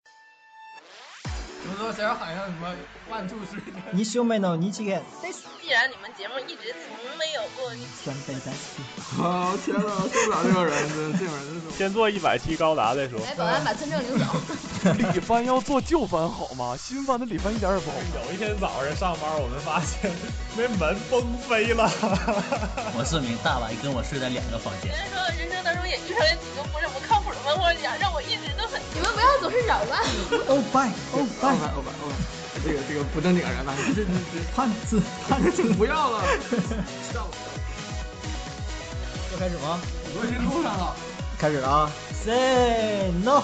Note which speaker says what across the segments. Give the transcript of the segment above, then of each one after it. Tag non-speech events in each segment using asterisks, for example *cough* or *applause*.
Speaker 1: *laughs*
Speaker 2: 不错，
Speaker 1: 呃
Speaker 2: 想要喊上什么万处水间。
Speaker 3: 你秀妹呢？你几个？
Speaker 4: 但是必然你们节目一直从没有过
Speaker 3: 三倍三次。
Speaker 1: 啊天哪，受不了这种人，真的这种人真的。
Speaker 5: 先做一百期高达再说。
Speaker 6: 来，保安把村正领走。
Speaker 7: 李帆要做旧番好吗？新番的李帆一点也不好。
Speaker 5: *laughs* 有一天早上上班，我们发现 *laughs* 那门崩飞了。
Speaker 8: 我是名大白，跟我睡在两个房间。
Speaker 4: 虽然说人生当中也遇上了几个不是不靠谱的漫画家，让我一直都很……
Speaker 6: 你们不要总是扰乱。
Speaker 3: 欧哦拜欧
Speaker 1: 欧
Speaker 3: 拜
Speaker 1: 拜欧拜欧拜，这个这个不正经人了，这这这
Speaker 3: 汉字汉字， *laughs*
Speaker 1: 不要了，
Speaker 3: 要开始吗？
Speaker 1: 我已经录上了。
Speaker 3: 开始了啊！Say no。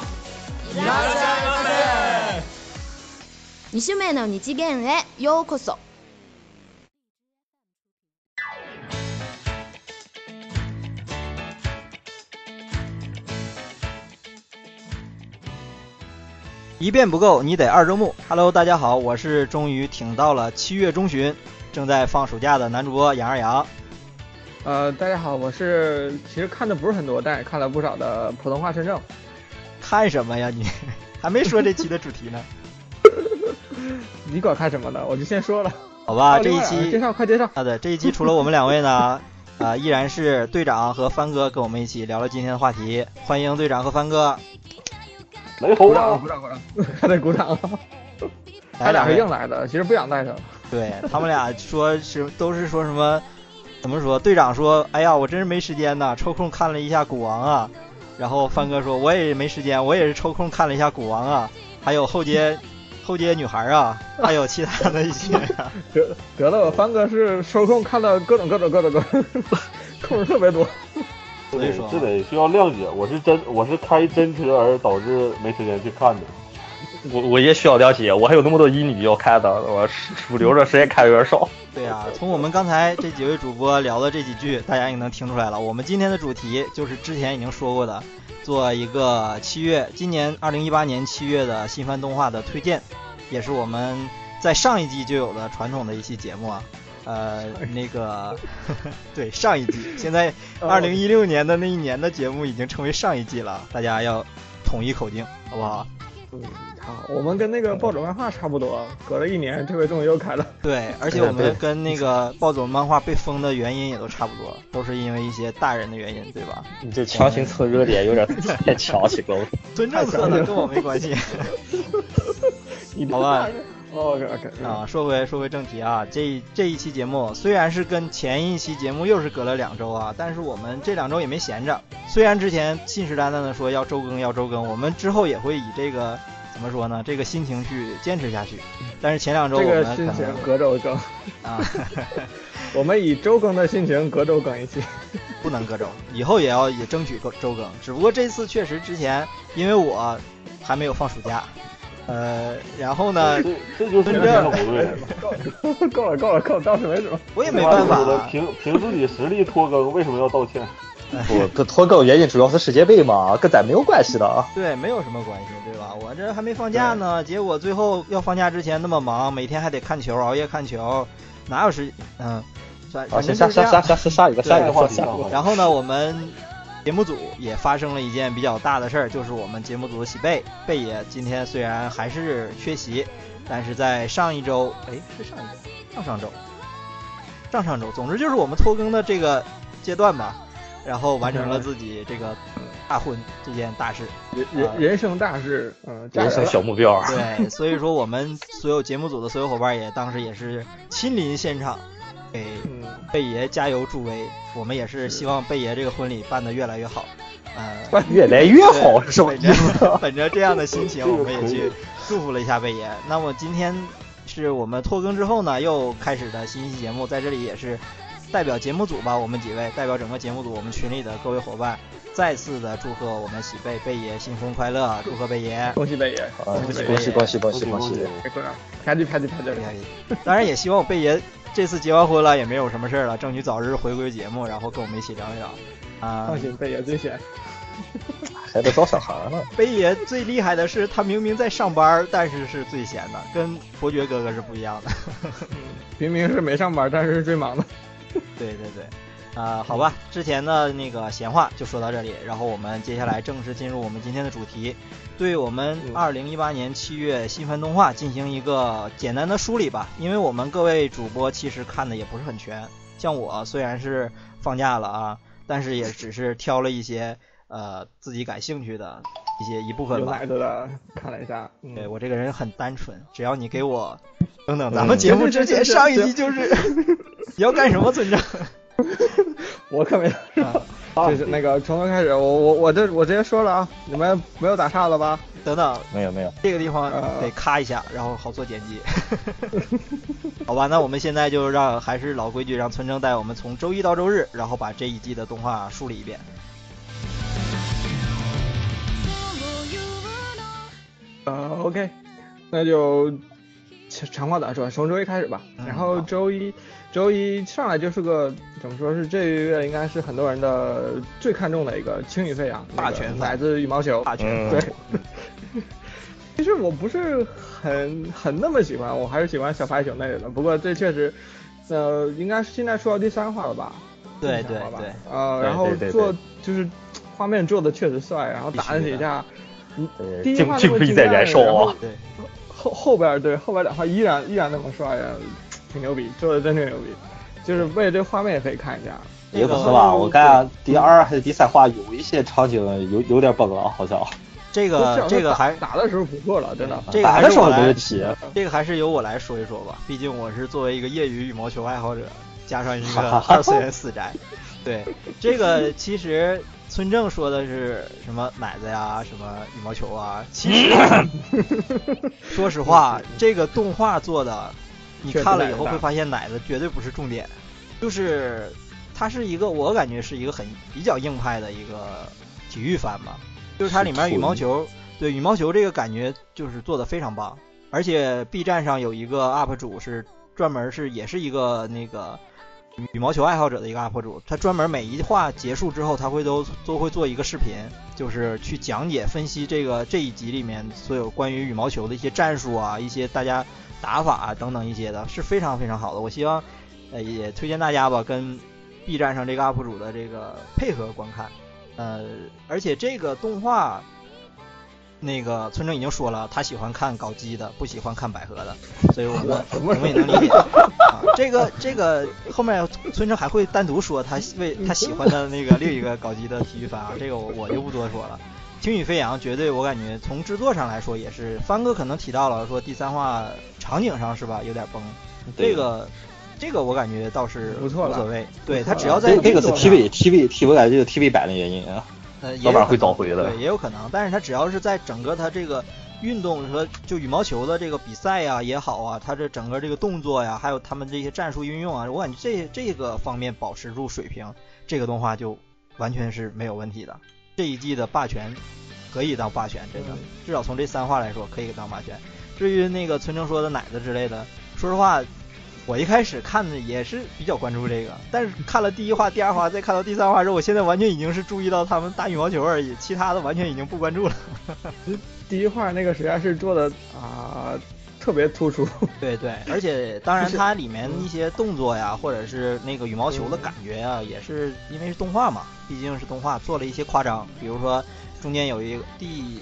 Speaker 6: いらっしゃいませ。二週目の日元へようこそ。
Speaker 3: 一遍不够，你得二周目。Hello，大家好，我是终于挺到了七月中旬，正在放暑假的男主播杨二杨。
Speaker 1: 呃，大家好，我是其实看的不是很多，但也看了不少的普通话深证。
Speaker 3: 看什么呀你？ *laughs* 还没说这期的主题呢。
Speaker 1: 你管看什么呢？我就先说了。哎
Speaker 3: 好吧，
Speaker 1: 奥
Speaker 3: 啊哦这
Speaker 1: 利 *laughs*
Speaker 3: 一
Speaker 1: 奥
Speaker 3: 期
Speaker 1: 介绍快介绍。
Speaker 3: 啊，对，这一期除了我们两位呢，啊、依然是队长和帆哥跟我们一起聊聊今天的话题。欢迎队长和帆哥，
Speaker 5: 雷猴
Speaker 1: 鼓掌鼓掌鼓掌，还得鼓掌。 *laughs* 他
Speaker 3: 来
Speaker 1: 俩 *laughs*
Speaker 3: 两
Speaker 1: 是
Speaker 3: 位
Speaker 1: 硬来的，其实不想带他。
Speaker 3: 对他们俩说是都是说什么？怎么说？队长说：“哎呀，我真是没时间呐，抽空看了一下《古王》啊。”然后帆哥说：“我也没时间，我也是抽空看了一下《古王》啊，还有后街后街女孩啊，还有其他的一些、啊。
Speaker 1: 得得了，帆哥是抽空看了 *laughs* 各种各种各种各种，空儿特别多。
Speaker 5: 这
Speaker 3: 所以
Speaker 5: 得
Speaker 3: 说啊
Speaker 5: 这得需要谅解，我是真我是开真车而导致没时间去看的。
Speaker 9: 我我也需要了解，我还有那么多乙女要开的，我主流的时间开的有点少。
Speaker 3: 对啊，从我们刚才这几位主播聊的这几句，大家也能听出来了。我们今天的主题就是之前已经说过的，做一个七月今年二零一八年七月的新番动画的推荐，也是我们在上一季就有的传统的一期节目啊。呃，那个， *laughs* 对上一
Speaker 1: *laughs*
Speaker 3: 季，现在
Speaker 1: 哦
Speaker 3: 二零一六年的那一年的节目已经成为上一季了，大家要统一口径，好不好？
Speaker 1: 嗯，好，我们跟那个暴走漫画差不多，隔了一年，这回终于又开了。
Speaker 3: 对，而且
Speaker 9: 对
Speaker 3: 我
Speaker 9: 对
Speaker 3: 们跟那个暴走漫画被封的原因也都差不多，都是因为一些大人的原因，对吧？
Speaker 9: 你这强行蹭热点有点太强行
Speaker 5: *laughs*
Speaker 9: 了。
Speaker 3: 尊政策的跟我没关系。好
Speaker 1: *laughs*
Speaker 3: 吧，
Speaker 1: OK OK，
Speaker 3: 啊，说回说回正题啊，这一这一期节目虽然是跟前一期节目又是隔了两周啊，但是我们这两周也没闲着。虽然之前信誓旦旦的说要周更要周更，我们之后也会以这个怎么说呢，这个心情去坚持下去。但是前两周
Speaker 1: 这
Speaker 3: 我
Speaker 1: 个
Speaker 3: 们可
Speaker 1: 心情
Speaker 3: 能
Speaker 1: 隔周更， *laughs*
Speaker 3: 啊
Speaker 1: 我们以周更的心情隔周更一期。 *laughs*
Speaker 3: 不能隔周，以后也要也争取周周更。只不过这次确实之前因为我还没有放暑假，呃，然后呢，
Speaker 5: *laughs* 这这就是
Speaker 3: 真
Speaker 5: 真
Speaker 3: 正
Speaker 5: 的不对，
Speaker 1: 够了够了够了，到此为止吧。
Speaker 3: 我也没办
Speaker 5: *laughs* 我
Speaker 3: 法啊
Speaker 5: 的。凭凭自己实力拖更，为什么要道歉？ *laughs*
Speaker 9: 不，跟脱稿原因主要是世界杯嘛，跟咱没有关系的啊。
Speaker 3: 对，没有什么关系，对吧？我这还没放假呢，结果最后要放假之前那么忙，每天还得看球，熬夜看球，哪有时嗯，反
Speaker 9: 啊，
Speaker 3: 反
Speaker 9: 行，
Speaker 3: 正
Speaker 9: 下
Speaker 3: 就是这
Speaker 9: 下下
Speaker 3: 样。
Speaker 9: 下下一个下一个话题。
Speaker 3: 然后呢，我们节目组也发生了一件比较大的事儿，就是我们节目组的喜贝贝爷今天虽然还是缺席，但是在上一周，哎，是上一周，上上周，上上周，总之就是我们拖更的这个阶段吧，然后完成了自己这个大婚 *laughs* 这件大事。
Speaker 1: 人人人生大事，嗯，嫁
Speaker 9: 人
Speaker 1: 啊人
Speaker 9: 生
Speaker 1: 了
Speaker 9: 小目
Speaker 10: *laughs*
Speaker 9: 标，
Speaker 3: 对，所以说我们所有节目组的所有伙伴也当时也是亲临现场，给
Speaker 1: 嗯，
Speaker 3: 贝爷加油助威。我们也是希望贝爷这个婚礼办得越来越好。呃，
Speaker 9: 越来越好是什么
Speaker 3: 本
Speaker 9: 意思？
Speaker 3: 着本着这样的心
Speaker 5: *laughs*
Speaker 3: 情，我们也去祝福了一下贝爷。那么今天是我们拖更之后呢，又开始的新一期节目，在这里也是代表节目组吧，我们几位代表整个节目组，我们群里的各位伙伴，再次的祝贺我们喜贝贝爷新婚快乐，祝贺
Speaker 1: *laughs*
Speaker 3: 贝爷。
Speaker 1: 恭喜北爷，
Speaker 9: 啊
Speaker 1: 恭
Speaker 10: *laughs*
Speaker 1: 喜北
Speaker 9: 恭
Speaker 1: 爷，
Speaker 9: 喜恭喜恭
Speaker 5: 恭
Speaker 9: 喜
Speaker 5: 喜
Speaker 9: 恭
Speaker 5: 恭
Speaker 9: 喜
Speaker 5: 喜！！
Speaker 1: 哎鼓掌，啪叽啪叽啪叽
Speaker 3: 厉害厉害当然也希望我贝爷这次结完婚了也没有什么事儿了，争取早日回归节目，然后跟我们一起聊一聊。啊、
Speaker 1: 放心，北爷最闲。
Speaker 9: 还得找小孩呢。
Speaker 3: 贝爷最厉害的是他明明在上班，但是是最闲的，跟伯爵哥哥是不一样的。
Speaker 1: 明明是没上班，但是是最忙的。
Speaker 3: 对对对，啊，好吧，之前的那个闲话就说到这里，然后我们接下来正式进入我们今天的主题，对我们二零一八年七月新番动画进行一个简单的梳理吧。因为我们各位主播其实看的也不是很全，像我虽然是放假了啊，但是也只是挑了一些呃自己感兴趣的一些一部分
Speaker 1: 有
Speaker 3: 吧
Speaker 1: 来。头的看了一下，嗯
Speaker 3: 对我这个人很单纯，只要你给我等等，咱们节目之前上一期就是 *laughs* 你要干什么，村长？
Speaker 1: 我可没知道。就是那个从头开始，我我我这我直接说了啊，你们没有打岔了吧？
Speaker 3: 等等，
Speaker 9: 没有没有，
Speaker 3: 这个地方
Speaker 1: 呃
Speaker 3: 得咔一下，然后好做剪辑。 *laughs* 好吧，那我们现在就让还是老规矩，让村正带我们从周一到周日，然后把这一季的动画梳理一遍。
Speaker 1: 呃，OK，那就长长话短说，从周一开始吧。
Speaker 3: 嗯
Speaker 1: 然后
Speaker 3: 好
Speaker 1: 周一，周一上来就是个怎么说是这月应该是很多人的最看重的一个轻羽飞扬，
Speaker 3: 大
Speaker 1: 那个
Speaker 3: 全赛
Speaker 1: 来自羽毛球，
Speaker 3: 大全
Speaker 9: 嗯
Speaker 1: 对。 *laughs* 其实我不是很很那么喜欢，我还是喜欢小白熊那里的。不过这确实，呃，应该是现在说到第三话了吧？
Speaker 3: 对
Speaker 1: 第
Speaker 3: 对
Speaker 1: 三话吧
Speaker 3: 对，
Speaker 1: 呃，
Speaker 9: 对
Speaker 1: 然后
Speaker 9: 对对
Speaker 1: 做就是画面做的确实帅，然后打了几下，嗯
Speaker 9: 呃
Speaker 1: 第一
Speaker 9: 敬
Speaker 1: 话那
Speaker 9: 敬
Speaker 1: 么
Speaker 9: 佩
Speaker 1: 精
Speaker 9: 在
Speaker 1: 湛
Speaker 9: 燃烧
Speaker 1: 然后
Speaker 9: 啊
Speaker 3: 对，
Speaker 1: 后后边儿对后边儿两话依然依然那么帅呀，啊挺牛逼，做的真挺牛逼。就是为了这画面也可以看一下，嗯
Speaker 3: 那
Speaker 10: 也不
Speaker 3: 个
Speaker 10: 是吧？我看
Speaker 3: 啊
Speaker 10: 第二还是第三话有一些场景有有点崩了，好像
Speaker 3: 这
Speaker 1: 就
Speaker 3: 个
Speaker 1: 是
Speaker 3: 这个
Speaker 1: 打
Speaker 3: 还
Speaker 1: 打的时候不错了，真的。
Speaker 3: 这个
Speaker 10: 打
Speaker 3: 还
Speaker 10: 的
Speaker 3: 是
Speaker 10: 时候
Speaker 3: 我
Speaker 10: 没
Speaker 3: 来
Speaker 10: 问，题。
Speaker 3: 这个还是由我来说一说吧，毕竟我是作为一个业余羽毛球爱好者，加上一个二次元死宅。对，这个其实村正说的是什么奶子呀，什么羽毛球啊，其实说实话，这个动画做的，你看了以后会发现奶子绝对不是重点，就是它是一个我感觉是一个很比较硬派的一个体育番吧，就是它里面羽毛球，对羽毛球这个感觉就是做的非常棒，而且 B 站上有一个 UP 主是专门是也是一个那个羽毛球爱好者的一个 UP 主，他专门每一话结束之后，他会都都会做一个视频，就是去讲解分析这个这一集里面所有关于羽毛球的一些战术啊，一些大家打法啊等等一些的，是非常非常好的。我希望呃也推荐大家吧，跟 B 站上这个 UP 主的这个配合观看。呃，而且这个动画。那个村长已经说了，他喜欢看搞基的，不喜欢看百合的，所以我们我们也能理解。啊，这个这个后面村长还会单独说他为他喜欢的那个另一个搞基的体育番啊，这个我我就不多说了。《轻羽飞扬》绝对我感觉从制作上来说也是，帆哥可能提到了说第三话场景上是吧有点崩，这个这个我感觉倒是
Speaker 1: 不错
Speaker 3: 无
Speaker 1: 了
Speaker 3: 所谓，
Speaker 1: 不
Speaker 3: 对
Speaker 1: 错
Speaker 3: 他
Speaker 1: 了
Speaker 3: 只要在
Speaker 10: 这这个是
Speaker 3: 制作上
Speaker 10: TV TV TV 感觉有 TV 版的原因啊。
Speaker 3: 呃，也
Speaker 9: 老
Speaker 3: 有
Speaker 9: 板
Speaker 3: 可
Speaker 9: 会
Speaker 3: 能
Speaker 9: 找回的
Speaker 3: 对，也有可能。但是他只要是在整个他这个运动和就羽毛球的这个比赛呀、也好啊，他这整个这个动作呀、还有他们这些战术运用啊，我感觉这这个方面保持住水平，这个动画就完全是没有问题的。这一季的霸权可以当霸权，真的，至少从这三话来说可以当霸权。至于那个村正说的奶子之类的，说实话，我一开始看的也是比较关注这个，但是看了第一话、第二话，再看到第三话之后，我现在完全已经是注意到他们打羽毛球而已，其他的完全已经不关注了。
Speaker 1: 第一话那个实在是做的啊、特别突出，
Speaker 3: 对对，而且当然它里面一些动作呀，或者是那个羽毛球的感觉呀，也是因为是动画嘛，毕竟是动画做了一些夸张，比如说中间有一个第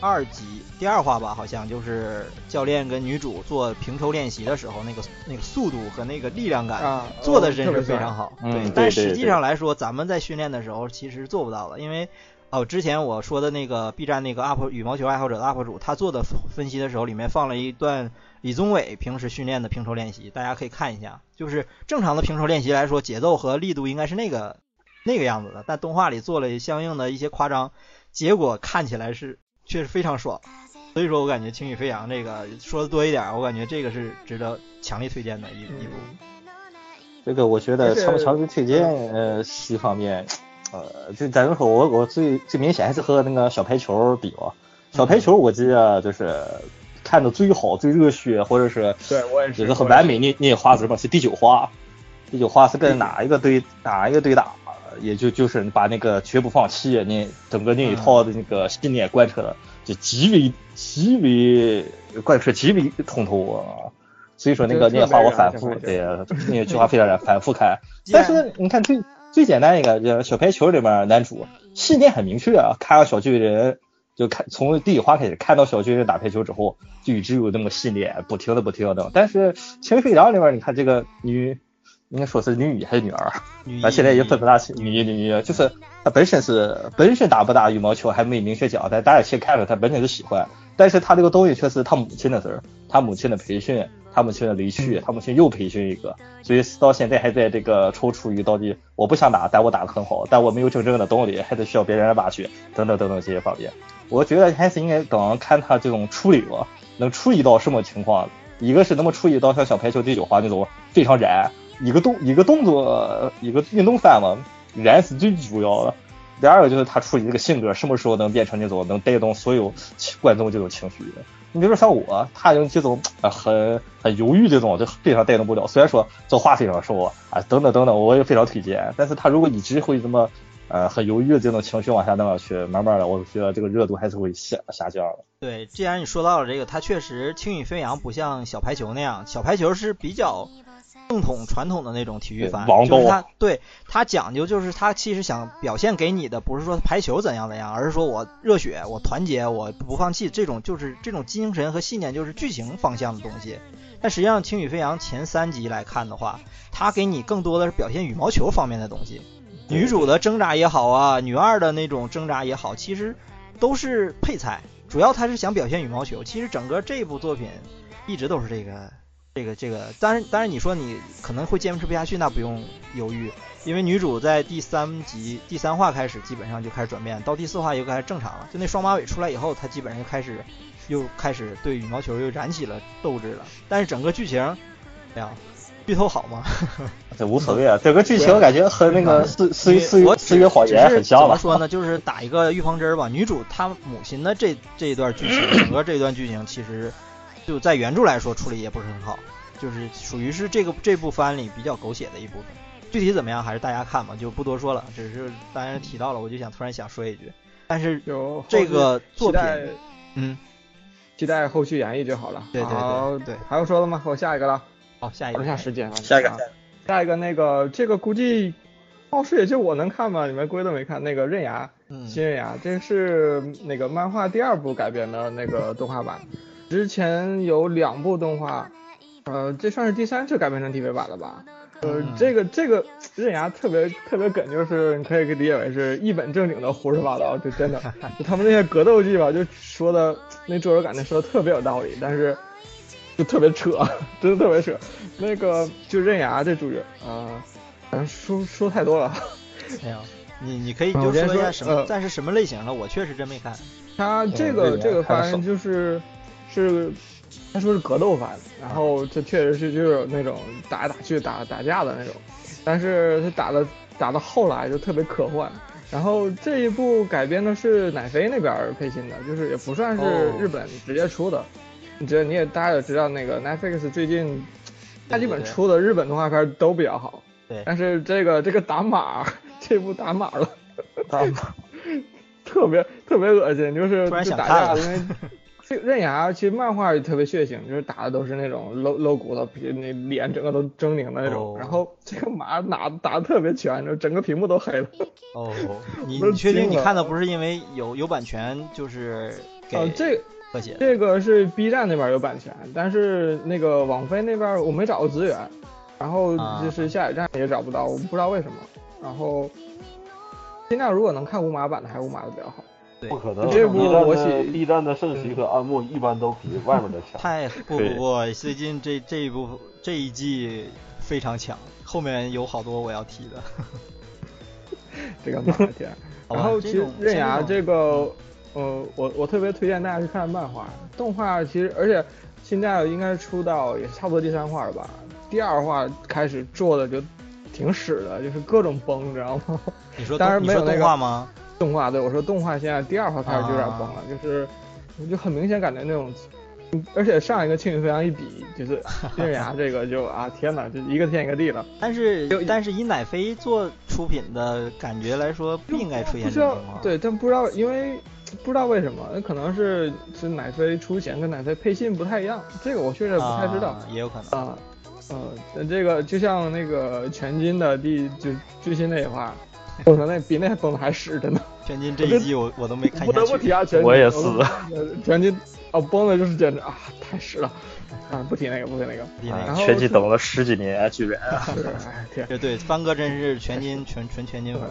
Speaker 3: 二集第二话吧，好像就是教练跟女主做平抽练习的时候，那个那个速度和那个力量感
Speaker 1: 啊
Speaker 3: 哎做的
Speaker 1: 哦
Speaker 3: 真
Speaker 1: 特
Speaker 3: 是
Speaker 1: 别
Speaker 3: 非
Speaker 1: 帅
Speaker 3: 常好。
Speaker 10: 嗯对
Speaker 3: 但
Speaker 10: 对
Speaker 3: 实际
Speaker 10: 对
Speaker 3: 上来说，咱们在训练的时候其实做不到的，因为哦，之前我说的那个 B 站那个 UP 羽毛球爱好者的 UP 主，他做的分析的时候，里面放了一段李宗伟平时训练的平抽练习，大家可以看一下。就是正常的平抽练习来说，节奏和力度应该是那个那个样子的，但动画里做了相应的一些夸张，结果看起来是确实非常爽。所以说我感觉《轻羽飞扬》这个说的多一点，我感觉这个是值得强力推荐的一
Speaker 1: 嗯
Speaker 3: 一部。
Speaker 10: 这个我觉得
Speaker 1: 就是嗯
Speaker 10: 强不强制推荐，呃，是一方面，呃，就咱们说，我我最最明显还是和那个小排球比吧。小
Speaker 1: 嗯
Speaker 10: 排球我记得就是看的最好、最热血，或者是
Speaker 1: 对我也是
Speaker 10: 有个很完美那那画质吧，是第九画。第九画是跟哪一个对哪一个对打，也就就是把那个绝不放弃，那整个那一
Speaker 1: 嗯
Speaker 10: 套的那个信念贯彻的，就极为极为贯彻，极为通透啊。所以说那个
Speaker 1: 就
Speaker 10: 那个
Speaker 1: 特别
Speaker 10: 画我
Speaker 1: 让
Speaker 10: 反
Speaker 1: 人 *laughs*
Speaker 10: 复
Speaker 1: 感觉 *laughs*
Speaker 10: 对，那个句话非常让人反复看。
Speaker 3: 既
Speaker 10: 但
Speaker 3: 然
Speaker 10: 是你看最最简单一个，就小排球里面男主信念很明确啊，看到小巨人就看从地底花开始看到小巨人打排球之后，就一直有那么个信念，不停的不停的。但是《情非长》里面，你看这个女，应该说是女一还是女二？
Speaker 3: 女
Speaker 10: 啊，现在已经分不大清，女一女一，就是她本身是本身打不打羽毛球还没明确讲，但大家先看出她本身是喜欢，但是她这个东西却是她母亲的事儿，她母亲的培训，她母亲的离去，她母亲又培训一个，所以到现在还在这个踌躇于到底我不想打，但我打得很好，但我没有真正的动力，还得需要别人来挖掘，等等等等这些方面，我觉得还是应该等看她这种处理吧，能处理到什么情况，一个是能不能处理到像小排球第九花那种非常燃。一个动一个动作呃一个运动范嘛，燃是最主要的。第二个就是他处理这个性格，什么时候能变成那种能带动所有观众这种情绪的？你比如说像我，他用这种呃很很犹豫这种，就非常带动不了。虽然说这话非常瘦啊，等等等等，我也非常推荐。但是他如果一直会这么呃很犹豫的这种情绪往下那样去，慢慢的，我觉得这个热度还是会下下降的。
Speaker 3: 对，既然你说到了这个，它确实轻羽飞扬，不像小排球那样，小排球是比较。正统传统的那种体育番，
Speaker 10: 王
Speaker 3: 就是他
Speaker 10: 道啊
Speaker 3: 对他讲究，就是他其实想表现给你的，不是说排球怎样怎样，而是说我热血，我团结，我不放弃，这种就是这种精神和信念，就是剧情方向的东西。但实际上，《轻羽飞扬》前三集来看的话，他给你更多的是表现羽毛球方面的东西，女主的挣扎也好啊，女二的那种挣扎也好，其实都是配菜，主要他是想表现羽毛球。其实整个这部作品一直都是这个。这个这个，当然当然，你说你可能会坚持不下去，那不用犹豫，因为女主在第三集第三话开始，基本上就开始转变，到第四话又开始正常了。就那双马尾出来以后，她基本上就开始又开始对羽毛球又燃起了斗志了。但是整个剧情，哎呀，剧透好吗？
Speaker 10: 这无所谓啊，整个剧情感觉和那个四四四
Speaker 3: 我
Speaker 10: 四月谎言
Speaker 3: 只是
Speaker 10: 很像
Speaker 3: 怎么
Speaker 10: 吧？ *laughs*
Speaker 3: 说呢？就是打一个预防针儿吧。女主她母亲的这这一段剧情，整个这一段剧情其实就在原著来说处理也不是很好，就是属于是这个这部番里比较狗血的一部分。具体怎么样还是大家看吧，就不多说了。只是当然提到了，我就想突然想说一句，但是
Speaker 1: 有
Speaker 3: 这个
Speaker 1: 期
Speaker 3: 作品，
Speaker 1: 待
Speaker 3: 嗯，
Speaker 1: 期待后续演绎就好了。
Speaker 3: 对对对
Speaker 1: 好
Speaker 3: 对
Speaker 1: 还要说的吗？我下一个了，
Speaker 3: 好，下一
Speaker 1: 玩一
Speaker 3: 个
Speaker 1: 下时间啊。
Speaker 10: 下一个
Speaker 1: 啊，下一个那个这个估计，貌似也就我能看吧，你们估计都没看。那个刃牙，
Speaker 3: 嗯，
Speaker 1: 新刃牙，这是那个漫画第二部改编的那个动画版，之前有两部动画，呃，这算是第三次改编成 TV 版了吧？呃，这个这个刃牙特别特别梗，就是你可以理解为是一本正经的胡说八道， *laughs* 就真的，就他们那些格斗技吧，就说的那作者感觉说的特别有道理，但是就特别扯， *laughs* 真的特别扯。那个就刃牙这主角啊，咱、说说太多了。
Speaker 3: 没有。你你可以
Speaker 1: 啊我
Speaker 3: 就
Speaker 1: 先
Speaker 3: 说一
Speaker 1: 说
Speaker 3: 下什么
Speaker 1: 呃，
Speaker 3: 但是什么类型的，我确实真没看。
Speaker 1: 他这
Speaker 10: 对
Speaker 1: 个
Speaker 10: 对
Speaker 1: 这个
Speaker 10: 看得
Speaker 1: 番
Speaker 10: 爽
Speaker 1: 就是是他说是格斗番，然后这确实是就是有那种打来打去打打架的那种，但是他打的打到后来就特别科幻。然后这一部改编的是奶飞那边儿配音的，就是也不算是
Speaker 3: 哦
Speaker 1: 日本直接出的。你知道你也大家也知道那个 Netflix 最近它
Speaker 3: 对
Speaker 1: 基
Speaker 3: 对
Speaker 1: 本
Speaker 3: 对
Speaker 1: 出的日本动画片都比较好，
Speaker 3: 对
Speaker 1: 但是这个这个打码儿 *laughs* 这部打码
Speaker 3: *laughs*
Speaker 1: 儿了。
Speaker 10: 大妈
Speaker 1: 特别特别恶心，就是
Speaker 3: 突然
Speaker 1: 就
Speaker 3: 想
Speaker 1: 打
Speaker 3: 看
Speaker 1: 架，
Speaker 3: 了
Speaker 1: 因为这个刃牙其实漫画也特别血腥，就是打的都是那种露露骨头，皮那脸整个都狰狞的那种。
Speaker 3: 哦
Speaker 1: 然后这个马打打的特别全，就整个屏幕都黑了。
Speaker 3: 哦，
Speaker 1: *laughs*
Speaker 3: 你
Speaker 1: 不是
Speaker 3: 你确定
Speaker 1: 惊
Speaker 3: 你
Speaker 1: 了
Speaker 3: 看的不是因为有有版权就是给
Speaker 1: 呃，这
Speaker 3: 和谐的？
Speaker 1: 这个是 B 站那边有版权，但是那个网飞那边我没找到资源，然后
Speaker 3: 啊
Speaker 1: 就是下载站也找不到，我不知道为什么。然后尽量如果能看无码版的，还是无码的比较好。
Speaker 3: 对
Speaker 5: 不可能。啊
Speaker 1: 这部
Speaker 5: B 站
Speaker 1: 我
Speaker 5: 的
Speaker 1: 喜
Speaker 5: B 站的圣骑和安莫一般都比外面的强。
Speaker 3: 太不
Speaker 10: 对
Speaker 3: 不不，最近这这一部这一季非常强，后面有好多我要提的。 *laughs*
Speaker 1: 这个马的天。
Speaker 3: 好吧
Speaker 1: 然后其
Speaker 3: 这
Speaker 1: 实
Speaker 3: 种
Speaker 1: 刃牙
Speaker 3: 像
Speaker 1: 这
Speaker 3: 这种
Speaker 1: 个，
Speaker 3: 嗯
Speaker 1: 呃，我我特别推荐大家去看漫画、动画。其实而且现在应该出到也差不多第三话了吧，第二话开始做的就挺屎的，就是各种崩，你知道吗？
Speaker 3: 你说
Speaker 1: *laughs* 当
Speaker 3: 动
Speaker 1: 然
Speaker 3: 你
Speaker 1: 没有
Speaker 3: 说
Speaker 1: 那
Speaker 3: 动
Speaker 1: 个
Speaker 3: 画吗？
Speaker 1: 动画对我说，动画现在第二话开始就有点崩了，
Speaker 3: 啊
Speaker 1: 就是就很明显感觉那种，嗯而且上一个《庆余飞扬》一比，就是 *laughs* 刃牙这个就啊天哪，就一个天一个地了。
Speaker 3: 但是但是以奶飞做出品的感觉来说，不应该出
Speaker 1: 不
Speaker 3: 现
Speaker 1: 知
Speaker 3: 这种
Speaker 1: 道
Speaker 3: 情况。
Speaker 1: 对，但不知道，因为不知道为什么，可能是是奶飞出险跟奶飞配信不太一样，这个我确实不太知道，
Speaker 3: 啊也有可能
Speaker 1: 啊，呃，这个就像那个全金的第就最新那一话，我操，那比那封的还屎真的。
Speaker 3: 全金这一季我我都没看
Speaker 1: *laughs* 不
Speaker 3: 下
Speaker 1: 得不提
Speaker 3: 去。
Speaker 1: 啊，全呃
Speaker 10: 我也是
Speaker 1: *laughs* 全金啊，崩的就是简直啊，太实了啊！不提那个，不提那个，
Speaker 3: 提那个
Speaker 1: 然后
Speaker 10: 全季等了十几年，居然
Speaker 1: 是， *laughs* 哎天，
Speaker 3: 对对，帆哥真是全金全纯全金粉
Speaker 1: *laughs*
Speaker 3: 儿，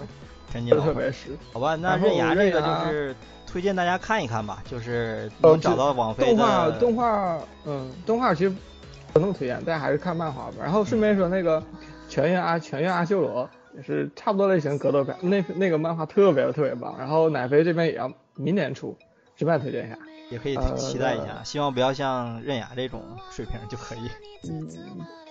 Speaker 3: 全金
Speaker 1: 真
Speaker 3: 老
Speaker 1: 特
Speaker 3: 粉儿。
Speaker 1: 别实。
Speaker 3: 好吧，那
Speaker 1: 然后
Speaker 3: 刃牙这个
Speaker 1: 刃牙
Speaker 3: 就是推荐大家看一看吧，就是
Speaker 1: 呃
Speaker 3: 能
Speaker 1: 这
Speaker 3: 找到网飞
Speaker 1: 动画
Speaker 3: 的
Speaker 1: 动画，嗯，动画其实不那么推荐，大家还是看漫画吧。
Speaker 3: 嗯
Speaker 1: 然后顺便说那个全员阿啊全员阿修罗也是差不多类型格斗片，那那个漫画特别特别棒。然后奶飞这边也要明年出，顺便推荐一下。
Speaker 3: 也可以
Speaker 1: 呃
Speaker 3: 期待一下，希望不要像刃牙这种水平就可
Speaker 1: *laughs*
Speaker 3: 以。
Speaker 1: 嗯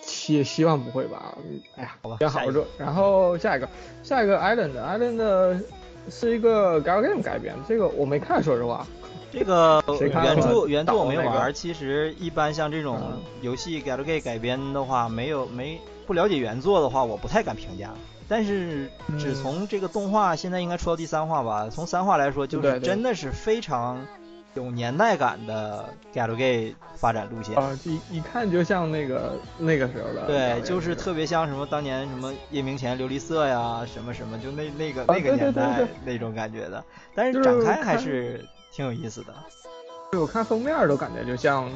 Speaker 1: 希希望不会吧？嗯哎呀，
Speaker 3: 好吧
Speaker 1: 别
Speaker 3: 下
Speaker 1: 好
Speaker 3: 一
Speaker 1: 好
Speaker 3: 个
Speaker 1: 说。然后下一个，下一个 Island Island 是一个 Gal Game 改编，这个我没看，说实话。
Speaker 3: 这个
Speaker 1: 谁看
Speaker 3: 原
Speaker 1: 了
Speaker 3: 著原著我
Speaker 1: 倒
Speaker 3: 没
Speaker 1: 那
Speaker 3: 玩
Speaker 1: 个
Speaker 3: 儿，其实一般像这种
Speaker 1: 嗯
Speaker 3: 游戏 g a l g a 改编的话，没有没不了解原作的话，我不太敢评价。但是只
Speaker 1: 嗯
Speaker 3: 从这个动画现在应该出到第三话吧，从三话来说，就
Speaker 1: 对
Speaker 3: 是
Speaker 1: 对
Speaker 3: 真的是非常有年代感的 g a l g a 发展路线。
Speaker 1: 啊、一一看就像那个那个时候的 Gal Game 那
Speaker 3: 对
Speaker 1: 个。，
Speaker 3: 就是特别像什么当年什么夜明前琉璃色呀，什么什么，就那那个
Speaker 1: 啊
Speaker 3: 那
Speaker 1: 对对
Speaker 3: 个
Speaker 1: 对
Speaker 3: 年代
Speaker 1: 对
Speaker 3: 那种感觉的。但是
Speaker 1: 就是
Speaker 3: 展开还
Speaker 1: 看
Speaker 3: 是挺有意思的。
Speaker 1: 我看封面都感觉就像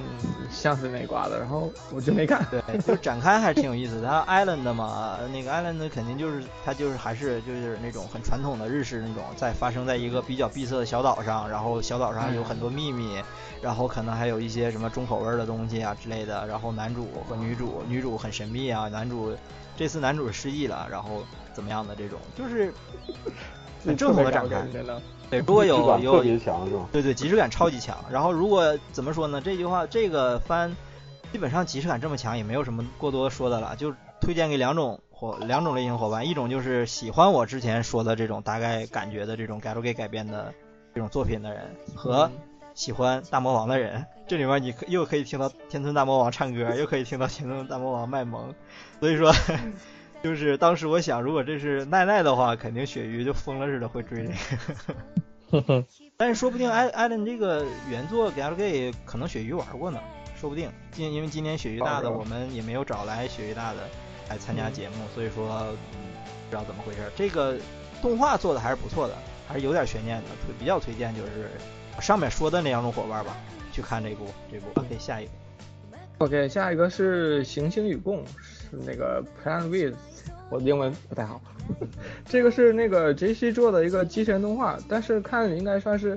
Speaker 1: 像是那挂的，然后我就没看。
Speaker 3: 对，哎就是展开还是挺有意思的。它 Island 的嘛，呃那个 Island 肯定就是它就是还是就是那种很传统的日式那种，在发生在一个比较闭塞的小岛上，然后小岛上有很多秘密，然后可能还有一些什么重口味儿的东西啊之类的。然后男主和女主，女主很神秘啊，男主这次男主失忆了，然后怎么样的这种，就是
Speaker 1: *laughs*
Speaker 3: 很正统的展开。
Speaker 1: 真的。
Speaker 3: 对，如果
Speaker 5: 质
Speaker 3: 有
Speaker 5: 感特
Speaker 3: 有
Speaker 5: 别强是吧？
Speaker 3: 对对，即视感超级强。然后如果怎么说呢？这句话这个番基本上即视感这么强，也没有什么过多说的了，就推荐给两种伙两种类型伙伴，一种就是喜欢我之前说的这种大概感觉的这种 g a l g a 改编的这种作品的人，和喜欢大魔王的人。这里面你可又可以听到天尊大魔王唱歌，又可以听到天尊大魔王卖萌，所以说。就是当时我想，如果这是奈奈的话，肯定鳕鱼就疯了似的会追这个。但是说不定艾艾伦这个原作给 L K 可能鳕鱼玩过呢，说不定。今因为今年鳕鱼大
Speaker 1: 好
Speaker 3: 的
Speaker 1: 的
Speaker 3: 我们也没有找来鳕鱼大的来参加节目，所以说、嗯不知道怎么回事。这个动画做的还是不错的，还是有点悬念的，推比较推荐就是上面说的那两种伙伴吧，去看这部这部。OK，下
Speaker 1: 嗯
Speaker 3: 一个
Speaker 1: OK，下一个是《行星与共》，是那个 Plan with，我的英文不太好。 *laughs* 这个是那个 JC 做的一个机器人动画，但是看着应该算是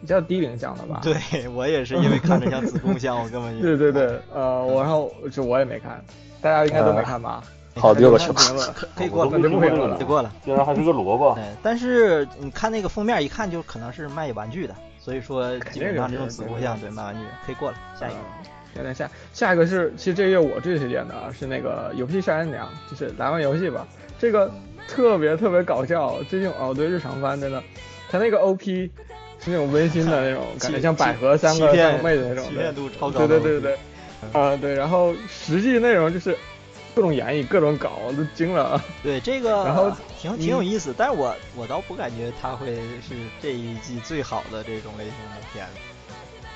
Speaker 1: 比较低龄向的吧。
Speaker 3: *laughs* 对我也是因为看着
Speaker 1: *laughs*
Speaker 3: 像子贡像，我根本就
Speaker 1: 对对对，呃，我然后这我也没看，大家应该都
Speaker 3: 啊
Speaker 1: 没看吧？
Speaker 10: 好丢了
Speaker 1: 看
Speaker 10: 球。
Speaker 1: 评论。
Speaker 3: *laughs* 可以过了，
Speaker 5: 我都不
Speaker 1: 会
Speaker 5: 了
Speaker 3: 可以过了。
Speaker 5: 竟然还是个萝卜
Speaker 3: 对，，但是你看那个封面，一看就可能是卖玩具的，所以说基本上这种子物像对卖玩具可以过了，下一
Speaker 1: 嗯
Speaker 3: 个。
Speaker 1: 有点下下一个是，其实这个月我最推荐的啊是那个游戏杀人娘，就是来玩游戏吧，这个特别特别搞笑。最近哦，对日常番真的，他那个 OP 是那种温馨的那
Speaker 3: *laughs*
Speaker 1: 种感觉，像百合三个
Speaker 3: 欺骗
Speaker 1: 三个妹子那种
Speaker 3: 欺
Speaker 1: 的
Speaker 3: 骗，度超高
Speaker 1: 对
Speaker 3: 的
Speaker 1: 对
Speaker 3: 东
Speaker 1: 对
Speaker 3: 西。
Speaker 1: 对对，啊、对，然后实际内容就是各种演绎，各种搞，我都惊了。啊
Speaker 3: 对这个，
Speaker 1: 然后
Speaker 3: 挺
Speaker 1: 嗯
Speaker 3: 挺有意思，但是我我倒不感觉它会是这一季最好的这种类型的片子。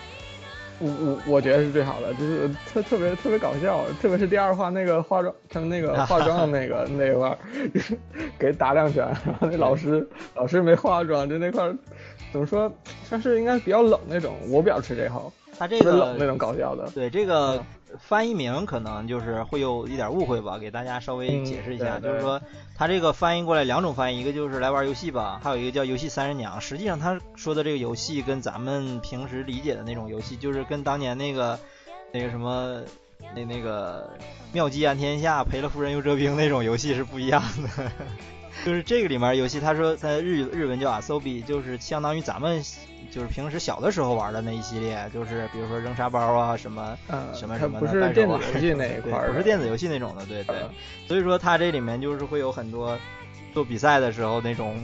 Speaker 1: 我我我觉得是最好的，就是特特别特别搞笑，特别是第二话那个化妆，他们那个化妆的那
Speaker 3: *laughs*
Speaker 1: 个那一块儿， *laughs* 给打两拳，然后那老师老师没化妆，就那块儿怎么说，算是应该比较冷那种，我比较吃这号，
Speaker 3: 它这
Speaker 1: 特别冷那
Speaker 3: 个
Speaker 1: 种搞笑的。
Speaker 3: 对这个翻译名可能就是会有一点误会吧，给大家稍微
Speaker 1: 嗯
Speaker 3: 解释一下，
Speaker 1: 对对
Speaker 3: 就是说它这个翻译过来两种翻译，一个就是来玩游戏吧，还有一个叫游戏三人娘。实际上他说的这个游戏跟咱们平时理解的那种游戏，就是跟当年那个那个什么那那个妙计安天下，赔了夫人又折兵那种游戏是不一样的。 *laughs* 就是这个里面游戏，他说他日日文叫 asobi，就是相当于咱们就是平时小的时候玩的那一系列，就是比如说扔沙包啊什么。
Speaker 1: 嗯，
Speaker 3: 什么
Speaker 1: 它
Speaker 3: 什么
Speaker 1: 不
Speaker 3: 的，
Speaker 1: 是
Speaker 3: 但
Speaker 1: 电子
Speaker 3: 我
Speaker 1: 游戏那一块儿
Speaker 3: 啊 *laughs* 对
Speaker 1: 的，
Speaker 3: 不是电子游戏那种的，对对
Speaker 1: 嗯。
Speaker 3: 所以说它这里面就是会有很多做比赛的时候那种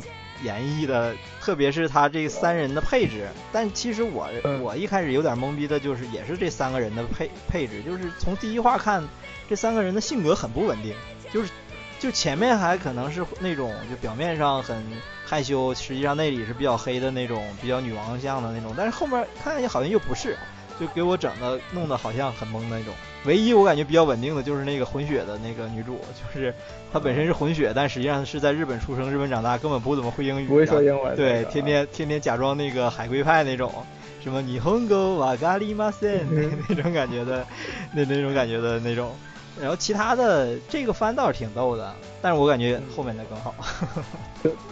Speaker 3: 演绎的，特别是它这三人的配置。但其实我
Speaker 1: 嗯
Speaker 3: 我一开始有点懵逼的，就是也是这三个人的配配置，就是从第一话看，这三个人的性格很不稳定，就是就前面还可能是那种就表面上很害羞，实际上内里是比较黑的那种，比较女王像的那种，但是后面看上去好像又不是，就给我整的弄得好像很懵那种。唯一我感觉比较稳定的就是那个混血的那个女主，就是她本身是混血，但实际上是在日本出生、日本长大，根本不怎么会英语，
Speaker 1: 不会说英文，啊
Speaker 3: 对，天天天天假装那个海归派那种。什么霓虹狗瓦咖喱
Speaker 1: *laughs*
Speaker 3: 马森那种感觉的，那那种感觉的那种，然后其他的这个番倒是挺逗的，但是我感觉后面的更好。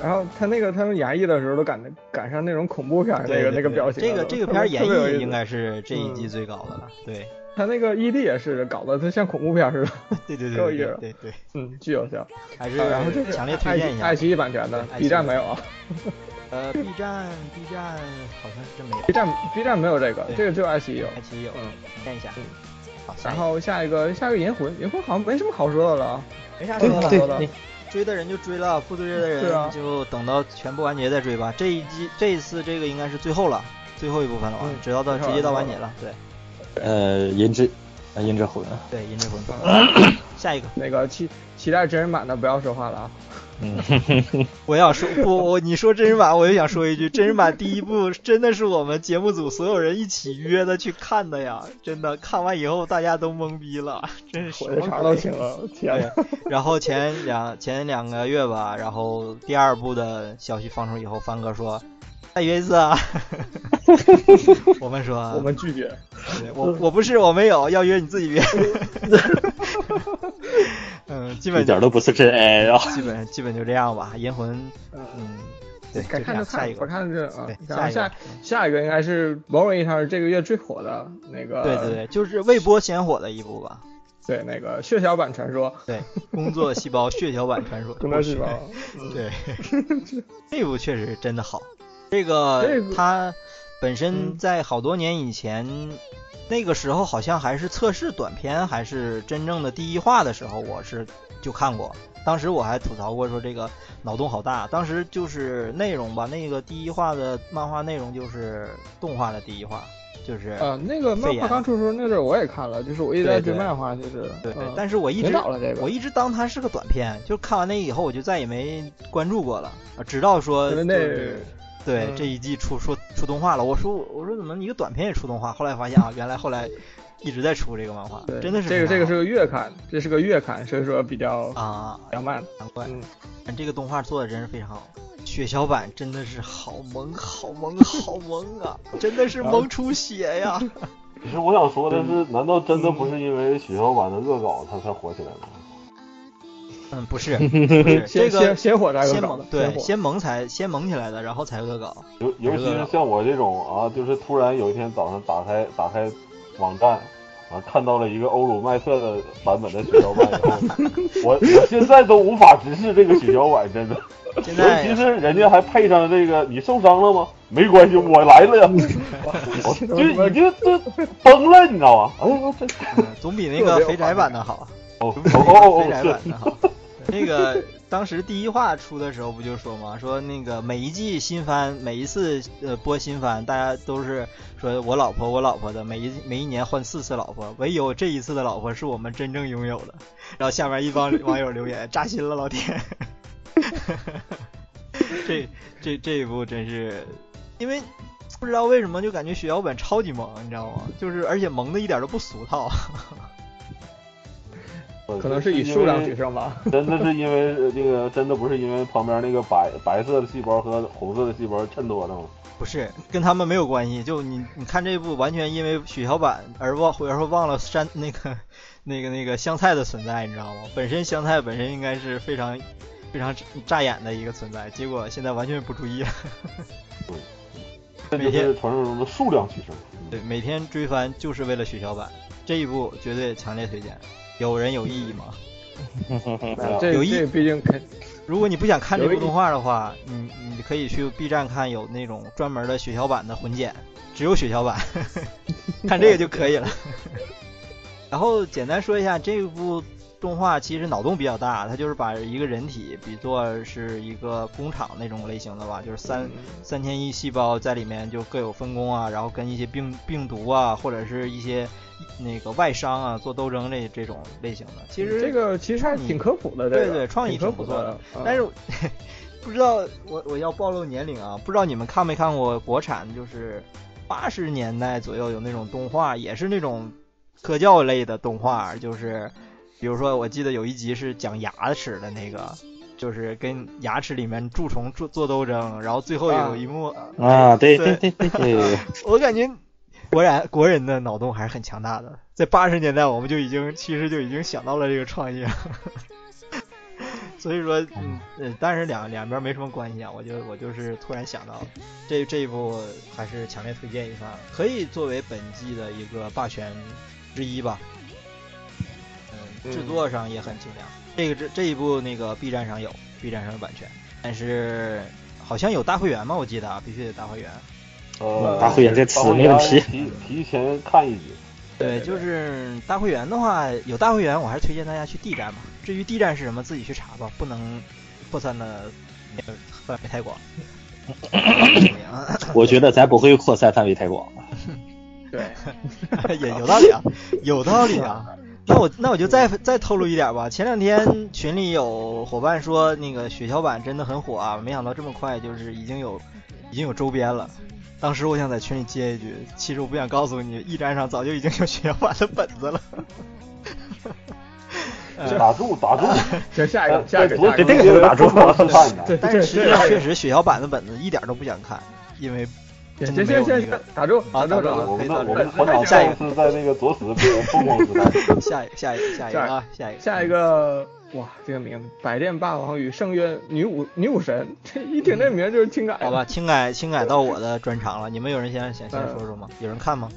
Speaker 1: 然后他那个他们演绎的时候都赶赶上那种恐怖片那个那个表情，啊
Speaker 3: 这个这个片演绎应该是这
Speaker 1: 嗯
Speaker 3: 一季最高的了。
Speaker 1: *laughs*
Speaker 3: 对，
Speaker 1: 他那个 ED 也是搞得他像恐怖片似的，
Speaker 3: 对对对对对对，
Speaker 1: 嗯，巨有效，
Speaker 3: 还是
Speaker 1: 然后这
Speaker 3: 强烈推荐一下，
Speaker 1: 爱奇艺版权的，B 站没有啊。
Speaker 3: 呃，B 站，B 站好像是真没有。
Speaker 1: B 站，B 站没有这个，这个只有爱奇艺有。
Speaker 3: 爱奇艺有，嗯，看一下。哎好，
Speaker 1: 然后下一个，下一个银魂，银魂好像没什么好说的了，啊
Speaker 3: 没啥说
Speaker 1: 的
Speaker 3: 了。追的人就追了，不追的
Speaker 1: 啊
Speaker 3: 人就等到全部完结再追吧。这一季，这一次这个应该是最后了，最后一部分
Speaker 1: 嗯
Speaker 3: 了，直到到直接到完结了。对。
Speaker 10: 呃，银之，呃，银之魂。
Speaker 3: 对，银之
Speaker 1: 嗯
Speaker 3: 魂。下一个，
Speaker 1: 那个期期待真人版的，不要说话了啊。
Speaker 3: 嗯，我
Speaker 1: *laughs*
Speaker 3: 要说不，我你说真人版，我就想说一句，真人版第一部真的是我们节目组所有人一起约的去看的呀，真的看完以后大家都懵逼了， *laughs* 真是
Speaker 1: 我啥都听了，
Speaker 3: 啊
Speaker 1: 天。
Speaker 3: 然后前两前两个月吧，然后第二部的消息放出以后，帆哥说再约一次
Speaker 1: *laughs*
Speaker 3: 啊，我们说
Speaker 1: 我们拒绝，
Speaker 3: 我我不是我没有要约你自己约。 *laughs* 嗯，基本
Speaker 10: 一点都不是真爱啊！
Speaker 3: 基本基本就这样吧，银魂，嗯，对，
Speaker 1: 该看
Speaker 3: 就
Speaker 1: 看，不看就啊，
Speaker 3: 下嗯
Speaker 1: 下下一个应该是某种意义上是这个月最火的那个，
Speaker 3: 对对对，就是未播先火的一部吧。
Speaker 1: 对，那个血小板传说，
Speaker 3: 对，工作细胞血小板传说，
Speaker 1: 工作细
Speaker 3: *laughs*
Speaker 1: 胞，
Speaker 3: 对， *laughs* 这部确实真的好，这个它本身在好多年以前。那个时候好像还是测试短片，还是真正的第一话的时候，我是就看过。当时我还吐槽过说这个脑洞好大。当时就是内容吧，那个第一话的漫画内容就是动画的第一话，就是
Speaker 1: 呃那个漫画刚出时候那阵我也看了，就是我一直在追漫画，就是
Speaker 3: 对对。
Speaker 1: 嗯、
Speaker 3: 但是我一直
Speaker 1: 了这个，
Speaker 3: 我一直当它是个短片，就看完那以后我就再也没关注过了，啊直到说呃就是。对
Speaker 1: 嗯
Speaker 3: 这一季出出出动画了，我说我说怎么一个短片也出动画？后来发现啊，原来后来一直在出这个漫画，真的是
Speaker 1: 这个这个是个月刊，这是个月刊，所以说比较
Speaker 3: 啊
Speaker 1: 比较慢，
Speaker 3: 难怪。嗯，这个动画做的真是非常好，血小板真的是好萌好萌好萌啊，真的是萌出血
Speaker 1: *laughs*
Speaker 3: 呀！
Speaker 5: 其实我想说的是，难道真的不是因为血小板的恶搞它才火起来吗？
Speaker 3: 嗯，不是，不是这个
Speaker 1: 先先火才
Speaker 3: 先
Speaker 1: 搞的，
Speaker 3: 对，先萌才先萌起来的，然后才恶搞。
Speaker 5: 尤尤其是像我这种啊，就是突然有一天早上打开打开网站，啊，看到了一个欧鲁麦特的版本的血小板
Speaker 1: *laughs*
Speaker 5: 以后，我我现在都无法直视这个血小板，真的。
Speaker 1: *laughs*
Speaker 3: 现在
Speaker 5: 尤其是人家还配上这个，你受伤了吗？没关系，我来
Speaker 1: *laughs*
Speaker 5: 了呀！我就已经就崩了，你知道吗？哎
Speaker 3: 嗯、总比那个肥宅版的好。
Speaker 5: 哦哦
Speaker 1: *laughs*
Speaker 5: 哦，
Speaker 3: 肥宅版的哈。那个当时第一话出的时候不就说嘛，说那个每一季新番，每一次呃播新番，大家都是说我老婆我老婆的，每一每一年换四次老婆，唯有这一次的老婆是我们真正拥有的。然后下面一帮网友留言 *laughs* 扎心了，老天！这这这一部真是，因为不知道为什么就感觉血小板超级萌，你知道吗？就是而且萌的一点都不俗套。
Speaker 5: 哦
Speaker 1: 可能是以数量取胜吧，
Speaker 5: *laughs* 真的是因为呃这个，真的不是因为旁边那个白白色的细胞和红色的细胞衬托的吗？
Speaker 3: 不是，跟他们没有关系。就你你看这部，完全因为血小板而忘，然后忘了山那个那个那个香菜的存在，你知道吗？本身香菜本身应该是非常非常扎眼的一个存在，结果现在完全不注意了。
Speaker 5: 对，每天传说中的数量取胜。嗯
Speaker 3: 对，每天追番就是为了血小板，这一部绝对强烈推荐。有人有意义吗？嗯有意义，
Speaker 1: 毕竟肯。
Speaker 3: 如果你不想看这部动画的话，你你可以去 B 站看有那种专门的血小板的混剪，只有血小板，看这个就可以了。然后简单说一下这部动画，其实脑洞比较大，它就是把一个人体比作是一个工厂那种类型的吧，就是
Speaker 1: 嗯
Speaker 3: 三三千亿细胞在里面就各有分工啊，然后跟一些病病毒啊，或者是一些。那个外商啊做斗争这这种类型的。其实
Speaker 1: 这个其实还
Speaker 3: 你
Speaker 1: 挺科普的，这
Speaker 3: 对
Speaker 1: 个
Speaker 3: 对，创意
Speaker 1: 挺
Speaker 3: 挺
Speaker 1: 科
Speaker 3: 不
Speaker 1: 普
Speaker 3: 错的
Speaker 1: 的。。嗯
Speaker 3: 但是我不知道我我要暴露年龄啊，不知道你们看没看过国产，就是八十年代左右有那种动画，也是那种科教类的动画，就是比如说我记得有一集是讲牙齿的那个，就是跟牙齿里面蛀虫做做斗争，然后最后有一幕，
Speaker 10: 啊，对
Speaker 3: 对
Speaker 10: 对对对对，
Speaker 3: 我感觉。果然，国人的脑洞还是很强大的。在八十年代，我们就已经其实就已经想到了这个创意了。 *laughs* 所以说，嗯，呃，但是两两边没什么关系啊。我就我就是突然想到，这这一部还是强烈推荐一番，可以作为本季的一个霸权之一吧。嗯，
Speaker 1: 嗯
Speaker 3: 制作上也很精良。这个这这一部那个 B 站上有，B 站上有版权，但是好像有大会员吗？我记得啊，必须得大会员。
Speaker 5: 呃，
Speaker 10: 嗯大会员这词没问题
Speaker 5: 提提前看一集，
Speaker 3: 对，就是大会员的话，有大会员，我还是推荐大家去 D 站吧。至于 D 站是什么，自己去查吧，不能扩散的呃范围太广。
Speaker 10: 我觉得咱不会扩散范围太广。
Speaker 1: 对，
Speaker 3: *laughs* 也有道理啊，有道理啊。那我那我就再再透露一点吧。前两天群里有伙伴说那个血小板真的很火啊，没想到这么快就是已经有已经有周边了。当时我想在群里接一句，其实我不想告诉你，驿站上早就已经有血小板的本
Speaker 1: *laughs*
Speaker 3: 子了。呃哎
Speaker 5: 打住打住，哎
Speaker 1: 行，下一个，下一个，
Speaker 5: 昨
Speaker 1: 下一
Speaker 5: 昨
Speaker 10: 这
Speaker 5: 天
Speaker 10: 个
Speaker 1: 个，
Speaker 10: 是打住
Speaker 5: 不能吃饭的，
Speaker 1: 对
Speaker 3: 但是
Speaker 1: 对
Speaker 3: 实际
Speaker 1: 对
Speaker 3: 上确实血小板的本子一点都不想看，因为
Speaker 1: 行行
Speaker 3: 真的没有
Speaker 1: 行
Speaker 3: 那
Speaker 1: 行，
Speaker 3: 个
Speaker 1: 行。打住，打
Speaker 3: 啊
Speaker 1: 住，
Speaker 3: 打住
Speaker 1: 打住。
Speaker 5: 我们
Speaker 3: 可
Speaker 5: 的
Speaker 3: 以
Speaker 5: 我
Speaker 3: 可以
Speaker 5: 们团长
Speaker 3: 下一
Speaker 5: 上
Speaker 3: 个
Speaker 5: 次在那个左死被人疯狂吃饭，
Speaker 3: 下一个下一个下一个啊下一个
Speaker 1: 下一个，哇，这个名字，百炼霸王与圣渊女武女武神， *laughs* 这一听这名儿就是情感。 *laughs*
Speaker 3: 好吧，，情感情感到我的专场了，你们有人先想先说说吗？有人看吗？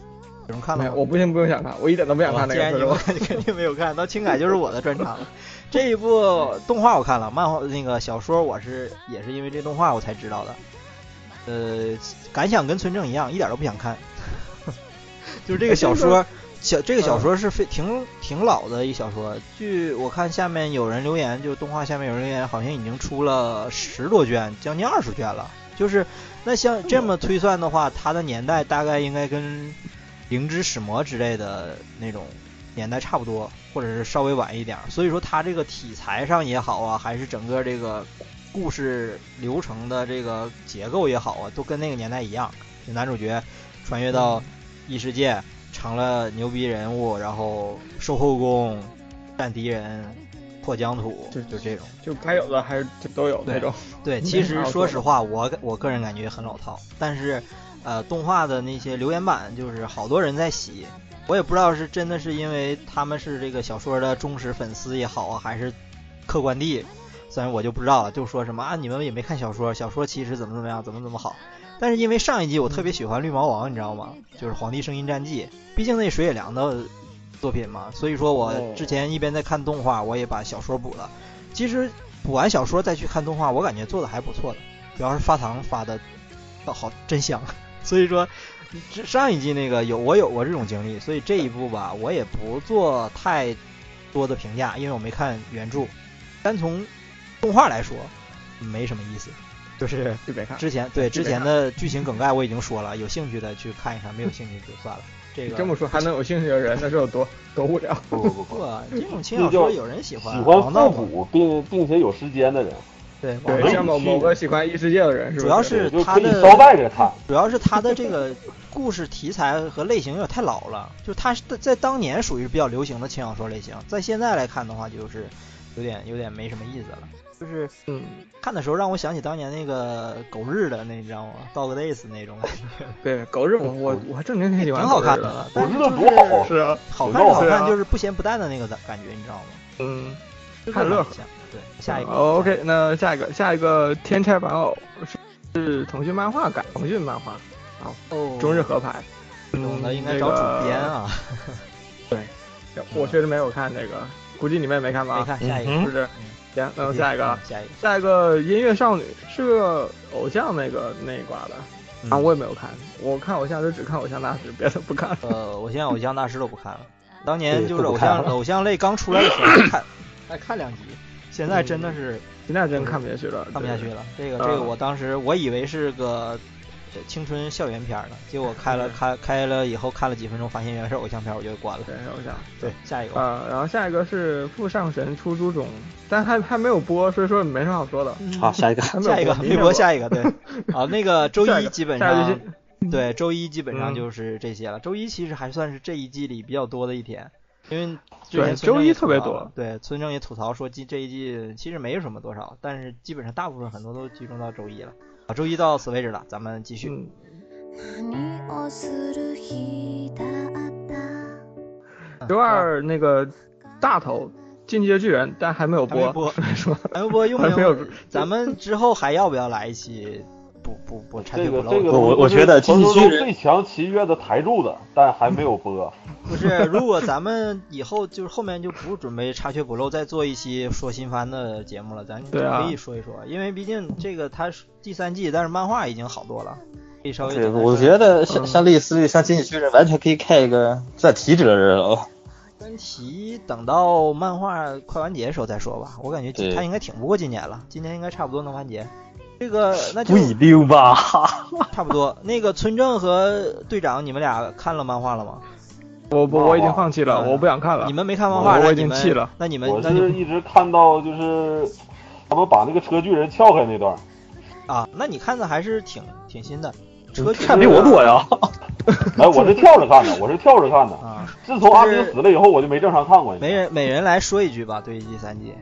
Speaker 3: 有人看
Speaker 1: 嗯没
Speaker 3: 了
Speaker 1: 有，
Speaker 3: 吗？
Speaker 1: 我不信不用想看，我一点都不想看那
Speaker 3: 既
Speaker 1: 个。
Speaker 3: 然
Speaker 1: 说
Speaker 3: 你
Speaker 1: 实话
Speaker 3: 们 *laughs* 肯定没有看，那情感就是我的专场了。这一部动画我看了，漫画那个小说我是也是因为这动画我才知道的。呃，感想跟村正一样，一点都不想看。 *laughs* 就是这个小说，小这个小说是非挺挺老的一小说。据我看下面有人留言，就动画下面有人留言，好像已经出了十多卷，将近二十卷了。就是那像这么推算的话，它的年代大概应该跟灵之使魔之类的那种年代差不多，或者是稍微晚一点儿。所以说它这个题材上也好啊，还是整个这个故事流程的这个结构也好啊，都跟那个年代一样，就男主角穿越到异世界，成了牛逼人物，然后收后宫，战敌人，破疆土，
Speaker 1: 就
Speaker 3: 就这种。
Speaker 1: 就该有的还是就都有
Speaker 3: 对
Speaker 1: 那种。
Speaker 3: 对，
Speaker 1: 没
Speaker 3: 其
Speaker 1: 啥
Speaker 3: 实
Speaker 1: 好
Speaker 3: 说
Speaker 1: 说
Speaker 3: 实
Speaker 1: 的
Speaker 3: 话，我我个人感觉很老套，但是，呃，动画的那些留言板就是好多人在洗，我也不知道是真的是因为他们是这个小说的忠实粉丝也好啊，还是客观地，虽然我就不知道了，就说什么啊，你们也没看小说，小说其实怎么怎么样，怎么怎么好，但是因为上一集我特别喜欢绿毛王，你知道吗？就是《皇帝声音战记》，毕竟那水野良的作品嘛，所以说我
Speaker 1: 哦
Speaker 3: 之前一边在看动画，我也把小说补了。其实补完小说再去看动画，我感觉做的还不错的，主要是发糖发的倒好真香。 *laughs* 所以说，这上一季那个有我有过这种经历，所以这一部吧，我也不做太多的评价，因为我没看原著。单从动画来说，没什么意思，就是
Speaker 1: 就别看。
Speaker 3: 之前
Speaker 1: 这
Speaker 3: 对之
Speaker 1: 个
Speaker 3: 前
Speaker 1: 看
Speaker 3: 的剧情梗概我已经说了，有兴趣的去看一看，没有兴趣就算了。这
Speaker 1: 你
Speaker 3: 个
Speaker 1: 这么说还能有嗯兴趣的人，那是有多多无聊。
Speaker 5: 不不不不，
Speaker 3: 哇，这种轻
Speaker 5: 这
Speaker 3: 小说
Speaker 5: 叫
Speaker 3: 有人喜欢，
Speaker 5: 喜
Speaker 3: 王
Speaker 5: 欢
Speaker 3: 道
Speaker 5: 复
Speaker 3: 嘛
Speaker 5: 古并并且有时间的人，
Speaker 3: 对，王
Speaker 1: 对，
Speaker 3: 道
Speaker 1: 像某某个喜欢异世界的人，是吧？
Speaker 3: 主要
Speaker 1: 是
Speaker 3: 是
Speaker 5: 就
Speaker 3: 他
Speaker 5: 可以
Speaker 3: 的
Speaker 5: 捎带着看。
Speaker 3: 主要是他的这个故事题材和类型有点太老了，就是他是在当年属于比较流行的轻小说类型，在现在来看的话，就是有点有点没什么意思了。就是
Speaker 1: 嗯，
Speaker 3: 看的时候让我想起当年那个狗日的那，你知道吗？Dog Days 那
Speaker 1: *laughs*
Speaker 3: 种感觉，
Speaker 1: 对，狗日我我我还正经挺喜欢，
Speaker 3: 挺好看
Speaker 1: 的。
Speaker 3: 的，
Speaker 5: 我
Speaker 3: 但
Speaker 5: 知
Speaker 3: 是
Speaker 5: 道
Speaker 3: 就
Speaker 5: 多好，
Speaker 1: 是啊，
Speaker 3: 好看是好
Speaker 1: 对
Speaker 3: 看，
Speaker 1: 啊
Speaker 3: 就是不咸不淡的那个感觉，你知道吗？
Speaker 1: 嗯。
Speaker 3: 就
Speaker 1: 看
Speaker 3: 这么
Speaker 1: 乐
Speaker 3: 一项。对，下一个。
Speaker 1: 哦 OK，那下一个，下一个天差玩偶是是腾讯漫画改，腾讯漫画，
Speaker 3: 哦，
Speaker 1: 中日合拍。
Speaker 3: 懂的
Speaker 1: 嗯
Speaker 3: 应该找主编。啊，
Speaker 1: 这个我确实没有看这个，估计你们也没看吧？嗯
Speaker 3: 没看下一个。
Speaker 1: 是不是？行，那下一个啊
Speaker 3: 嗯，， *laughs* 下一个。
Speaker 1: 下一个音乐少女是个偶像那个那一挂的，啊，
Speaker 3: 嗯
Speaker 1: 我也没有看，我看偶像就只看偶像大师，别的不看。
Speaker 3: 呃，我现在偶像大师都不看了，当年
Speaker 10: 对
Speaker 3: 就是
Speaker 10: 都
Speaker 3: 偶
Speaker 10: 不看
Speaker 3: 像
Speaker 10: 了
Speaker 3: 偶像类刚出来的时候
Speaker 1: *laughs*
Speaker 3: 看，哎看两集，现在真的是
Speaker 1: 现在真看不下去了，
Speaker 3: 看不下去了。这个
Speaker 1: 嗯
Speaker 3: 这个，我当时我以为是个这青春校园片儿呢，结果开
Speaker 1: 嗯
Speaker 3: 了开开了以后看了几分钟，发现原来是偶像片儿，我就关了。
Speaker 1: 对，偶像。
Speaker 3: 对，下一个吧。
Speaker 1: 啊，然后下一个是《富上神出租中》，但还还没有播，所以说没什么好说的。
Speaker 10: 好，下一个，
Speaker 1: 还没有
Speaker 3: 嗯下一个，
Speaker 1: 播
Speaker 3: 微博下一
Speaker 1: *laughs*
Speaker 3: 个，对，啊，那个周
Speaker 1: 下一
Speaker 3: 一
Speaker 1: 个
Speaker 3: 基本
Speaker 1: 下一个就
Speaker 3: 上
Speaker 1: 是，
Speaker 3: 对，周一基本上
Speaker 1: 嗯
Speaker 3: 就是这些了。周一其实还算是这一季里比较多的一天，因为之
Speaker 1: 对
Speaker 3: 前村
Speaker 1: 周
Speaker 3: 正
Speaker 1: 一
Speaker 3: 也
Speaker 1: 特
Speaker 3: 吐
Speaker 1: 别
Speaker 3: 槽
Speaker 1: 多
Speaker 3: 了对，村正也吐槽说，今这一季其实没有什么多少，但是基本上大部分很多都集中到周一了。啊，周一到此为止了，咱们继续。
Speaker 1: 嗯，
Speaker 6: 何をする日だった
Speaker 3: 嗯
Speaker 1: 周二那个大头进阶巨人，但还没有
Speaker 3: 还没
Speaker 1: 播，
Speaker 3: 播
Speaker 1: 所以说
Speaker 3: 哎，不
Speaker 1: *laughs*
Speaker 3: 用不
Speaker 1: 还没有
Speaker 3: 用，咱们之后还要不要来一期不不不拆
Speaker 5: 这
Speaker 3: 对
Speaker 5: 个
Speaker 3: 不
Speaker 5: 这
Speaker 3: 漏
Speaker 5: 个
Speaker 3: 的？
Speaker 5: 东西
Speaker 10: 我我觉得
Speaker 5: 是传说
Speaker 10: 经济
Speaker 5: 中
Speaker 10: 巨人
Speaker 5: 最强契约的台柱子，但还没有播。
Speaker 3: 不
Speaker 1: *laughs*
Speaker 3: 是，如果咱们以后就是后面就不准备插缺补漏，再做一期说新番的节目了，咱
Speaker 1: 对啊
Speaker 3: 可以说一说，因为毕竟这个它是第三季，但是漫画已经好多了，可以稍微
Speaker 10: 对，嗯
Speaker 3: 简单说
Speaker 10: 我
Speaker 3: 一
Speaker 10: 觉
Speaker 3: 下
Speaker 10: 得像像类似于像经济巨人，完全可以开一个算体脂的人了。
Speaker 3: 专题等到漫画快完结的时候再说吧，我感觉今
Speaker 10: 对
Speaker 3: 它应该挺不过今年了，今年应该差不多能完结。这个那就
Speaker 10: 不一定吧？
Speaker 3: 差不多。那个村正和队长，你们俩看了漫画了吗？
Speaker 1: 我不我已经放弃了，
Speaker 3: 嗯
Speaker 1: 我不想看了。
Speaker 3: 你们没看漫画，
Speaker 1: 呃我
Speaker 3: 那
Speaker 1: 我已
Speaker 3: 你
Speaker 1: 经
Speaker 3: 们
Speaker 1: 弃了。
Speaker 3: 那你们
Speaker 5: 我
Speaker 3: 那你
Speaker 5: 是一直看到就是他们把那个车巨人撬开那段，
Speaker 3: 啊，那你看的还是挺挺新的。车
Speaker 1: 嗯
Speaker 3: 啊
Speaker 10: 你 *laughs* 看比我多呀！
Speaker 5: 哎，我是跳着看的，我是跳着看 *laughs*
Speaker 3: *laughs*
Speaker 5: 的。
Speaker 3: 啊，
Speaker 5: 自从阿兵死了以后，我就没正常看过。
Speaker 3: 每人每人来说一句吧，对于第三季。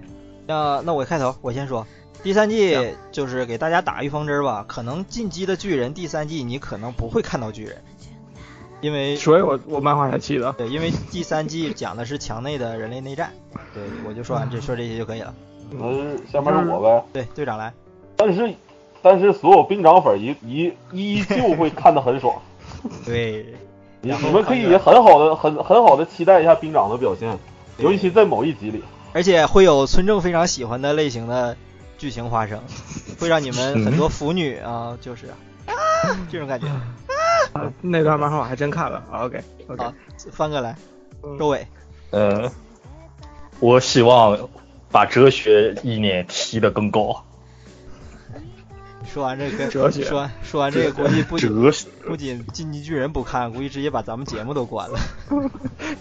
Speaker 3: 那那我开头，我先说。第三季就是给大家打预防针儿吧，可能进击的巨人第三季你可能不会看到巨人，因为
Speaker 1: 所以我我漫画才弃的。
Speaker 3: 对，因为第三季讲的是墙内的人类内战。对，我就说完这说这些就可以了。
Speaker 5: 那是下面是我呗。
Speaker 3: 对，队长来。
Speaker 5: 但是但是所有兵长粉一一依旧会看得很爽。
Speaker 3: 对，
Speaker 5: 你
Speaker 3: 然后
Speaker 5: 你们可
Speaker 3: 看
Speaker 5: 以
Speaker 3: 着
Speaker 5: 很好的很很好的期待一下兵长的表现，
Speaker 3: 对
Speaker 5: 尤其在某一集里。
Speaker 3: 而且会有村正非常喜欢的类型的剧情发生，会让你们很多腐女啊，就是啊这种感觉。
Speaker 1: 啊那段漫画我还真看了。OK OK，
Speaker 3: 好翻过来， *laughs* 周伟，
Speaker 10: 嗯，我希望把哲学意念提得更高。
Speaker 3: 说完这个，
Speaker 1: 哲学
Speaker 3: 说完说完这个，估计不仅
Speaker 10: 哲学
Speaker 3: 不仅进击巨人不看，估计直接把咱们节目都关了。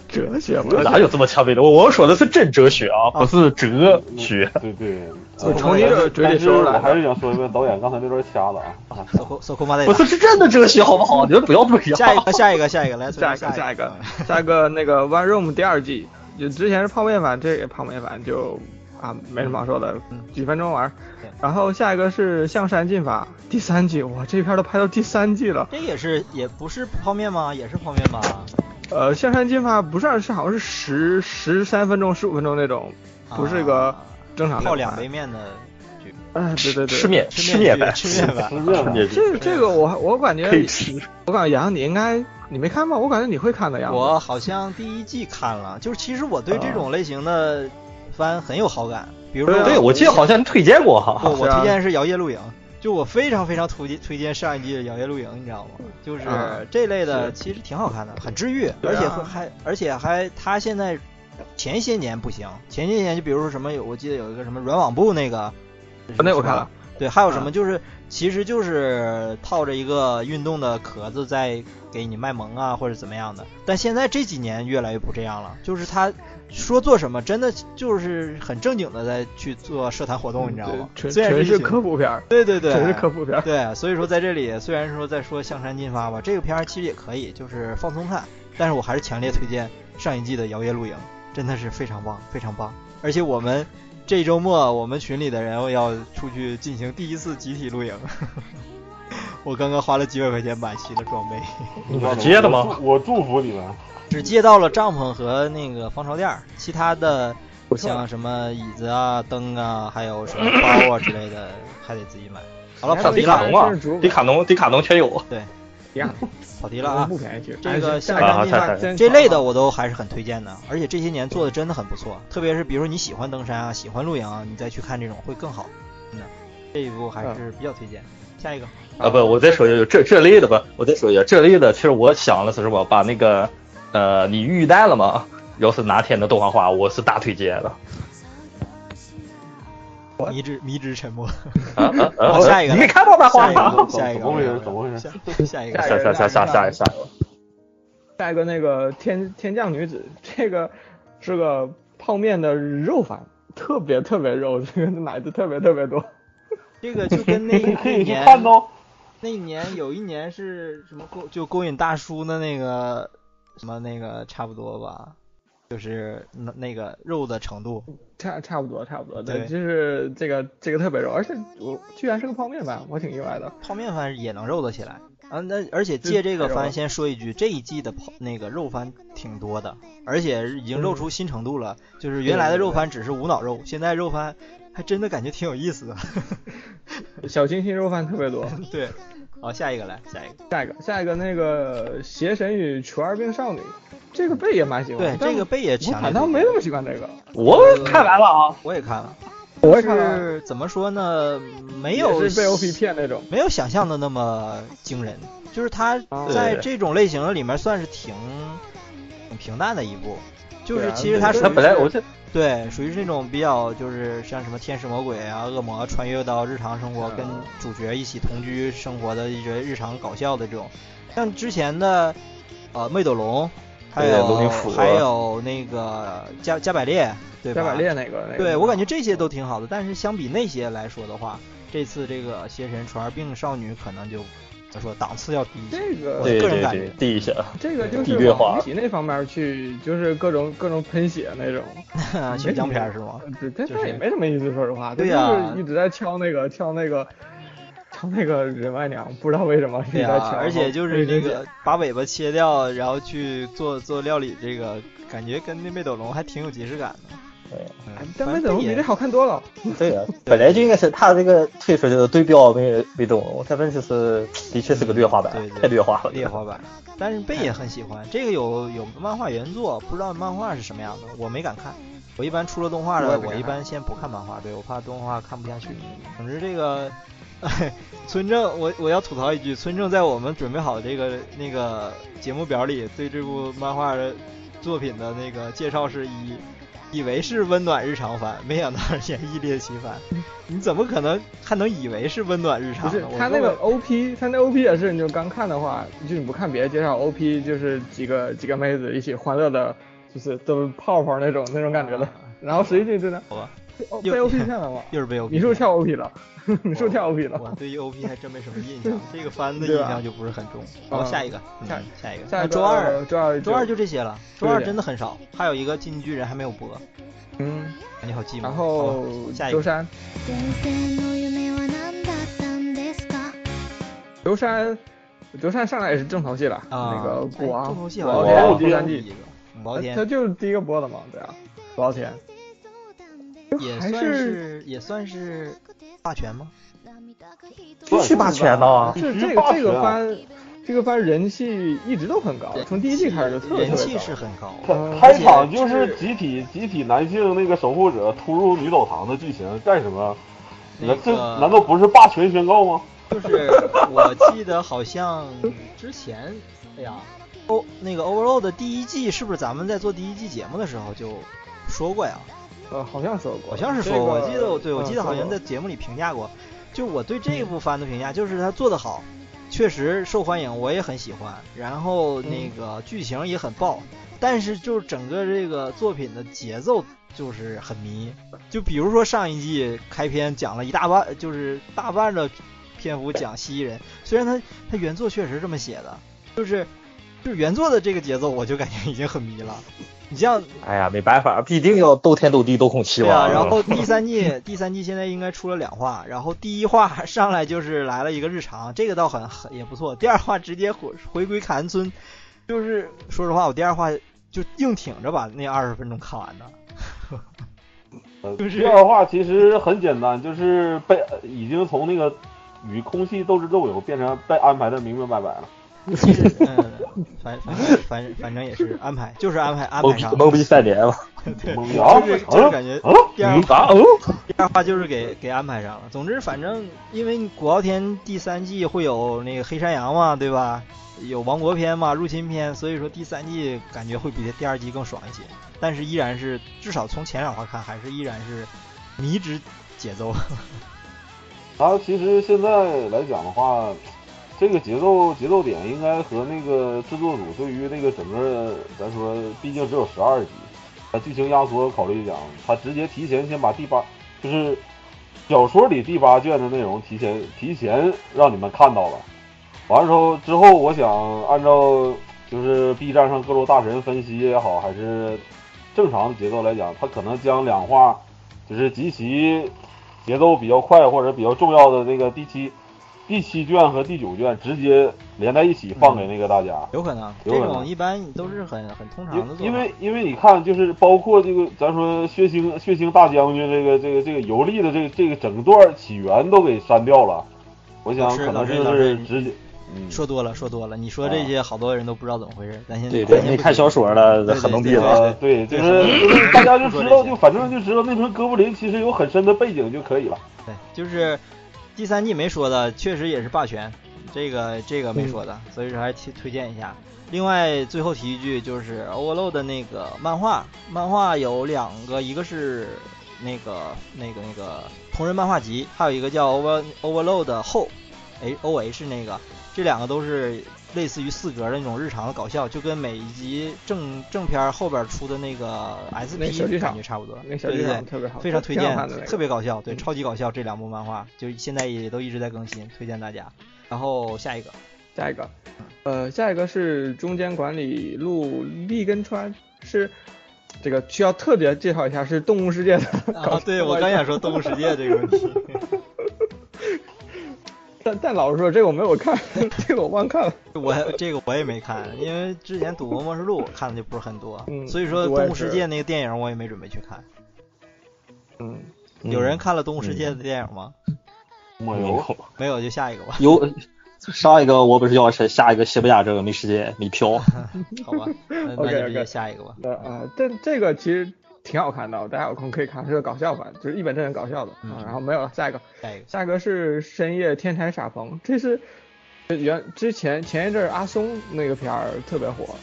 Speaker 1: 哲学嘛，
Speaker 10: 哪有这么强烈的？我我说的是真哲学啊，不是哲学。
Speaker 5: 对对，呃
Speaker 1: 我从你的嘴里
Speaker 5: 但是
Speaker 1: 说出
Speaker 5: 我
Speaker 1: 来
Speaker 5: 还
Speaker 1: 的。
Speaker 5: 是想说一遍，导演刚才那段掐了啊。
Speaker 3: 搜空搜空吧，
Speaker 10: 不是是真的哲学，好不好？你们不要不嗯一样。
Speaker 3: 下一个下一个下一个来，村
Speaker 1: 下一
Speaker 3: 正
Speaker 1: 个，
Speaker 3: 下
Speaker 1: 下一个，下一个那个 One Room 第二季，就之前是泡面番，这也泡面番就啊没什么好说的
Speaker 3: 嗯，
Speaker 1: 几分钟玩儿
Speaker 3: 对。
Speaker 1: 然后下一个是向山进发第三季，哇，这片儿都拍到第三季了。
Speaker 3: 这也是也不是泡面吗？也是泡面吧？
Speaker 1: 呃，向山进发不算是好像是十十三分钟、十五分钟那种，不是个
Speaker 3: 啊
Speaker 1: 正常的
Speaker 3: 泡两杯。面的剧，
Speaker 1: 哎，对对对，
Speaker 10: 吃面
Speaker 3: 吃
Speaker 10: 面
Speaker 3: 剧
Speaker 10: 呗，
Speaker 3: 吃面呗。
Speaker 5: 吃面
Speaker 10: 面
Speaker 1: 这这个我我感觉
Speaker 10: 可以吃。
Speaker 1: 我感觉杨你应该你没看吧？我感觉你会看的样子。
Speaker 3: *laughs* 我好像第一季看了，就是其实我对这种类型的番很有好感，比如说
Speaker 10: 对，我记得好像推荐过
Speaker 3: 不，
Speaker 10: 哈。
Speaker 3: 我
Speaker 1: 是啊
Speaker 3: 推荐的是《摇曳露营》，就我非常非常推荐推荐上一季的《摇曳露营》，你知道吗？就是
Speaker 1: 啊
Speaker 3: 这类的其实挺好看的，很治愈，
Speaker 1: 对
Speaker 3: 而且
Speaker 1: 啊
Speaker 3: 会还而且还他现在前些年不行，前些年就比如说什么有我记得有一个什么软网部那个，
Speaker 1: 啊那我看了。嗯
Speaker 3: 对，还有什么就是，其实就是套着一个运动的壳子在给你卖萌啊，或者怎么样的。但现在这几年越来越不这样了，就是他说做什么，真的就是很正经的在去做社团活动，你知道吗？
Speaker 1: 嗯纯
Speaker 3: 虽然
Speaker 1: 纯
Speaker 3: 是一
Speaker 1: 是
Speaker 3: 群
Speaker 1: 科普片儿，
Speaker 3: 对对对，
Speaker 1: 纯是科普片儿。
Speaker 3: 对，所以说在这里虽然说在说向山进发吧，这个片儿其实也可以，就是放松看，但是我还是强烈推荐上一季的《摇曳露营》，真的是非常棒，非常棒。而且我们这周末我们群里的人要出去进行第一次集体露营， *laughs* 我刚刚花了几百块钱买齐了装备，
Speaker 5: 你知道
Speaker 10: 接的吗
Speaker 5: 我祝我祝福你们。
Speaker 3: 只借到了帐篷和那个防潮垫儿，其他的像什么椅子啊、灯啊，还有什么包啊之类的，还得自己买。好了，
Speaker 1: 哎
Speaker 3: 跑
Speaker 10: 迪
Speaker 3: 题
Speaker 10: 卡
Speaker 3: 了，
Speaker 10: 侬啊，迪卡侬，迪卡侬全有。
Speaker 1: 呀，
Speaker 3: 跑题了啊！
Speaker 1: 不便宜，其实
Speaker 3: 这个
Speaker 1: 下
Speaker 3: 下
Speaker 1: 一个
Speaker 3: 山
Speaker 10: 啊
Speaker 3: 进
Speaker 10: 太
Speaker 3: 发
Speaker 10: 太
Speaker 3: 这类的我都还是很推荐的，而且这些年做的真的很不错，特别是比如说你喜欢登山啊、喜欢露营啊，你再去看这种会更好。真的，这一部还是比较推荐。下一个，
Speaker 10: 啊，不，我再说一下这这类的吧，我再说一下这类的。其实我想的是什么，把那个呃，你预弹了吗？要是哪天能动画化，我是大推荐的。
Speaker 3: 迷之迷之沉默。
Speaker 9: 啊啊啊！
Speaker 3: 好，下一个，
Speaker 10: 呃你没看到那画
Speaker 3: 下一
Speaker 10: 吗？
Speaker 3: 个，下一
Speaker 5: 怎么回
Speaker 3: 个
Speaker 5: 事？，怎么回事？
Speaker 3: 回下一个，呃
Speaker 10: 下下下下下下
Speaker 1: 下一个那个天天降女子， *laughs* 这个是个泡面的肉番，特别特别肉，这个奶子特别特别多。
Speaker 3: 这个就 *laughs* 跟那
Speaker 5: 可
Speaker 3: 一
Speaker 5: 以去
Speaker 3: 年
Speaker 5: 看哦。
Speaker 3: 那一年有一年是什么勾就勾引大叔的那个什么那个差不多吧，就是那那个肉的程度，
Speaker 1: 差差不多，差不多，对，
Speaker 3: 对
Speaker 1: 就是这个这个特别肉，而且我居然是个泡面番，我挺意外的。
Speaker 3: 泡面番也能肉的起来啊。那而且借这个番先说一句，这一季的泡那个肉番挺多的，而且已经肉出新程度了。就是原来的肉番只是无脑肉，现在肉番还真的感觉挺有意思的。 *laughs*
Speaker 1: 小清新肉饭特别多。
Speaker 3: 对，好，下一个来，下一个。
Speaker 1: 下一个，下一个那个邪神与除二病少女，这个贝也蛮喜欢的，，
Speaker 3: 对这个贝也
Speaker 1: 我
Speaker 3: 强烈
Speaker 1: 反
Speaker 3: 推
Speaker 1: 倒
Speaker 3: 荐，
Speaker 1: 没那么喜欢这个，
Speaker 10: 我看完了啊，
Speaker 3: 我也看了，
Speaker 1: 我也看了，
Speaker 3: 是怎么说呢？没有
Speaker 1: 也是被 OP 骗那种。
Speaker 3: 没有想象的那么惊人，就是它
Speaker 1: 啊
Speaker 3: 在
Speaker 10: 对
Speaker 3: 这种类型里面算是挺挺平淡的一部，就是
Speaker 1: 对啊
Speaker 3: 其实
Speaker 1: 对
Speaker 3: 它属
Speaker 10: 他
Speaker 3: 于
Speaker 10: 本来
Speaker 3: 是
Speaker 10: 我这
Speaker 3: 对属于是那种比较就是像什么天使魔鬼啊、恶魔穿越到日常生活，
Speaker 10: 嗯
Speaker 3: 跟主角一起同居生活的一些日常搞笑的这种，像之前的呃魅斗龙，还
Speaker 10: 对
Speaker 3: 有
Speaker 10: 龙与虎
Speaker 3: 还有那个加加百列，对吧？
Speaker 1: 加百列那个，那个
Speaker 3: 对我感觉这些都挺好的，但是相比那些来说的话，这次这个邪神传病少女可能就怎么说档次要低一些。
Speaker 1: 这个
Speaker 10: 对
Speaker 3: 个人
Speaker 10: 对
Speaker 3: 感
Speaker 10: 对
Speaker 3: 觉，
Speaker 10: 第一下，
Speaker 1: 这个就
Speaker 10: 地
Speaker 1: 是
Speaker 10: 月
Speaker 1: 往
Speaker 10: 化
Speaker 1: 红喜那方面去，就是各种各种喷血那种，
Speaker 3: 血浆啊片儿是吗？
Speaker 1: 对，但
Speaker 3: 就是
Speaker 1: 但也没什么意思，说实话，
Speaker 3: 对
Speaker 1: 呀、
Speaker 3: 呀
Speaker 1: 就是一直在挑那个挑那个挑那个人外娘，不知道为什么一直
Speaker 3: 对
Speaker 1: 在挑，，
Speaker 3: 啊而且就是
Speaker 1: 这
Speaker 3: 那个把尾巴切掉，然后去做做料理，这个感觉跟那魅斗龙还挺有即视感的。
Speaker 10: 对
Speaker 3: 嗯，
Speaker 1: 但
Speaker 3: 反
Speaker 1: 没
Speaker 3: 正
Speaker 1: 怎么比
Speaker 3: 也
Speaker 1: 这好看多了，
Speaker 10: 对啊，本来就应该是他这个退出来的对标没没动，我这边就是的确是个劣化版
Speaker 3: 嗯对，对
Speaker 10: 太劣化
Speaker 3: *laughs*
Speaker 10: 了，
Speaker 3: 劣化版，但是贝也很喜欢。这个有有漫画原作，不知道漫画是什么样的，我没敢看。我一般出了动画
Speaker 1: 我也
Speaker 3: 了，
Speaker 1: 没
Speaker 3: 我
Speaker 1: 敢
Speaker 3: 一般先不看漫画，对我怕动画看不下去。总之这个。 *laughs* 村正，我我要吐槽一句，村正在我们准备好这个那个节目表里，对这部漫画的作品的那个介绍是一，以为是温暖日常番，没想到也异烈奇番。你怎么可能还能以为是温暖日
Speaker 1: 不
Speaker 3: 常
Speaker 1: 是
Speaker 3: 呢？我
Speaker 1: 他那
Speaker 3: 根
Speaker 1: 个
Speaker 3: 本
Speaker 1: OP，他那 OP 也是，你就刚看的话，就你不看别的介绍，OP 就是几个几个妹子一起欢乐的，就是都是泡泡那种那种感觉的，然后实际真的
Speaker 3: 好吧，
Speaker 1: 被被 OP 骗了吗？
Speaker 3: 啊又是被 OP
Speaker 1: 你是不是跳 OP 了？ *laughs* 你是不
Speaker 3: 我
Speaker 1: 是跳 OP 了？
Speaker 3: 我对于 OP 还真没什么
Speaker 1: *laughs*
Speaker 3: 印象，这个番的印
Speaker 1: 对吧
Speaker 3: 象就不是很重。好，
Speaker 1: 嗯
Speaker 3: 下一个，
Speaker 1: 下
Speaker 3: 嗯下一
Speaker 1: *laughs*
Speaker 3: 个，
Speaker 1: 下
Speaker 3: 那
Speaker 1: 一个
Speaker 3: 周二，
Speaker 1: 周二
Speaker 3: 周二就这些了。周
Speaker 1: 对
Speaker 3: 二
Speaker 1: 对
Speaker 3: 真的很少，还有一个《进击巨人》还没有播，
Speaker 1: 嗯，
Speaker 3: 感觉好寂寞。啊
Speaker 1: 然
Speaker 3: 好
Speaker 1: 后
Speaker 3: 吧下一
Speaker 1: 周
Speaker 3: 个，
Speaker 1: 三，
Speaker 6: 嗯。
Speaker 1: 刘山，刘山上来也是正头戏了，
Speaker 3: 啊，
Speaker 1: 那个
Speaker 3: 哎
Speaker 1: 古王，
Speaker 3: 重头戏
Speaker 1: 古
Speaker 3: 好
Speaker 1: 敖
Speaker 3: 像
Speaker 1: 天
Speaker 3: 是
Speaker 5: 古敖
Speaker 1: 第三
Speaker 5: 天
Speaker 3: 一
Speaker 1: 季，
Speaker 3: 个古敖
Speaker 1: 他
Speaker 3: 天
Speaker 1: 就是第一个播的嘛，对啊，古敖天
Speaker 3: 也
Speaker 1: 还
Speaker 3: 算
Speaker 1: 是
Speaker 3: 是也算是霸权吗？
Speaker 10: 必须霸权呢，
Speaker 1: 是这
Speaker 5: 是
Speaker 1: 个
Speaker 5: 霸
Speaker 1: 这个
Speaker 5: 权啊
Speaker 1: 番，这个番人气一直都很高，从第一季开始就特别
Speaker 3: 人
Speaker 1: 特
Speaker 3: 气
Speaker 1: 别
Speaker 3: 是
Speaker 1: 高。
Speaker 3: 很高，
Speaker 1: 嗯
Speaker 5: 开场就是集体集体男性那个守护者突入女澡堂的剧情，干什么？
Speaker 3: 那
Speaker 5: 这
Speaker 3: 个
Speaker 5: 难道不是霸权宣告吗？
Speaker 3: 就是我记得好像之前，哎呀，欧那个 Overload 的第一季是不是咱们在做第一季节目的时候就说过呀？
Speaker 1: 呃，好像说过，
Speaker 3: 好像是说，
Speaker 1: 这个
Speaker 3: 我记得我对我
Speaker 1: 嗯
Speaker 3: 记得好像
Speaker 1: 说
Speaker 3: 在
Speaker 1: 过
Speaker 3: 节目里评价过，就我对这部番的评价就是它做得好，确实受欢迎，我也很喜欢，然后那个剧情也很爆，但是就是整个这个作品的节奏就是很迷，就比如说上一季开篇讲了一大半，就是大半的篇幅讲蜥蜴人，虽然它它原作确实这么写的，就是就是原作的这个节奏，我就感觉已经很迷了。你像
Speaker 10: 哎呀，没办法，必定要斗天斗地斗空气
Speaker 3: 对啊，
Speaker 10: 嘛。嗯
Speaker 3: 然
Speaker 10: *laughs*
Speaker 3: 后第三季第三季现在应该出了两话，然后第一话上来就是来了一个日常，这个倒很很也不错。第二话直接回回归卡恩村，就是说实话，我第二话就硬挺着把那二十分钟看完的。
Speaker 5: 呃
Speaker 3: 就是
Speaker 5: 第二话其实很简单，就是被已经从那个与空气斗智斗勇变成被安排的明明白白了。
Speaker 9: *laughs*
Speaker 10: *laughs*
Speaker 3: 嗯， *laughs* 反反正反正反正也是安排，就是安排安
Speaker 10: 懵
Speaker 3: 排
Speaker 10: 逼
Speaker 3: 上，
Speaker 10: 懵逼三年了，
Speaker 3: 对，
Speaker 5: 懵逼啊
Speaker 3: 就是就是
Speaker 5: 啊
Speaker 3: 感觉
Speaker 5: 啊！
Speaker 3: 第二
Speaker 10: 嗯啊哦，
Speaker 3: 第二话就是给给安排上了。总之，反正因为古傲天第三季会有那个黑山羊嘛，对吧？有王国篇嘛，入侵篇，所以说第三季感觉会比第二季更爽一些。但是依然是，至少从前两话看，还是依然是迷之节奏。 *laughs*
Speaker 5: 他其实现在来讲的话，这个节奏节奏点应该和那个制作组对于那个整个，咱说毕竟只有十二集，它剧情压缩考虑讲，他直接提前先把第八，就是小说里第八卷的内容提前提前让你们看到了。完了之后之后，我想按照就是 B 站上各路大神分析也好，还是正常的节奏来讲，他可能将两话就是极其。节奏比较快或者比较重要的那个第七、第七卷和第九卷直接连在一起放给那个大家，
Speaker 3: 有可能，
Speaker 5: 有可
Speaker 3: 这种
Speaker 5: 能。
Speaker 3: 一般都是很很通常的做法。
Speaker 5: 因为因为你看，就是包括这个咱说血腥血腥大将军这个这个这个游历的这个这个整段起源都给删掉了，我想
Speaker 3: 老师
Speaker 5: 可能
Speaker 3: 老师
Speaker 5: 就
Speaker 3: 老
Speaker 5: 是
Speaker 3: 师
Speaker 5: 直接，嗯，
Speaker 3: 说多了，说多了，你说这些好多人都不知道怎么回事，
Speaker 9: 嗯
Speaker 3: 咱先
Speaker 10: 对对，
Speaker 3: 咱先
Speaker 10: 你
Speaker 3: 不
Speaker 10: 看
Speaker 3: 说
Speaker 10: 小说了，很懵逼了。
Speaker 5: 呃，对，就
Speaker 3: 对
Speaker 5: 是就是大家就知
Speaker 3: 说这
Speaker 5: 道，
Speaker 3: 些
Speaker 5: 就反正就知道那群哥布林其实有很深的背景就可以了。
Speaker 3: 对，就是第三季没说的，确实也是霸权，这个这个
Speaker 1: 嗯
Speaker 3: 没说的，所以说还是推推荐一下。另外，最后提一句，就是 Overload 的那个漫画，漫画有两个，一个是那个那个那个同人漫画集，还有一个叫 Over Overload 的后，H O H 那个，这两个都是类似于四格的那种日常的搞笑，就跟每一集正正片后边出的那个 SP
Speaker 1: 那个小剧场
Speaker 3: 感觉差不多，
Speaker 1: 那个小
Speaker 3: 对
Speaker 1: 剧
Speaker 3: 对
Speaker 1: 场
Speaker 3: 对
Speaker 1: 特别好
Speaker 3: 非常推
Speaker 1: 挺好
Speaker 3: 荐
Speaker 1: 看的那，个
Speaker 3: 特别搞笑，对，
Speaker 1: 嗯
Speaker 3: 超级搞笑这两部漫画，就现在也都一直在更新，推荐大家。然后下一
Speaker 1: *laughs*
Speaker 3: 个，
Speaker 1: 下一个，
Speaker 3: 嗯
Speaker 1: 呃，下一个是中间管理路立根川，是这个需要特别介绍一下，是动物世界的搞笑漫画。
Speaker 3: 啊，对我刚想说《动物世界》这个问题，
Speaker 1: *laughs* 但但老实说，这个我没有
Speaker 3: *laughs*
Speaker 1: 看，这个我忘看了。
Speaker 3: 我这个我也没看，因为之前《赌博默示录》看的就不是很多，
Speaker 1: 嗯
Speaker 3: 所以说《
Speaker 1: 我也
Speaker 3: 动物世
Speaker 1: 是
Speaker 3: 界》那个电影我也没准备去看。
Speaker 1: 嗯，
Speaker 3: 有人看了《动物世界》的电影吗？
Speaker 5: 没
Speaker 10: 没
Speaker 5: 有
Speaker 10: 有，
Speaker 3: 没有，就下一个吧，
Speaker 10: 有上一个我本是药神，下一个西班牙这个没时间没 *laughs* 飘。
Speaker 3: 好
Speaker 1: *laughs*
Speaker 3: 吧，那那
Speaker 1: OK，
Speaker 3: 就直接
Speaker 1: OK
Speaker 3: 下一个吧。
Speaker 1: 呃啊，这这个其实挺好看的，大家有空可以看，是个搞笑版，就是一本正经搞笑的。
Speaker 3: 嗯
Speaker 1: 啊，然后没有了，下一个，
Speaker 3: 下一个，
Speaker 1: 下一个是深夜天才傻鹏，这是这原之前前一阵儿阿松那个片儿特别火，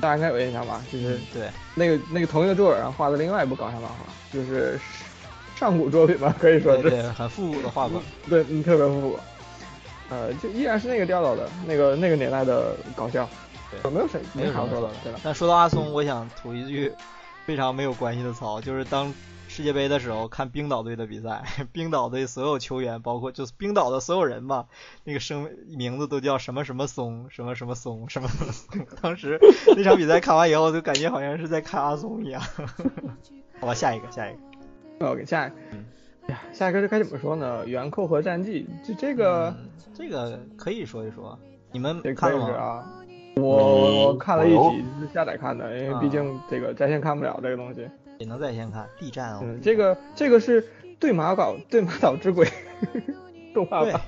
Speaker 1: 大家应该有印象吧？就是
Speaker 3: 嗯，对，
Speaker 1: 那个那个同一个作者然后画的另外一部搞笑漫画，就是上古作品吧，可以说是
Speaker 3: 对对，很复古的画风。
Speaker 1: 对，嗯，特别复古。呃，就依然是那个调调的，那个那个年代的搞笑，
Speaker 3: 对
Speaker 1: 没有谁
Speaker 3: 没有
Speaker 1: 啥
Speaker 3: 什么
Speaker 1: 说的
Speaker 3: 说的，
Speaker 1: 对吧？
Speaker 3: 但说到阿松，我想吐一句非常没有关系的槽，就是当世界杯的时候看冰岛队的比赛，冰岛队所有球员，包括就是冰岛的所有人吧，那个生名字都叫什么什么松，什么什么松，什么什么松。 *laughs* 当时那场比赛看完以后，就感觉好像是在看阿松一样。 *laughs* 好吧，下一个，下一个。
Speaker 1: 那我给下一个，
Speaker 3: 嗯
Speaker 1: 哎呀，下一个这该怎么说呢？元寇和战绩，就这个
Speaker 3: 嗯这个可以说一说，你们
Speaker 1: 也可
Speaker 3: 看
Speaker 1: 以
Speaker 3: 了
Speaker 1: 是
Speaker 3: 吗？嗯
Speaker 1: 啊。我我我看了一
Speaker 5: 我
Speaker 1: 集，是下载看的，
Speaker 3: 啊
Speaker 1: 因为毕竟这个在线看不了这个东西。
Speaker 3: 也能在线看 B 站哦。
Speaker 1: 嗯，这个这个是对马岛对马岛之鬼 *laughs* 动
Speaker 3: *laughs*
Speaker 1: 画
Speaker 3: 对
Speaker 1: 版，，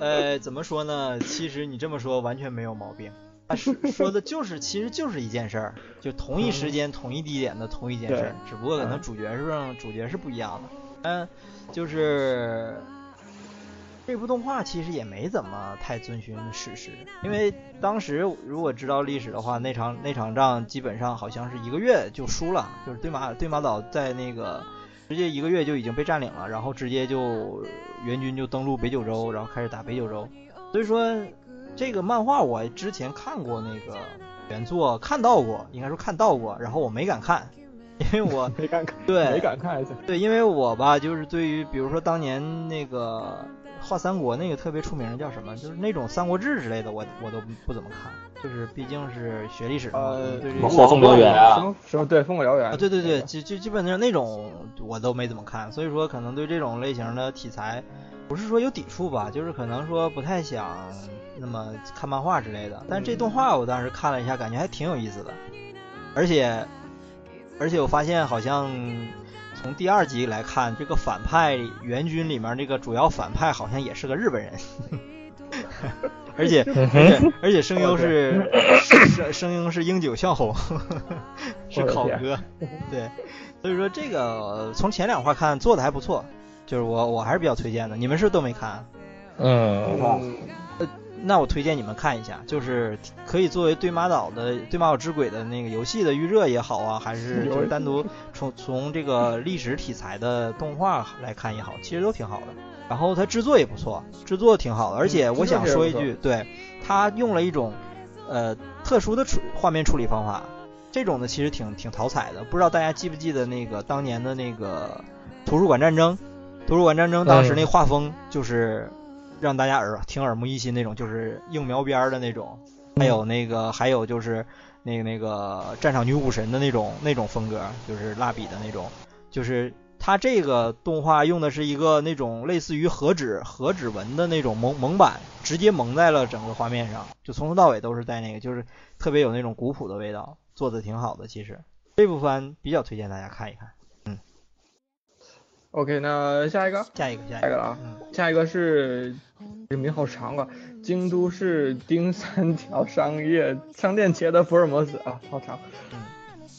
Speaker 3: 呃，怎么说呢？其实你这么说完全没有毛病。他说说的就是，其实就是一件事儿，就同一时间、同一地点的同一件事儿，只不过可能主角是让主角是不一样的。嗯，就是这部动画其实也没怎么太遵循史实，因为当时如果知道历史的话，那场那场仗基本上好像是一个月就输了，就是对马对马岛在那个直接一个月就已经被占领了，然后直接就援军就登陆北九州，然后开始打北九州。所以说，这个漫画我之前看过那个原作，看到过，应该说看到过，然后我没敢看，因为我
Speaker 1: *laughs* 没敢看，
Speaker 3: 对
Speaker 1: 没敢看一下。
Speaker 3: 对，因为我吧，就是对于比如说当年那个画三国那个特别出名的叫什么，就是那种《三国志》之类的，我我都不不怎么看，就是毕竟是学历史的嘛，
Speaker 1: 呃
Speaker 3: 对这
Speaker 10: 什
Speaker 3: 个
Speaker 10: 么火凤燎原
Speaker 1: 什
Speaker 10: 啊，
Speaker 1: 么什么对《烽火燎原》
Speaker 3: 啊，对对
Speaker 1: 那
Speaker 3: 对，
Speaker 1: 个
Speaker 3: 就就基本上那种我都没怎么看，所以说可能对这种类型的题材，不是说有抵触吧，就是可能说不太想那么看漫画之类的。但是这动画我当时看了一下，感觉还挺有意思的，而且而且我发现好像从第二集来看，这个反派援军里面这个主要反派好像也是个日本人。 *laughs* 而且，
Speaker 9: 嗯
Speaker 3: 而且，而且声优是声声音是英九向红， *laughs* 是
Speaker 1: 我的
Speaker 3: 考
Speaker 1: 天
Speaker 3: 哥，对，所以说这个呃从前两话看做的还不错，就是我我还是比较推荐的。你们是不是都没看？
Speaker 10: 嗯，
Speaker 5: 吧
Speaker 1: 嗯
Speaker 3: 那我推荐你们看一下，就是可以作为对马岛的对马岛之鬼的那个游戏的预热也好啊，还是就是单独从从这个历史题材的动画来看也好，其实都挺好的。然后它制作也不错，制作挺好的，而且我想说一句，对它用了一种呃特殊的处画面处理方法，这种的其实挺挺讨彩的。不知道大家记不记得那个当年的那个图书馆战争？图书馆战争当时那画风就是让大家耳挺耳目一新那种，就是硬描边儿的那种，还有那个还有就是那个那个战场女武神的那种那种风格，就是蜡笔的那种，就是它这个动画用的是一个那种类似于和纸和指纹的那种蒙蒙版，直接蒙在了整个画面上，就从头到尾都是在那个，就是特别有那种古朴的味道，做的挺好的。其实这部番比较推荐大家看一看。
Speaker 1: OK，那下一个，
Speaker 3: 下一个，嗯下
Speaker 1: 一个了啊！下一个是，这名好长啊，京都市町三条商业商店街的福尔摩斯啊，好长。
Speaker 3: 嗯、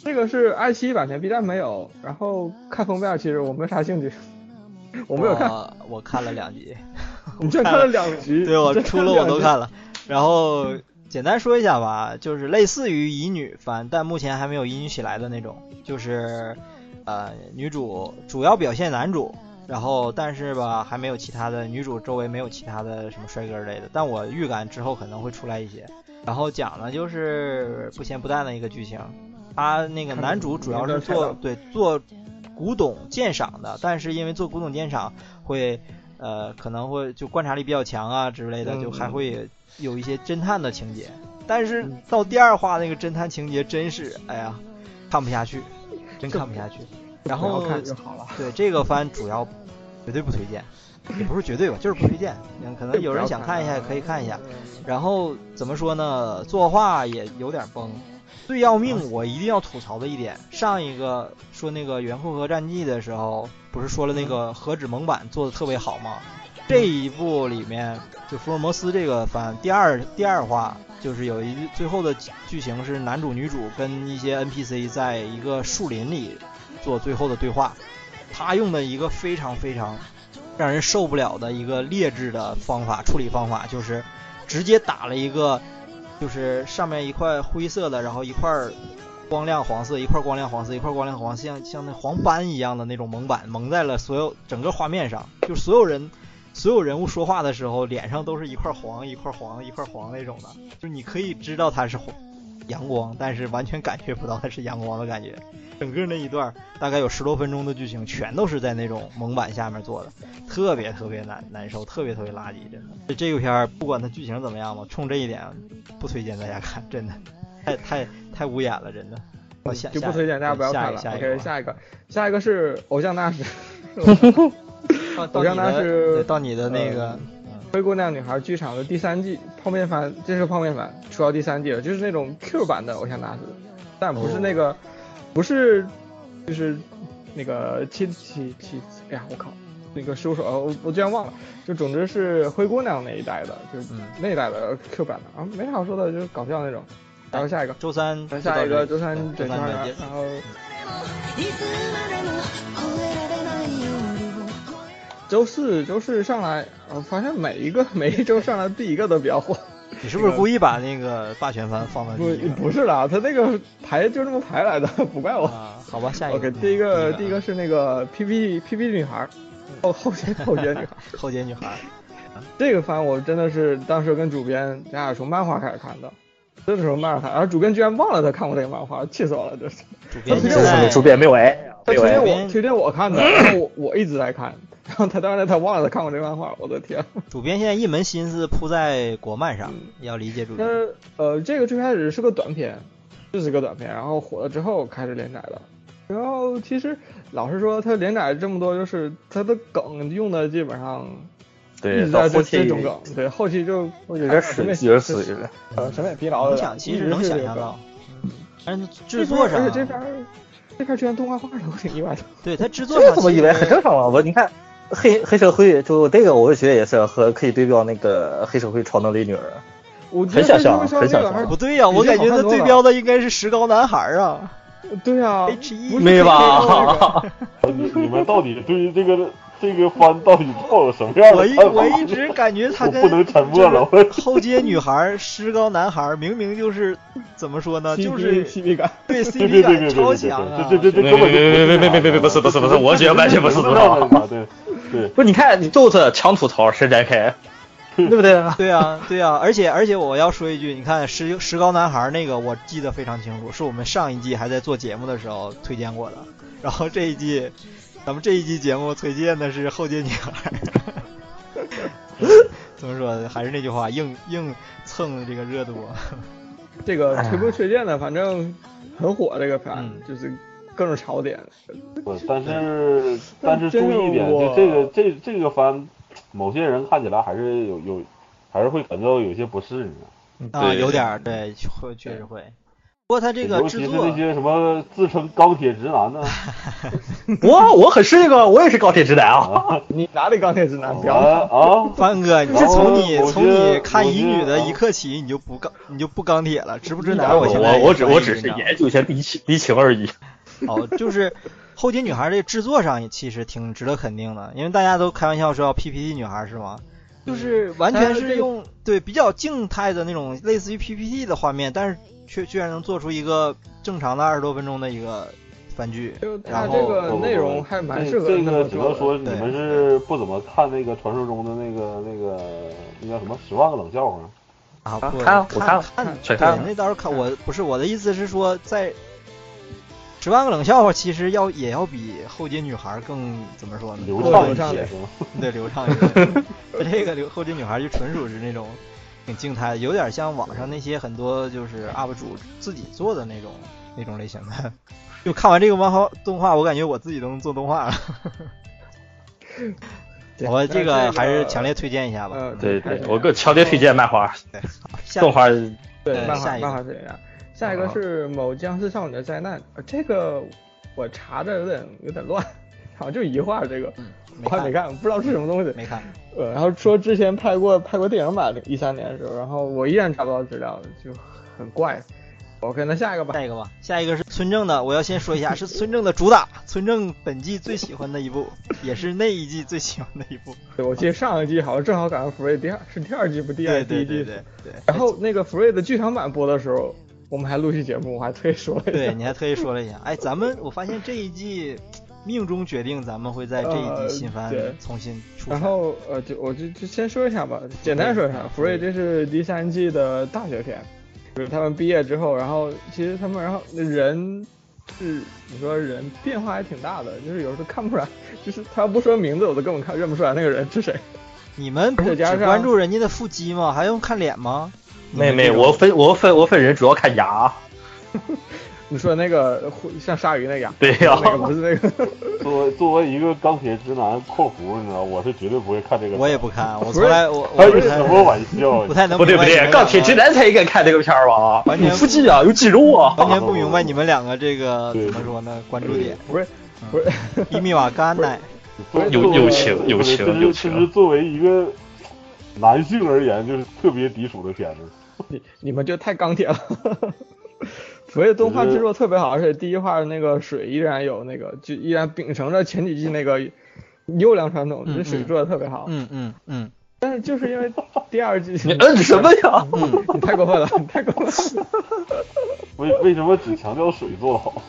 Speaker 1: 这个是爱奇艺版权，B 站没有。然后看封面，其实我没啥兴趣，我没有看。
Speaker 3: 我看了两集。
Speaker 1: 你这看了两集？*laughs*
Speaker 3: 对，我出了我都
Speaker 1: 看
Speaker 3: 了。然后简单说一下吧，就是类似于乙女番，但目前还没有乙女起来的那种，就是。呃，女主主要表现男主，然后但是吧，还没有其他的女主周围没有其他的什么帅哥类的，但我预感之后可能会出来一些。然后讲的就是不咸不淡的一个剧情，他那个男主主要是做对做古董鉴赏的，但是因为做古董鉴赏会呃可能会就观察力比较强啊之类的，就还会有一些侦探的情节。但是到第二话那个侦探情节真是哎呀看不下去。真看不下去，然后
Speaker 1: 看就好了。
Speaker 3: 对这个番主要绝对不推荐，也不是绝对吧，就是不推荐。嗯可能哎有人想看一下，可以看一下。然后怎么说呢？作画也有点崩。最要命，我一定要吐槽的一点，上一个说那个《元护河战记》的时候，不是说了那个和纸蒙版做的特别好吗？这一部里面，就福尔摩斯这个番第二第二话。就是有一最后的剧情是男主女主跟一些 NPC 在一个树林里做最后的对话，他用的一个非常非常让人受不了的一个劣质的方法处理方法，就是直接打了一个，就是上面一块灰色的，然后一块光亮黄色，一块光亮黄色，一块光亮黄色，像像那黄斑一样的那种蒙版蒙在了所有整个画面上，就所有人。所有人物说话的时候，脸上都是一块黄、一块黄、一块黄那种的，就是你可以知道它是黄阳光，但是完全感觉不到它是阳光的感觉。整个那一段大概有十多分钟的剧情，全都是在那种蒙版下面做的，特别特别难难受，特别特别垃圾，真的。这个片儿不管它剧情怎么样吧，冲这一点不推荐大家看，真的，太太太无眼了，真的。
Speaker 1: 嗯、就不推荐大家不要看了。
Speaker 3: 下一
Speaker 1: 个 OK，下一个，下一个是偶像大
Speaker 3: *laughs*
Speaker 1: 师。
Speaker 3: 到到
Speaker 1: 偶像
Speaker 3: 你
Speaker 1: 大
Speaker 3: 的
Speaker 1: 师
Speaker 3: 对到你的那个嗯
Speaker 1: 呃《灰姑娘女孩剧场》的第三季泡面番，这是泡面番，出到第三季了，就是那种 Q 版的偶像大师，但不是那
Speaker 3: 哦
Speaker 1: 个，不是，就是那个七七七，哎呀，我靠，那个事务所，哦我我居然忘了，就总之是灰姑娘那一代的，就是
Speaker 3: 嗯
Speaker 1: 那一代的 Q 版的啊，没啥好说的，就是搞笑那种。然后下一个，
Speaker 3: 周三，
Speaker 1: 下一个周
Speaker 3: 三
Speaker 1: 整圈
Speaker 3: 儿，
Speaker 1: 然后。周四周四上来，我发现每一个 *laughs* 每一周上来第一个都比较火。
Speaker 3: 你是不是故意把那个霸权番放到第
Speaker 1: 不
Speaker 3: 一个？
Speaker 1: 不是啦，他那个排就这么排来的， *laughs* 不怪我。
Speaker 3: 啊，好吧，下一个。
Speaker 1: OK，第一个
Speaker 3: 第
Speaker 1: 第
Speaker 3: 一
Speaker 1: 一
Speaker 3: 个
Speaker 1: 个是那个 PP PP 女孩，
Speaker 3: 嗯
Speaker 1: 后后街后街女
Speaker 3: *laughs*
Speaker 1: 孩，
Speaker 3: 后街女孩，
Speaker 1: 这个番我真的是当时跟主编咱俩从漫画开始看的，真的是从漫画看，然后主编居然忘了他看过这个漫画，气死我了，真是。
Speaker 3: 主编
Speaker 1: 他
Speaker 3: 现
Speaker 1: 推荐
Speaker 3: 在
Speaker 1: 我，
Speaker 9: 呃主编没有 A，
Speaker 1: 他
Speaker 9: 没
Speaker 1: 推
Speaker 9: 有哎 A
Speaker 1: 荐
Speaker 3: 对。
Speaker 1: 我推荐我
Speaker 3: *laughs*
Speaker 1: 看的，然后我我一直在看，然后他当然他忘了他看过这个漫画，我的天。
Speaker 3: 主编现在一门心思扑在国漫上，要理解主编。
Speaker 1: 那呃，这个最开始是个短片，就是个短片，然后火了之后开始连载的。然后其实老实说，它连载这么多，就是它的梗用的基本上一
Speaker 9: 对，
Speaker 1: 直
Speaker 9: 到
Speaker 1: 在
Speaker 9: 后
Speaker 1: 这
Speaker 9: 期
Speaker 1: 这种梗，对，后期就
Speaker 9: 有点
Speaker 10: *laughs*
Speaker 9: 水，有点水了。
Speaker 1: 呃审美疲劳
Speaker 3: 能
Speaker 1: 了。
Speaker 3: 想，其
Speaker 1: 一
Speaker 3: 实
Speaker 1: 直
Speaker 3: 能
Speaker 1: 是
Speaker 3: 想
Speaker 1: 这
Speaker 3: 象
Speaker 1: 个
Speaker 3: 到，嗯但是
Speaker 1: 这
Speaker 3: 制作
Speaker 1: 边
Speaker 3: 上
Speaker 1: 而，且这边儿这边儿居然动画化了，我挺意外的。
Speaker 3: 对他制作
Speaker 9: 这
Speaker 3: 上
Speaker 9: 怎么
Speaker 3: 其
Speaker 9: 以为
Speaker 3: 实
Speaker 9: 很正常啊嘛？我你看黑黑社会，就这个我就觉得也是和可以对标那个黑社会超能力女儿。
Speaker 1: 我觉
Speaker 9: 很想
Speaker 1: 得这
Speaker 9: 象
Speaker 1: 个
Speaker 9: 很想
Speaker 1: 这个
Speaker 9: 象
Speaker 1: 还是
Speaker 3: 不对呀、
Speaker 1: 比
Speaker 3: 我
Speaker 1: 这
Speaker 3: 感
Speaker 1: 好
Speaker 3: 觉
Speaker 1: 看
Speaker 3: 他
Speaker 1: 多
Speaker 3: 对
Speaker 1: 了
Speaker 3: 标的应该是石膏男孩啊。
Speaker 1: 对啊
Speaker 3: HE
Speaker 1: 不是
Speaker 9: 没吧
Speaker 1: 这个
Speaker 5: 你你们到底对于这个这个番到底抱有什么样的
Speaker 3: 我
Speaker 5: 看
Speaker 3: 一
Speaker 5: 法？
Speaker 3: 我一直感觉他
Speaker 5: 哦我
Speaker 3: 跟
Speaker 5: 不能沉默了，
Speaker 3: 就是后街女孩、石膏男孩，明明就是怎么说
Speaker 9: *laughs*
Speaker 3: 呢，就是
Speaker 1: CP 感，
Speaker 3: 对
Speaker 5: 对
Speaker 3: CP
Speaker 5: 对对
Speaker 3: 感
Speaker 5: 对
Speaker 3: 超
Speaker 5: 对对
Speaker 3: 强啊！
Speaker 5: 对，这这这根本就
Speaker 10: 别别别别别别不是不是不是我觉得完全不是
Speaker 5: 这样的，对对。
Speaker 10: 不是，你看你豆子强吐槽施展开，对不对？
Speaker 3: 对啊，对啊，而且而且我要说一句，你看石石膏男孩那个，我记得非常清楚，是我们上一季还在做节目的时候推荐过的。然后这一季，咱们这一季节目推荐的是后街女孩。 *laughs* 怎么说？还是那句话，硬硬蹭这个热度。啊
Speaker 1: 这个推不推荐的，反正很火这个片儿
Speaker 3: 嗯，
Speaker 1: 就是各种槽点。
Speaker 5: 不，但是但是注
Speaker 1: 但真
Speaker 5: 意一点，
Speaker 1: 是
Speaker 5: 就
Speaker 1: 我
Speaker 5: 这个这这个番，某些人看起来还是有有，还是会感到有些不适应的，
Speaker 3: 啊，有点儿对，会确实会。不过他这个
Speaker 5: 尤
Speaker 3: 制
Speaker 5: 其是
Speaker 3: 作
Speaker 5: 那，些什么自称钢铁直男
Speaker 3: *laughs*
Speaker 5: 呢，
Speaker 10: 我我很是那个，我也是钢铁直男啊。
Speaker 5: 啊
Speaker 1: 你哪里钢铁直男？不要
Speaker 5: 啊
Speaker 3: *laughs*
Speaker 5: 啊！
Speaker 3: 范哥，你
Speaker 5: 然
Speaker 3: 是
Speaker 5: 后
Speaker 3: 从你
Speaker 5: 我
Speaker 3: 从
Speaker 5: 觉
Speaker 3: 你
Speaker 5: 得
Speaker 3: 看
Speaker 5: 我
Speaker 3: 乙
Speaker 5: 觉
Speaker 3: 女
Speaker 5: 得
Speaker 3: 的
Speaker 5: 啊
Speaker 3: 一刻起，你就不钢你就不钢铁了，直不直
Speaker 9: 哦
Speaker 3: 男？
Speaker 10: 嗯我
Speaker 3: 现在
Speaker 10: 我只
Speaker 3: 怀疑
Speaker 10: 我只是
Speaker 3: 你知道吗
Speaker 10: 研究一下离情离情而已。
Speaker 3: 哦，就是后街女孩这制作上也其实挺值得肯定的，因为大家都开玩笑说要 PPT 女孩是吗？就是完
Speaker 5: 呃
Speaker 3: 全是用对比较静态的那种类似于 PPT 的画面，但是却居然能做出一个正常的二十多分钟的一个番剧。
Speaker 1: 就他
Speaker 3: 然
Speaker 1: 这
Speaker 3: 后
Speaker 1: 个内容还蛮适合
Speaker 5: 嗯这
Speaker 1: 那么
Speaker 5: 个只
Speaker 1: 做
Speaker 5: 能
Speaker 1: 的
Speaker 5: 说你
Speaker 3: 对
Speaker 5: 们是不怎么看那个传说中的那个那个那叫什么十万个冷笑话，
Speaker 3: 啊，
Speaker 10: 啊
Speaker 3: 不
Speaker 10: 看啊我看啊
Speaker 3: 看
Speaker 10: 全看
Speaker 3: 嗯对
Speaker 10: 啊，
Speaker 3: 那倒是看我不是我的意思是说，在十万个冷笑话其实要也要比后街女孩更怎么说呢？
Speaker 5: 流
Speaker 1: 够
Speaker 5: 畅
Speaker 1: 流
Speaker 5: 一
Speaker 1: 畅
Speaker 5: 些
Speaker 1: 的
Speaker 5: 是吗？
Speaker 3: 对，流畅一点。它这个流后街女孩就纯属是那种挺静态的，有点像网上那些很多就是 UP 主自己做的那种那种类型的。就看完这个漫画动画，我感觉我自己都能做动画了。
Speaker 1: 对
Speaker 3: 我这个还是强
Speaker 1: 烈
Speaker 3: 烈推荐一下吧。
Speaker 1: 呃
Speaker 10: 对对，我更强烈推荐漫画
Speaker 3: 下
Speaker 10: 动画，
Speaker 1: 对
Speaker 3: 呃
Speaker 1: 漫
Speaker 3: 下
Speaker 1: 画
Speaker 3: 一个
Speaker 1: 漫画这样。下一个是某僵尸少女的灾难，呃这个我查的有点有点乱， *laughs* 好像就一画这个，
Speaker 3: 没
Speaker 1: 我还没
Speaker 3: 看，
Speaker 1: 看，不知道是什么东西。
Speaker 3: 没看。
Speaker 1: 呃，然后说之前拍过拍过电影版，一三年的时候，然后我依然查不到资料，就很怪。OK，那下一个吧
Speaker 3: 下。一个吧，下一个是村正的，我要先说
Speaker 1: *laughs*
Speaker 3: 一下，是村正的主打，村正本季最喜欢的一部，也是那一季最喜欢的一部。
Speaker 1: 对，我记得上一季好像正好赶上福瑞第二是第二季不第二
Speaker 3: 对
Speaker 1: 第
Speaker 3: 对
Speaker 1: 一季
Speaker 3: 对。对对。
Speaker 1: 然后那个福瑞的剧场版播的时候，我们还录期节目，我还特意说了一
Speaker 3: 对，
Speaker 1: 下。
Speaker 3: 你还特意说了一下。哎，咱们我发现这一季命中决定，咱们会在这一季新番
Speaker 1: 呃对
Speaker 3: 重新
Speaker 1: *laughs*
Speaker 3: 出
Speaker 1: 然
Speaker 3: 产。
Speaker 1: 后呃，就我就就先说一下吧，简单说一下，福瑞这是第三季的大学篇，就是他们毕业之后，然后其实他们然后人是你说人变化还挺大的，就是有时候看不出来，就是他不说名字我都根本看认不出来那个人是谁。
Speaker 3: 你们不
Speaker 1: 再加
Speaker 3: 只
Speaker 1: 上
Speaker 3: 关注人家的腹肌吗？还用看脸吗？
Speaker 10: 妹妹，我分我分我分人主要看牙。
Speaker 1: 你说那个像鲨鱼那
Speaker 3: *laughs*
Speaker 1: 样，
Speaker 10: 对呀、
Speaker 1: 那个不是那个。
Speaker 5: 作为作为一个钢铁直男（括弧），你知道，我是绝对不会看这个。
Speaker 3: 我也不。看，我从来我
Speaker 5: 开
Speaker 3: 我不
Speaker 5: 什么
Speaker 3: 太
Speaker 5: 玩笑？
Speaker 3: 不太能
Speaker 10: *laughs* 哎不对
Speaker 3: 明
Speaker 10: 不
Speaker 3: 白你
Speaker 10: 对，
Speaker 3: 们
Speaker 10: 钢铁
Speaker 3: 两
Speaker 10: 直
Speaker 3: 个
Speaker 10: 男才应该看这个片儿吧？
Speaker 3: 完全
Speaker 10: 有腹肌啊，有肌肉啊。
Speaker 3: 完全不明白你们两个这个
Speaker 5: 对
Speaker 3: 怎么说呢？关注点，
Speaker 1: 不是不是，
Speaker 3: 伊米瓦甘奈，
Speaker 5: 作为
Speaker 10: 有有情有情
Speaker 5: 就是
Speaker 10: 有
Speaker 5: 就
Speaker 10: 情
Speaker 5: 是作为一个男性而言，就是特别低俗的片子。
Speaker 1: 你你们这太钢铁了。 *laughs* 福瑞动画制作特别好，而且第一话那个水依然有那个，就依然秉承着前几季那个优良传统，
Speaker 3: 嗯
Speaker 1: 这水做的特别好。
Speaker 3: 嗯嗯嗯，
Speaker 1: 但是就是因为第二
Speaker 3: *laughs*
Speaker 1: 季，嗯
Speaker 10: 你摁什么
Speaker 1: *laughs*
Speaker 10: 呀？
Speaker 1: 你太过分了，你太过分了。
Speaker 5: 为为什么只强调水做得好？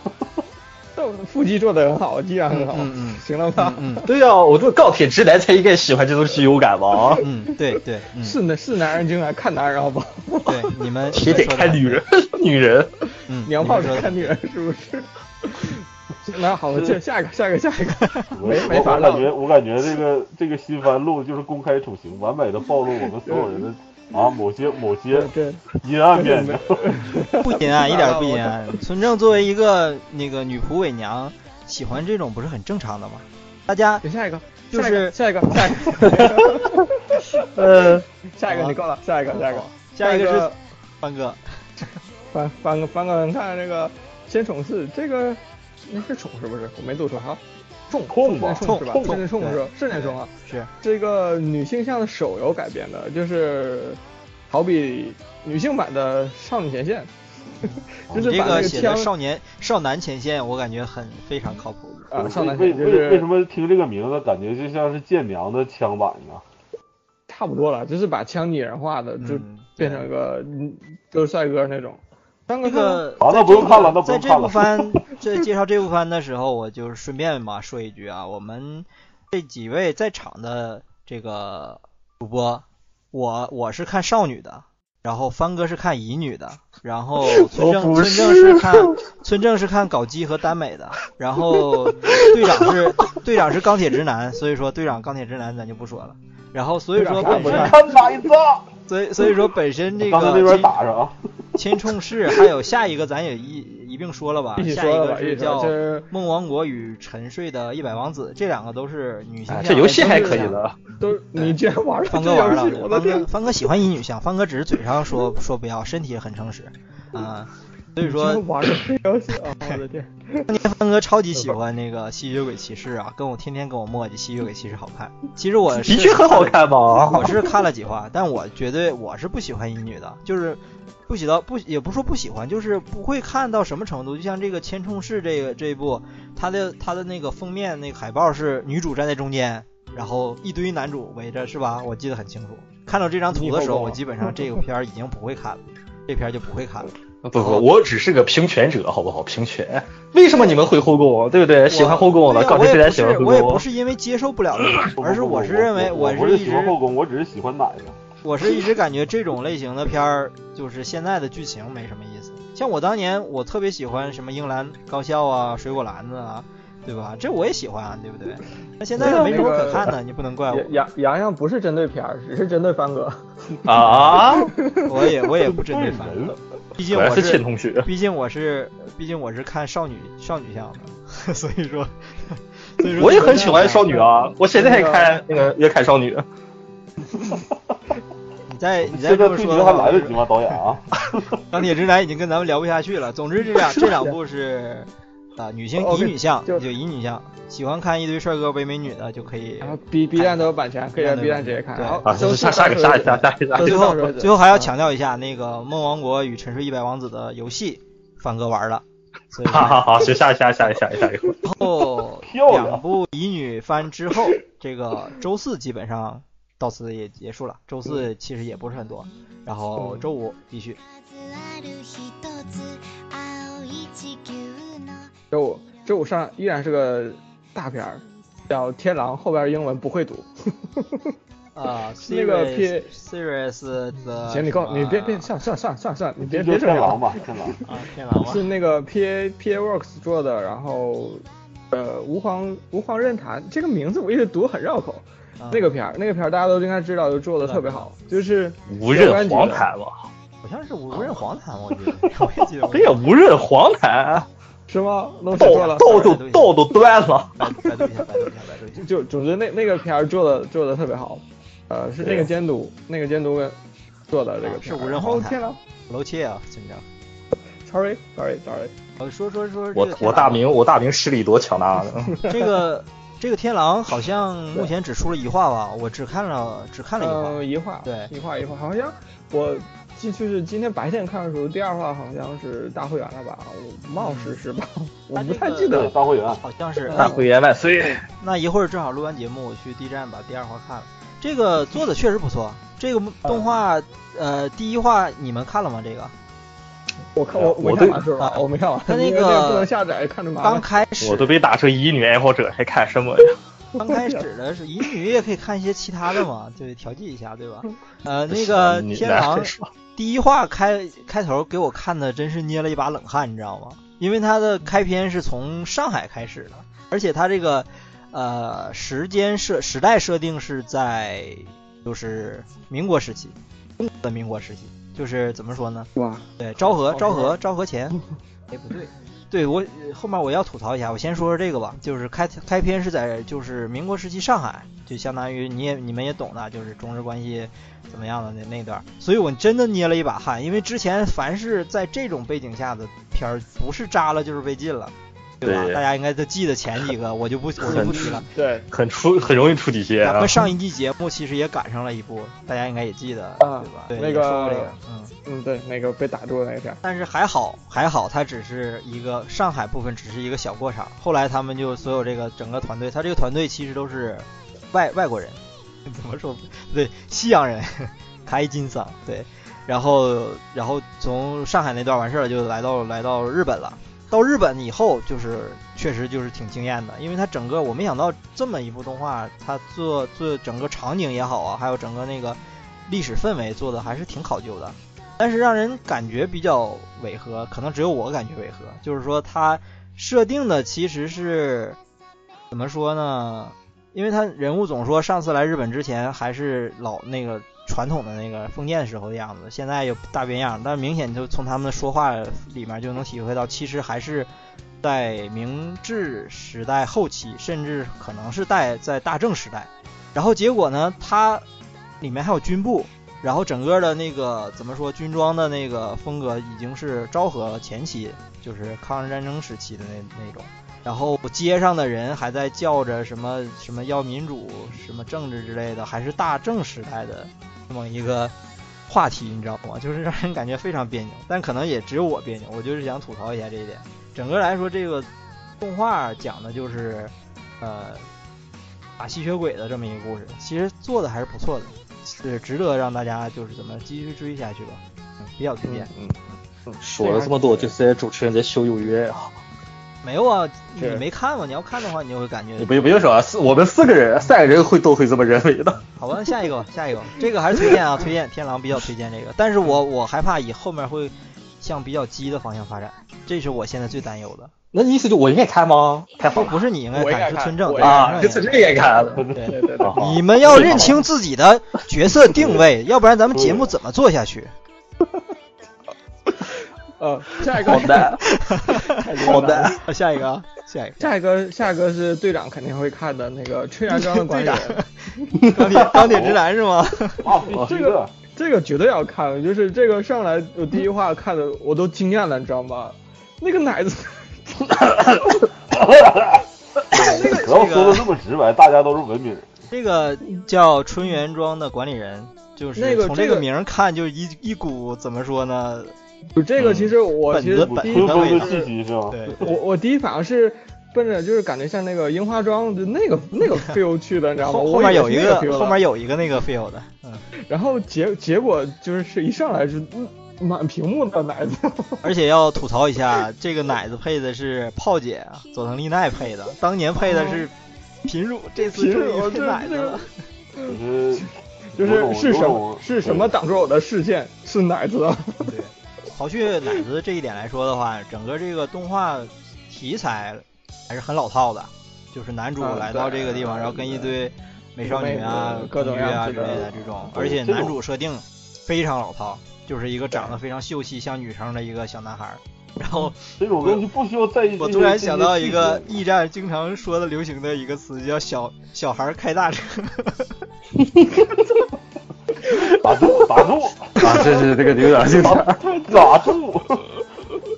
Speaker 1: 但我的腹肌做的很好，依然很好。
Speaker 3: 嗯嗯嗯
Speaker 1: 行了吧？
Speaker 3: 嗯
Speaker 10: 对呀、我说钢铁直男才应该喜欢这种虚有感吧？
Speaker 3: 嗯，对对，嗯
Speaker 1: 是男是男人就应该看男人，好不好？
Speaker 3: *laughs* 对，你们
Speaker 10: 也得看女， *laughs* 人，女
Speaker 3: 你们
Speaker 10: 人。
Speaker 3: 说的嗯，
Speaker 1: *laughs* 娘炮
Speaker 3: 你
Speaker 1: 是
Speaker 3: 们说的
Speaker 1: 看女人，是不是？
Speaker 3: *laughs*
Speaker 1: 那好，接下一个，下一个，下一个，
Speaker 5: 我
Speaker 1: 没没
Speaker 5: 我
Speaker 1: 法
Speaker 5: 我感
Speaker 1: 唠。
Speaker 5: 觉我感觉这个这个新番录的就是公开处刑，完美的暴露我们所有人的啊某些某些
Speaker 1: 对对，
Speaker 5: 阴暗面。
Speaker 3: 不阴暗，一
Speaker 1: *laughs*
Speaker 3: 点儿不阴暗。村正作为一个那个女仆伪娘，喜欢这种不是很正常的吗？大家
Speaker 1: 下一个，
Speaker 3: 就是
Speaker 1: 下一个，下一个，
Speaker 10: 呃，
Speaker 1: 下一个，你够了，下一个，下一个，
Speaker 3: 下一个是
Speaker 1: 个
Speaker 3: 帆哥，
Speaker 1: 翻翻个翻个，看那个先宠四，这个那是宠是不是？我没读错哈，冲
Speaker 5: 冲吧
Speaker 1: 冲是吧？
Speaker 3: 冲
Speaker 1: 是那冲
Speaker 3: 冲
Speaker 1: 是吧是那冲啊。
Speaker 3: 是
Speaker 1: 这个女性向的手游改编的，就是好比女性版的《少女前线》，
Speaker 3: 你
Speaker 1: 就是
Speaker 3: 这
Speaker 1: 把那
Speaker 3: 个
Speaker 1: 个
Speaker 3: 写的
Speaker 1: 枪
Speaker 3: 少年少男前线，我感觉很非常靠谱。
Speaker 1: 啊，上来
Speaker 5: 为
Speaker 1: 就
Speaker 5: 为为什
Speaker 1: 是
Speaker 5: 么听这个名字感觉就像是剑娘的枪版呢？
Speaker 1: 差不多了，就是把枪拟人化的，就
Speaker 3: 嗯
Speaker 1: 变成个嗯就是帅哥那种。当
Speaker 3: 这个
Speaker 5: 好那
Speaker 3: 在
Speaker 5: 不用
Speaker 3: 这
Speaker 5: 看
Speaker 3: 个
Speaker 5: 了那不
Speaker 3: 在
Speaker 5: 用
Speaker 3: 这
Speaker 5: 看
Speaker 3: 部
Speaker 5: 了
Speaker 3: 番在介绍这部番的时候，我就是顺便吧说一句啊，我们这几位在场的这个主播，我我是看少女的，然后帆哥是看乙女的，然后村正
Speaker 9: 不
Speaker 3: 村正是看村正是看搞基和耽美的，然后队长是队长是钢铁直男，所以说队长钢铁直男咱就不说了。然后所以说
Speaker 1: 队长啥也
Speaker 3: 本
Speaker 1: 不
Speaker 3: 身
Speaker 1: 看
Speaker 5: 看哪一张？
Speaker 3: 所以所以说本身这个
Speaker 5: 刚才那边
Speaker 3: 金
Speaker 5: 打着啊，
Speaker 3: *laughs* 千冲市，还有下一个咱也一一并说了吧。
Speaker 1: 一起
Speaker 3: 下
Speaker 1: 说
Speaker 3: 一
Speaker 1: 了
Speaker 3: 个
Speaker 1: 吧，一
Speaker 3: 是
Speaker 1: 起说
Speaker 3: 叫
Speaker 1: 就
Speaker 3: 《
Speaker 1: 是
Speaker 3: 梦王国与沉睡的一百王子》，这两个都是女性啊
Speaker 10: 哎
Speaker 3: 向。
Speaker 10: 这游戏
Speaker 3: 但
Speaker 10: 还
Speaker 3: 都
Speaker 10: 可
Speaker 3: 是
Speaker 10: 以的，
Speaker 1: 都你居然玩上
Speaker 3: 方
Speaker 1: 这
Speaker 3: 哥玩到
Speaker 1: 游戏，
Speaker 3: 的。
Speaker 1: 我的
Speaker 3: 方
Speaker 1: 天
Speaker 3: 哥，！方哥喜欢乙女向，方哥只是嘴上 *laughs* 说说不要，身体也很诚实 *laughs* 啊。所以
Speaker 1: 居
Speaker 3: 说，
Speaker 1: 然玩上这游戏啊，我的天！
Speaker 3: 当年方哥超级喜欢那个《吸血鬼骑士》啊，跟我天天跟我磨叽《吸血鬼骑士》好看。其实 *laughs* 我是
Speaker 10: 的确很好看嘛。
Speaker 3: 我是看了几话，但我觉得我是不喜欢乙女的，就是不喜到不也不是说不喜欢，就是不会看到什么程度。就像这个《千冲市》这个这一部，它的它的那个封面那个海报是女主站在中间，然后一堆男主围着，是吧？我记得很清楚。看到这张图的时候，我基本上这个片儿已经不会看了，这片儿就不会看了。
Speaker 10: *laughs* 不
Speaker 3: *laughs*
Speaker 10: 不，我只是个平权者，好不好？平权，为什么你们会后宫，对不对？啊喜欢后宫，
Speaker 3: 对
Speaker 10: 那
Speaker 3: 呀
Speaker 10: 钢
Speaker 3: 我
Speaker 10: 铁
Speaker 3: 也
Speaker 10: 直
Speaker 3: 不
Speaker 10: 男喜
Speaker 3: 是
Speaker 10: 欢后
Speaker 3: 我也不
Speaker 10: 宫，
Speaker 3: 是因为接受不了这
Speaker 5: 不
Speaker 3: 个，而是
Speaker 5: 不不
Speaker 3: 我是认为
Speaker 5: 我不
Speaker 3: 是
Speaker 5: 是
Speaker 3: 一
Speaker 5: 喜
Speaker 3: 直
Speaker 5: 欢后宫，我只是喜欢奶子。
Speaker 3: 我是一直感觉这种类型的片儿，就是现在的剧情没什么意思。像我当年，我特别喜欢什么英兰高校啊、水果篮子啊，对吧？这我也喜欢啊，对不对？那现在
Speaker 1: 那
Speaker 3: 没什么
Speaker 1: 个
Speaker 3: 可看的，你不能怪我。
Speaker 1: 杨杨杨洋不是针对片儿，只是针对帆哥。
Speaker 10: 啊，
Speaker 3: 我也我也不针对反
Speaker 5: 人
Speaker 3: 正，毕竟
Speaker 10: 果然
Speaker 3: 我
Speaker 10: 是
Speaker 3: 是
Speaker 10: 欠同学。
Speaker 3: 毕竟我是毕竟我是看少女少女向的， *laughs* 所以说所以说
Speaker 10: 我也很喜欢少女啊，我现在还
Speaker 1: 那个
Speaker 10: 看那个《月刊少女》。啊
Speaker 3: 你再你再
Speaker 5: 现
Speaker 3: 这
Speaker 5: 在
Speaker 3: 么
Speaker 5: 退
Speaker 3: 说
Speaker 5: 学
Speaker 3: 的
Speaker 5: 还
Speaker 3: 话
Speaker 5: 来得及吗？导演啊，
Speaker 3: *laughs* 钢铁直男已经跟咱们聊不下去了。总之
Speaker 1: *laughs*
Speaker 3: 这两这两部是啊、女性乙
Speaker 1: 啊哦 OK，
Speaker 3: 女向
Speaker 1: 就
Speaker 3: 就乙女向，喜欢看一堆帅哥唯美女的就可以
Speaker 1: 然。后 B B 站都有版权，可以让 B 站直接看。
Speaker 3: 对
Speaker 1: 好，
Speaker 10: 啊，
Speaker 1: 都
Speaker 10: 下下一个，下一个，下一个，下一个。
Speaker 3: 最后
Speaker 1: 就到这儿
Speaker 3: 最后还要
Speaker 1: 啊
Speaker 3: 强调一下，那个《梦王国与沉睡一百王子》的游戏，范哥玩了。所以
Speaker 10: *laughs* 好
Speaker 3: 说
Speaker 10: 好好，行，下一个，下一个，下一个，下一个。
Speaker 3: 然后
Speaker 5: 啊 *laughs* 漂亮
Speaker 3: 两部乙女番之后，这个周四基本上到此也结束了。周
Speaker 1: 嗯
Speaker 3: 四其实也不是很多，然后周五继续。
Speaker 1: 周五周五上依然是个大片儿，叫《天狼》，后边英文不会读。
Speaker 3: 啊、s e
Speaker 1: 那
Speaker 3: r
Speaker 1: 个
Speaker 3: i
Speaker 1: P-
Speaker 3: e s serious 的
Speaker 1: 行，你告你别别
Speaker 3: 什么
Speaker 1: 算算算算 *laughs* 算，你别
Speaker 5: 就
Speaker 1: 别
Speaker 5: 是
Speaker 1: 这样
Speaker 5: 天狼吧，
Speaker 1: *laughs*
Speaker 5: 天狼。
Speaker 3: 啊，天狼啊
Speaker 1: 是那个 P A P A Works 做的，然后呃吾皇吾皇任坛这个名字我一直读很绕口。
Speaker 3: 啊
Speaker 1: 那个片儿那个片儿大家都应该知道，就做的特别好，就是
Speaker 10: 无刃黄坛吧？哎
Speaker 3: 好像是无人黄坛，我
Speaker 1: *laughs*
Speaker 3: 记得，我也记得
Speaker 10: 对呀，无刃黄坛，
Speaker 1: 是吗？弄
Speaker 3: 啊
Speaker 1: 写错
Speaker 10: 道
Speaker 1: 了。
Speaker 10: 道都道都断了。
Speaker 3: 百度百度一下，百度一下，百度一下。
Speaker 1: 就总之那那个片儿做的做的特别好，呃，是那个监督那个监督做的这个
Speaker 3: 啊
Speaker 1: 片
Speaker 3: 是
Speaker 1: 儿。
Speaker 3: 无人
Speaker 1: 然
Speaker 3: 黄
Speaker 1: 后
Speaker 3: 毯
Speaker 1: 天狼
Speaker 3: 楼切啊，村长。
Speaker 1: ，sorry sorry sorry，
Speaker 3: 呃，说说说这
Speaker 10: 我
Speaker 3: 个天
Speaker 10: 我
Speaker 3: 狼
Speaker 10: 大明我大明实力多强大啊呢！
Speaker 3: 这个这个天狼好像目前只出了一话吧，我只看了只看了一话。
Speaker 1: 嗯，一画
Speaker 3: 对
Speaker 1: 一画一画，好像我记就是今天白天看的时候，第二话好像是大会员了吧？我冒
Speaker 3: 嗯
Speaker 1: 失是吧？我不太记得
Speaker 5: 对，
Speaker 1: 了。
Speaker 5: 大会员，啊
Speaker 3: 好像
Speaker 1: 呃
Speaker 3: 是，
Speaker 10: 大回员万岁！
Speaker 3: 那一会儿正好录完节目，我去 B 站把第二话看了。这个做的确实不错，这个动画，呃，第一话你们看了吗？这个
Speaker 1: 我看我
Speaker 10: 我
Speaker 1: 没看
Speaker 10: 对
Speaker 1: 完是吧？
Speaker 3: 啊
Speaker 1: 我没看完，
Speaker 3: 那那
Speaker 1: 因为这
Speaker 3: 个
Speaker 1: 不能下载，看着麻
Speaker 3: 刚
Speaker 1: *laughs* 烦。
Speaker 3: 开始
Speaker 10: 我都被打成乙女爱好者，还看什么呀？
Speaker 3: 刚开始的是乙女也可以看一些其他的嘛，对，调剂一下，对吧？呃，那个
Speaker 10: 你
Speaker 3: 天
Speaker 10: 来
Speaker 3: 狼
Speaker 10: 说
Speaker 3: 第一话开开头给我看的真是捏了一把冷汗，你知道吗？因为它的开篇是从上海开始的，而且它这个呃时间设时代设定是在就是民国时期，中国的民国时期，就是怎么说呢？
Speaker 1: 哇，
Speaker 3: 对，昭和，昭
Speaker 1: 昭和
Speaker 3: 和，昭和前。哎，不对，对我呃后面我要吐槽一下，我先说说这个吧，就是开开篇是在就是民国时期上海，就相当于你也你们也懂的，就是中日关系怎么样的那那段儿，所以我真的捏了一把汗，因为之前凡是在这种背景下的片儿，不是扎了就是被禁了。对吧？
Speaker 10: 对
Speaker 3: 大家应该都记得前几个，我就不我就不提了。
Speaker 1: 对，
Speaker 10: 很出很容易出底线
Speaker 3: 咱
Speaker 10: 啊
Speaker 3: 们。上一季节目其实也赶上了一部，大家应该也记得，
Speaker 1: 啊
Speaker 3: 对吧？对，
Speaker 1: 那
Speaker 3: 也说过这
Speaker 1: 个
Speaker 3: 个，嗯。
Speaker 1: *laughs* 嗯，对，那个被打住的那片儿，
Speaker 3: 但是还好，还好，它只是一个上海部分，只是一个小过场。后来他们就所有这个整个团队，他这个团队其实都是外外国人， *laughs* 怎么说？对，西洋人，卡伊金桑，对。然后，然后从上海那段完事儿了，就来到来到日本了。到日本以后，就是确实就是挺惊艳的，因为它整个我没想到这么一部动画，它做做整个场景也好啊，还有整个那个历史氛围做的还是挺考究的。但是让人感觉比较违和，可能只有我感觉违和，就是说它设定的其实是怎么说呢？因为他人物总说上次来日本之前还是老那个传统的那个封建时候的样子，现在又大变样，但明显就从他们的说话里面就能体会到，其实还是在明治时代后期，甚至可能是在在大正时代。然后结果呢，它里面还有军部，然后整个的那个怎么说，军装的那个风格已经是昭和前期，就是抗日战争时期的那那种。然后街上的人还在叫着什么什么要民主、什么政治之类的，还是大正时代的这么一个话题，你知道吗？就是让人感觉非常别扭，但可能也只有我别扭，我就是想吐槽一下这一点。整个来说，这个动画讲的就是呃打吸血鬼的这么一个故事，其实做的还是不错的，是值得让大家就是怎么继续追下去吧，嗯，比较推荐。
Speaker 10: 嗯，说了这么多，就是主持人在秀优越啊！
Speaker 3: 没有啊，你
Speaker 1: 是
Speaker 3: 没看吗？你要看的话，你就会感觉
Speaker 10: 你不不用说啊，四我们四个人，三个人会都会这么认为的。
Speaker 3: 好吧，下一个吧， *laughs* 下一个吧，这个还是推荐啊，推荐天狼比较推荐这个，但是我我害怕以后面会向比较鸡的方向发展，这是我现在最担忧的。
Speaker 10: 那意思就我应该看吗？太好
Speaker 3: 不
Speaker 10: 了 *laughs*
Speaker 3: 不是你应该
Speaker 1: 我也
Speaker 3: 看，
Speaker 1: 该
Speaker 3: 是
Speaker 1: 看
Speaker 3: 村正
Speaker 1: 我也该
Speaker 10: 啊！
Speaker 3: 对
Speaker 10: 这这也看了。
Speaker 5: 对
Speaker 1: 对对对，
Speaker 10: 好
Speaker 3: 你们要认清自己的角色定位，要不然咱们节目怎么做下去？
Speaker 1: 呃，下一个
Speaker 10: 好，
Speaker 1: *laughs*
Speaker 9: 啊
Speaker 10: 的，好的，
Speaker 3: 下一个啊，下一个。
Speaker 1: 下一个，下一个是队长肯定会看的那个《吹阳庄的管理人》，
Speaker 3: 钢铁钢铁直男是吗？ *laughs*
Speaker 5: 啊，这个
Speaker 1: 这个绝对要看，就是这个上来我第一话看的我都惊艳了，你知道吗？那个奶子， *laughs*
Speaker 5: *laughs* 不要说的那么直白，大家都是文明人。
Speaker 3: 这个叫春原庄的管理人，就是
Speaker 1: 那个
Speaker 3: 从
Speaker 1: 这
Speaker 3: 这个
Speaker 1: 个
Speaker 3: 名儿看，就一一股怎么说呢？
Speaker 1: 就这个其实我其实
Speaker 3: 本子
Speaker 1: 第一
Speaker 5: 春
Speaker 3: 本
Speaker 5: 风的气息是吧？
Speaker 3: 对，
Speaker 1: 我我第一反应是奔着就是感觉像那个樱花庄的那个那
Speaker 3: *laughs*
Speaker 1: 个 feel 去的，你知道吗？
Speaker 3: 后
Speaker 1: 我
Speaker 3: 后面有
Speaker 1: 以
Speaker 3: 一
Speaker 1: 为是那个
Speaker 3: 个
Speaker 1: feel
Speaker 3: 后
Speaker 1: 了
Speaker 3: 面有一个那个 feel 的，嗯。
Speaker 1: 然后结结果就是一上来是嗯满屏幕的奶子，
Speaker 3: 而且要吐槽一下，这个奶子配的是炮姐啊佐藤丽奈配的，当年配的是贫乳，这次
Speaker 1: 贫
Speaker 3: 终
Speaker 1: 哦乳
Speaker 3: 于配
Speaker 1: 这
Speaker 3: 奶子
Speaker 1: 这个 *laughs*
Speaker 3: 了。
Speaker 5: 就
Speaker 1: 就
Speaker 5: 是
Speaker 1: 是是什么是什么？挡住我的视线？是奶子。
Speaker 3: 对，刨去奶子这一点来说的话，整个这个动画题材还是很老套的，就是男主
Speaker 1: 啊
Speaker 3: 来到
Speaker 1: 对
Speaker 3: 这个地方，然后跟一堆美少女啊、
Speaker 1: 各种
Speaker 3: 公爵啊
Speaker 1: 样
Speaker 3: 之
Speaker 1: 子
Speaker 3: 类
Speaker 1: 的
Speaker 3: 的这种，
Speaker 5: 对
Speaker 3: 而且
Speaker 5: 这种
Speaker 3: 男主设定非常老套，就是一个长得非常秀气像女生的一个小男孩儿，然后。
Speaker 5: 这种东西不需要在意。
Speaker 3: 我突然想到一个驿站经常说的流行的一个词，叫“小小孩开大车 *laughs*
Speaker 5: 打住，打住，
Speaker 10: 啊，这是这个有点有点。
Speaker 5: 打住！”。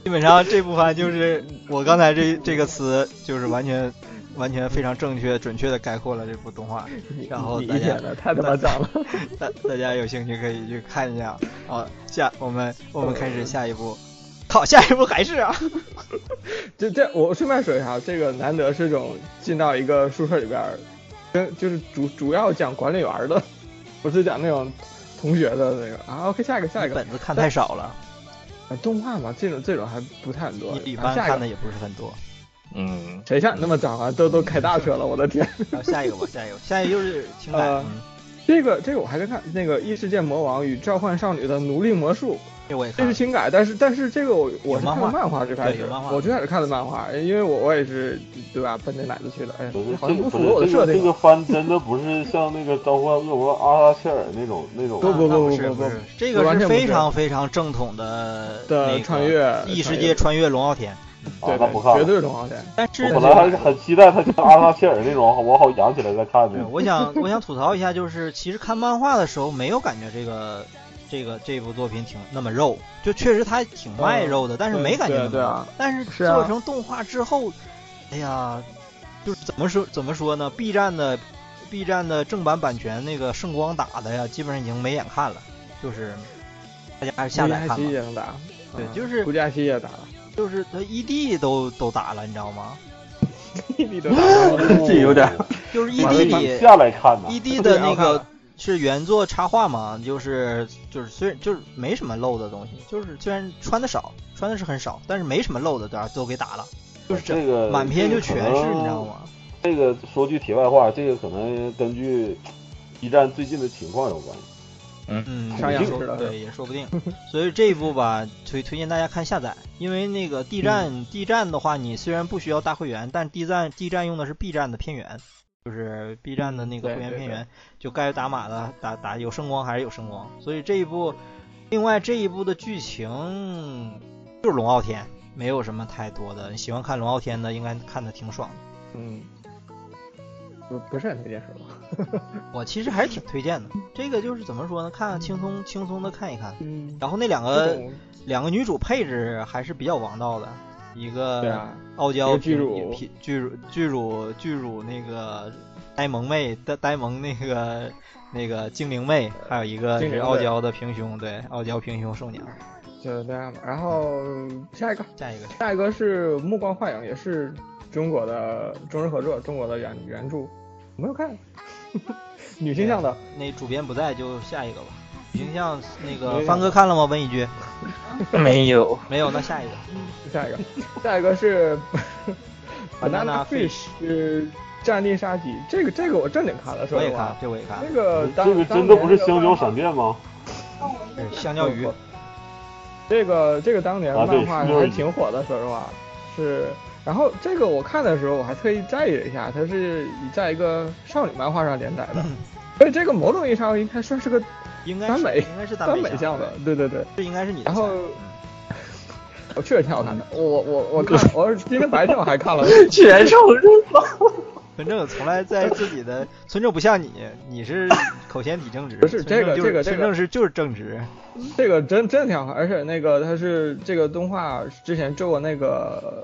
Speaker 3: 基本上这部番就是我刚才这这个词，就是完全完全非常正确准确的概括了这部动画。 *laughs* 然后
Speaker 1: 理
Speaker 3: 大
Speaker 1: 解
Speaker 3: 家
Speaker 1: 的太他妈脏
Speaker 3: *laughs*
Speaker 1: 了。
Speaker 3: 大大家有兴趣可以去看一下。好，下我们我们开始下一步。好，下一步还是啊，
Speaker 1: 这这，我顺便说一下，这个难得是种进到一个宿舍里边儿，跟就是主主要讲管理员儿的，不是讲那种同学的那个啊。OK，下一个下一个
Speaker 3: 本子看太少了，
Speaker 1: 啊动画嘛，这种这种还不太很多。
Speaker 3: 你里
Speaker 1: 啊
Speaker 3: 番
Speaker 1: 下
Speaker 3: 看
Speaker 1: 一
Speaker 3: 的
Speaker 1: 个
Speaker 3: 也不是很多。
Speaker 10: 嗯，
Speaker 1: 谁像你那么脏啊？都都开大车了，我的天！
Speaker 3: 然后下一个吧，下一个，下一个就是青睐。
Speaker 1: 呃
Speaker 3: 嗯
Speaker 1: 这个这个我还在看那个《异世界魔王与召唤少女的奴隶魔术》，
Speaker 3: 这我也看
Speaker 1: 这
Speaker 3: 了
Speaker 1: 是。轻改，但是但是这个我我
Speaker 3: 啊有
Speaker 1: 是
Speaker 3: 漫
Speaker 1: 看
Speaker 3: 画
Speaker 1: 的漫画最开
Speaker 3: 对
Speaker 1: 始
Speaker 3: 有漫画，
Speaker 1: 我最开始看的漫画，因为我我也是对吧，奔着奶子去的，哎
Speaker 5: 不是，，
Speaker 1: *laughs* 好
Speaker 5: 这
Speaker 1: 像
Speaker 5: 个
Speaker 1: 不符
Speaker 5: 不
Speaker 1: 合我的
Speaker 5: 是这
Speaker 1: 设
Speaker 5: 个这
Speaker 1: 定啊
Speaker 5: 个。番真的不是像那个召唤恶魔阿拉切尔那种那种。
Speaker 1: 不不
Speaker 3: 那
Speaker 1: 不
Speaker 3: 是
Speaker 1: 不
Speaker 3: 不
Speaker 1: 不
Speaker 3: 是
Speaker 1: 不，
Speaker 3: 这
Speaker 1: 完全不
Speaker 3: 个是非
Speaker 1: 是
Speaker 3: 常非常正统的
Speaker 1: 的
Speaker 3: 那个
Speaker 1: 穿越
Speaker 3: 异世
Speaker 1: 穿
Speaker 3: 界
Speaker 1: 越
Speaker 3: 穿越龙傲天，
Speaker 5: 啊
Speaker 1: 对，
Speaker 5: 那
Speaker 1: 对
Speaker 5: 不看
Speaker 1: 绝
Speaker 5: 了。
Speaker 1: 对中华田。
Speaker 3: 但是
Speaker 5: 我本来还是很期待他像阿拉切尔那种， *laughs* 我好养起来再看
Speaker 3: 对
Speaker 5: 呢。
Speaker 3: 我想我想吐槽一下，就是其实看漫画的时候没有感觉这个这个这部作品挺那么肉，就确实它挺卖肉的，
Speaker 1: 嗯
Speaker 3: 但是没感觉那
Speaker 1: 对
Speaker 3: 么
Speaker 1: 对啊
Speaker 3: 肉但是
Speaker 1: 是啊
Speaker 3: 做成动画之后，哎呀，就是怎么说怎么说呢？B 站的 B 站的正版版权那个圣光打的呀，基本上已经没眼看了，就是大家还是下载
Speaker 1: 估
Speaker 3: 看
Speaker 1: 计爱奇艺也
Speaker 3: 吧。
Speaker 1: 能打，
Speaker 3: 对
Speaker 1: 嗯
Speaker 3: 就是
Speaker 1: 估计爱奇艺也打
Speaker 3: *laughs*
Speaker 1: 了，
Speaker 3: 就是它 ED 都都打了，你知道吗？
Speaker 1: 弟弟都打了，
Speaker 10: 这有点
Speaker 3: 就是
Speaker 5: 我还
Speaker 3: ED
Speaker 5: 没
Speaker 3: 里
Speaker 5: 下来看呢。
Speaker 3: ED 的那个是原作插画嘛，就是就是虽然就是没什么漏的东西，就是虽然穿的少，穿的是很少，但是没什么漏的，对吧？都给打了，就是
Speaker 5: 这个
Speaker 3: 满篇就全
Speaker 5: 这
Speaker 3: 是，
Speaker 5: 啊个可能
Speaker 3: 你知道吗？
Speaker 5: 这个说句题外话，这个可能根据 B 站最近的情况有关系。
Speaker 3: 嗯，
Speaker 1: 上
Speaker 3: 也
Speaker 1: 样
Speaker 3: 说
Speaker 1: 式了
Speaker 3: 对也说不定。所以这一部吧，推推荐大家看下载，因为那个
Speaker 1: 嗯
Speaker 3: D 站、D 站的话，你虽然不需要大会员，但 D 站 D 站用的是 B 站的片源，就是 B 站的那个
Speaker 1: 对
Speaker 3: 会
Speaker 1: 嗯
Speaker 3: 员
Speaker 1: 对
Speaker 3: 片
Speaker 1: 对
Speaker 3: 源，就该打码的打打有声光还是有声光。所以这一部，另外这一部的剧情就是龙傲天，没有什么太多的。喜欢看龙傲天的应该看的挺爽的。
Speaker 1: 嗯，不不是很推荐是吧？
Speaker 3: 我其实还是挺推荐的，这个就是怎么说呢，看轻松轻松的看一看。
Speaker 1: 嗯，
Speaker 3: 然后那两
Speaker 1: 不
Speaker 3: 个
Speaker 1: 懂
Speaker 3: 两个女主配置还是比较王道的，一
Speaker 1: 对
Speaker 3: 个
Speaker 1: 啊，
Speaker 3: 傲
Speaker 1: 一
Speaker 3: 娇
Speaker 1: 个巨乳
Speaker 3: 皮巨乳巨乳巨乳那个呆萌妹呆呆萌那个那个精灵妹，还有一个
Speaker 1: 精
Speaker 3: 是
Speaker 1: 灵
Speaker 3: 傲
Speaker 1: 妹
Speaker 3: 娇的平胸，对，傲娇平胸兽娘。
Speaker 1: 就这样吧。然后嗯下一个，
Speaker 3: 下一个
Speaker 1: 下一个是《目光幻影》，也是中国的中日合作，中国的原原著，我没有看， *laughs* 女性向的。
Speaker 3: 那主编不在就下一个吧。形象那
Speaker 1: 没有
Speaker 3: 个帆哥看了吗？问一句，
Speaker 9: 没有，
Speaker 3: 没有，那下一个。
Speaker 1: 下一个，下一个是
Speaker 3: *laughs*
Speaker 1: Banana
Speaker 3: Banana
Speaker 1: Fish，呃，战地杀机。这个这个我正经看了，说
Speaker 3: 我也
Speaker 1: 实
Speaker 3: 看
Speaker 1: 话，，
Speaker 3: 这我也看
Speaker 1: 那，个当
Speaker 5: 这个真的不是香蕉闪。
Speaker 1: 当年那个漫画
Speaker 5: 电吗？
Speaker 3: 是香蕉鱼。
Speaker 1: 这个这个当年
Speaker 5: 啊对
Speaker 1: 漫画
Speaker 5: 香蕉
Speaker 1: 还
Speaker 5: 鱼
Speaker 1: 挺火的，说实话是。然后这个我看的时候，我还特意摘了一下，它是以在一个少女漫画上连载的，所以这个某种意义上应该算是个
Speaker 3: 应该
Speaker 1: 耽
Speaker 3: 是
Speaker 1: 美
Speaker 3: 应该是耽
Speaker 1: 耽美
Speaker 3: 向
Speaker 1: 向的，对对对。
Speaker 3: 这应该是你的
Speaker 1: 然
Speaker 3: 菜。
Speaker 1: 后
Speaker 3: 嗯
Speaker 1: 我确实挺好看的，我我我看，我是今天白天我还看了，
Speaker 9: 全上日
Speaker 3: 村正从来在自己
Speaker 1: *laughs*
Speaker 3: 的村正不像你，你是口嫌体正直，
Speaker 1: 不是
Speaker 3: 村
Speaker 1: 这个
Speaker 3: 正就是
Speaker 1: 这个这
Speaker 3: 村
Speaker 1: 个
Speaker 3: 正是就是正直，
Speaker 1: 这个真真挺好看，而且那个它是这个动画之前做过那个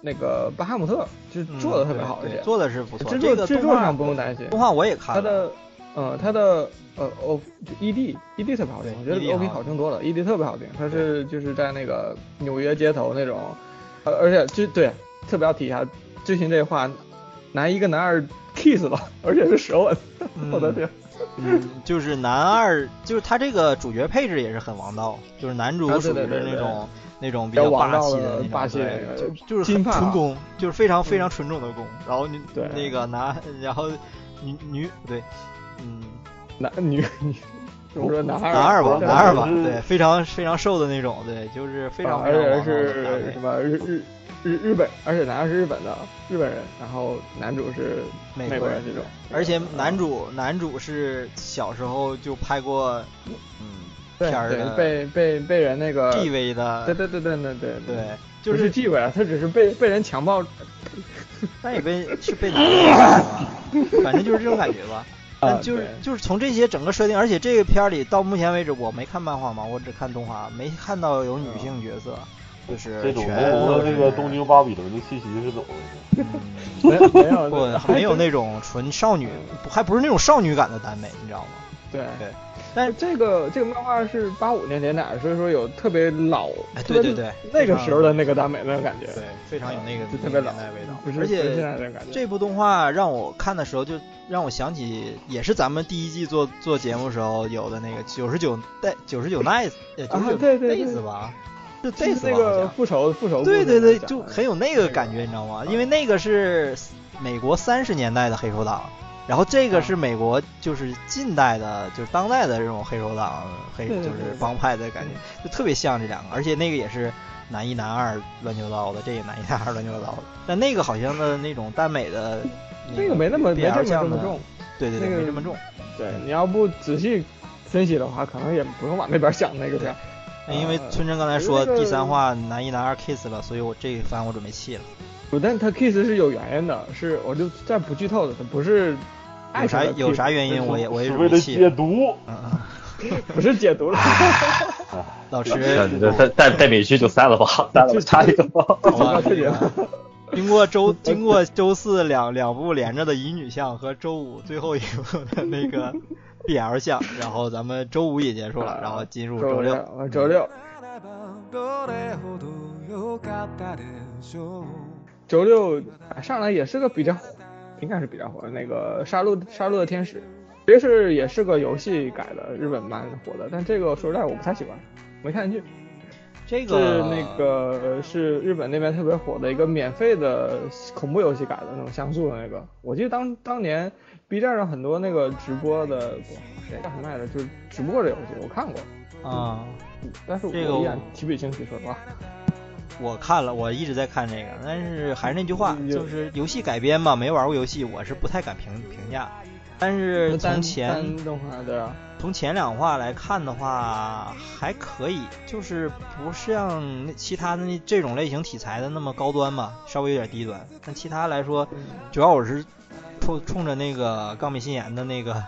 Speaker 1: 那个巴哈姆特，就是
Speaker 3: 嗯
Speaker 1: 做的特别
Speaker 3: 对
Speaker 1: 好，而
Speaker 3: 对
Speaker 1: 且
Speaker 3: 做的是不错。
Speaker 1: 制
Speaker 3: 这
Speaker 1: 作
Speaker 3: 个
Speaker 1: 制
Speaker 3: 动
Speaker 1: 作
Speaker 3: 画
Speaker 1: 上不用担心，
Speaker 3: 动画我也
Speaker 1: 它 *laughs*
Speaker 3: 看了，
Speaker 1: 的呃它的呃 O 就 ED ED 特别好听，我觉得
Speaker 3: 对
Speaker 1: 比
Speaker 3: ED
Speaker 1: OP
Speaker 3: 好
Speaker 1: E 好听多了，ED 特别好听，它是就是在那个纽约街头那种，呃而且就对特别要提一下，最新这话，男一跟男二 kiss 了，而且是舌吻，
Speaker 3: 嗯
Speaker 1: 我的天。
Speaker 3: 嗯，就是男二，就是他这个主角配置也是很王道，就是男主
Speaker 1: 啊对
Speaker 3: 属于
Speaker 1: 对对
Speaker 3: 是那
Speaker 1: 对
Speaker 3: 种那种
Speaker 1: 比
Speaker 3: 比
Speaker 1: 较
Speaker 3: 较
Speaker 1: 王
Speaker 3: 霸
Speaker 1: 道
Speaker 3: 气
Speaker 1: 的
Speaker 3: 那种，
Speaker 1: 霸气
Speaker 3: 对
Speaker 1: 那个
Speaker 3: 就就是
Speaker 1: 金
Speaker 3: 很
Speaker 1: 发啊嗯
Speaker 3: 纯公，就是非常非常纯种的公。然后女
Speaker 1: 对
Speaker 3: 那个男，然后女女对，嗯，
Speaker 1: 男女女，我说男二
Speaker 3: 男二吧，
Speaker 1: 对
Speaker 3: 男二吧，
Speaker 5: 嗯
Speaker 3: 对，非常非常瘦的那种，对，就是非常
Speaker 1: 啊
Speaker 3: 非
Speaker 1: 而
Speaker 3: 常王
Speaker 1: 且
Speaker 3: 道的搭
Speaker 1: 是
Speaker 3: 配
Speaker 1: 什么日日日日本，而且男二是日本的日本人，然后男主是
Speaker 3: 美
Speaker 1: 美
Speaker 3: 国
Speaker 1: 国
Speaker 3: 人
Speaker 1: 人这种，
Speaker 3: 而且男主男主是小时候就拍过，嗯，
Speaker 1: 对
Speaker 3: 片儿
Speaker 1: 对
Speaker 3: 的
Speaker 1: 被被被人那个
Speaker 3: G，
Speaker 1: 对
Speaker 3: V 的，
Speaker 1: 对对对对对
Speaker 3: 对，
Speaker 1: 不
Speaker 3: 就是是啊
Speaker 1: 忌讳啊，他只是被被人强暴，
Speaker 3: 但也被是被男的
Speaker 1: *laughs*
Speaker 3: 干的吧，反正就是这种感觉吧。
Speaker 1: 啊
Speaker 3: 但就是
Speaker 1: 对
Speaker 3: 就是从这些整个设定，而且这个片儿里到目前为止我没看漫画嘛，我只看动画，没看到有女性角色，就是
Speaker 5: 这种
Speaker 3: 全
Speaker 5: 浓浓
Speaker 3: 都
Speaker 5: 的这个
Speaker 3: 是嗯
Speaker 5: 东京巴比伦的气息是怎么回事？
Speaker 1: 没没
Speaker 3: *laughs*
Speaker 1: 有
Speaker 3: 不
Speaker 1: 对
Speaker 3: 没有那种纯少女，不还不是那种少女感的耽美，你知道吗？
Speaker 1: 对
Speaker 3: 对。
Speaker 1: 但是这个这个漫画是八五年连载的，所以说有特别老，
Speaker 3: 哎
Speaker 1: 特别
Speaker 3: 对对对
Speaker 1: 那
Speaker 3: 非
Speaker 1: 个
Speaker 3: 常
Speaker 1: 时候的那个耽美那种感觉，
Speaker 3: 对，非常有那个
Speaker 1: 就特别老
Speaker 3: 年代味道，
Speaker 1: 不是
Speaker 3: 而
Speaker 1: 不是现
Speaker 3: 且
Speaker 1: 在这种感觉。
Speaker 3: 这部动画让我看的时候，就让我想起也是咱们第一季做做节目时候有的那个九十九代九十九 nice，也就
Speaker 1: 啊
Speaker 3: 是
Speaker 1: 对对对
Speaker 3: days 吧，是
Speaker 1: 这
Speaker 3: days 吧
Speaker 1: 那
Speaker 3: 好
Speaker 1: 个
Speaker 3: 像
Speaker 1: 复仇复仇故
Speaker 3: 对
Speaker 1: 事
Speaker 3: 对对，
Speaker 1: 讲
Speaker 3: 就
Speaker 1: 的
Speaker 3: 很有那个感觉，你知道
Speaker 1: 啊
Speaker 3: 吗？因为那个是美国三十年代的黑手党，然后这个是
Speaker 1: 啊
Speaker 3: 美国就是近代的，就是当代的这种黑手党黑
Speaker 1: 对
Speaker 3: 就
Speaker 1: 对对
Speaker 3: 是帮派的感觉，就特别像这两个，而且那个也是男一男二乱七八糟的，这也男一男二乱七八糟的，但那个好像的那种耽美的
Speaker 1: 那个没那么没
Speaker 3: BL
Speaker 1: 这么这
Speaker 3: 向
Speaker 1: 么
Speaker 3: 的
Speaker 1: 重，，
Speaker 3: 对对对，
Speaker 1: 那个
Speaker 3: 没这么重。
Speaker 1: 对，你要不仔细分析的话，可能也不用往那边想那个片儿。呃
Speaker 3: 因为村真刚才说
Speaker 1: 那个
Speaker 3: 第三话男一男二 kiss 了，所以我这一番我准备弃了。
Speaker 1: 不，但他 kiss 是有原因的，是我就再不剧透了，他不是爱
Speaker 3: 有
Speaker 1: 情
Speaker 3: 啥
Speaker 1: 的
Speaker 3: 有
Speaker 1: kiss，
Speaker 3: 啥原因
Speaker 1: 是
Speaker 3: 我也我也
Speaker 5: 是
Speaker 3: 准
Speaker 5: 为
Speaker 3: 备
Speaker 5: 了
Speaker 3: 弃了
Speaker 5: 解。毒，
Speaker 3: 嗯嗯
Speaker 1: 不是解读了。
Speaker 3: 啊老师，
Speaker 10: 再再再美剧就删了吧，删了吧，差一个吧。
Speaker 3: 好吧，这个 *laughs* 经
Speaker 1: *laughs*
Speaker 3: 过周经过周四两两部连着的乙女项和周五最后一部的
Speaker 1: *laughs*
Speaker 3: 那个 BL 项，然后咱们周五也结束了，然后进入周
Speaker 1: 啊周六，
Speaker 3: 六。
Speaker 1: 啊周六，周六啊上来也是个比较火，应该是比较火的那个《杀戮杀戮的天使》，其实是也是个游戏改的，日本蛮火的，但这个说实在我不太喜欢，没看进去。
Speaker 3: 这个
Speaker 1: 是那个是日本那边特别火的一个免费的恐怖游戏改的那种像素的那个，我记得当当年 B 站上很多那个直播的，谁叫什么来着，就是直播的游戏，我看过，
Speaker 3: 啊、
Speaker 1: 但是我
Speaker 3: 这个
Speaker 1: 依然提不起兴趣，说实话。
Speaker 3: 我看了，我一直在看这个，但是还是那句话，
Speaker 1: 嗯有
Speaker 3: 就是游戏改编嘛，没玩过游戏，我是不太敢评评价。但是从
Speaker 1: 单
Speaker 3: 前
Speaker 1: 单动画对啊，
Speaker 3: 从前两话来看的话，还可以，就是不像那其他的那这种类型题材的那么高端吧，稍微有点低端。但其他来说，主要我是冲冲着那个冈本信彦的那个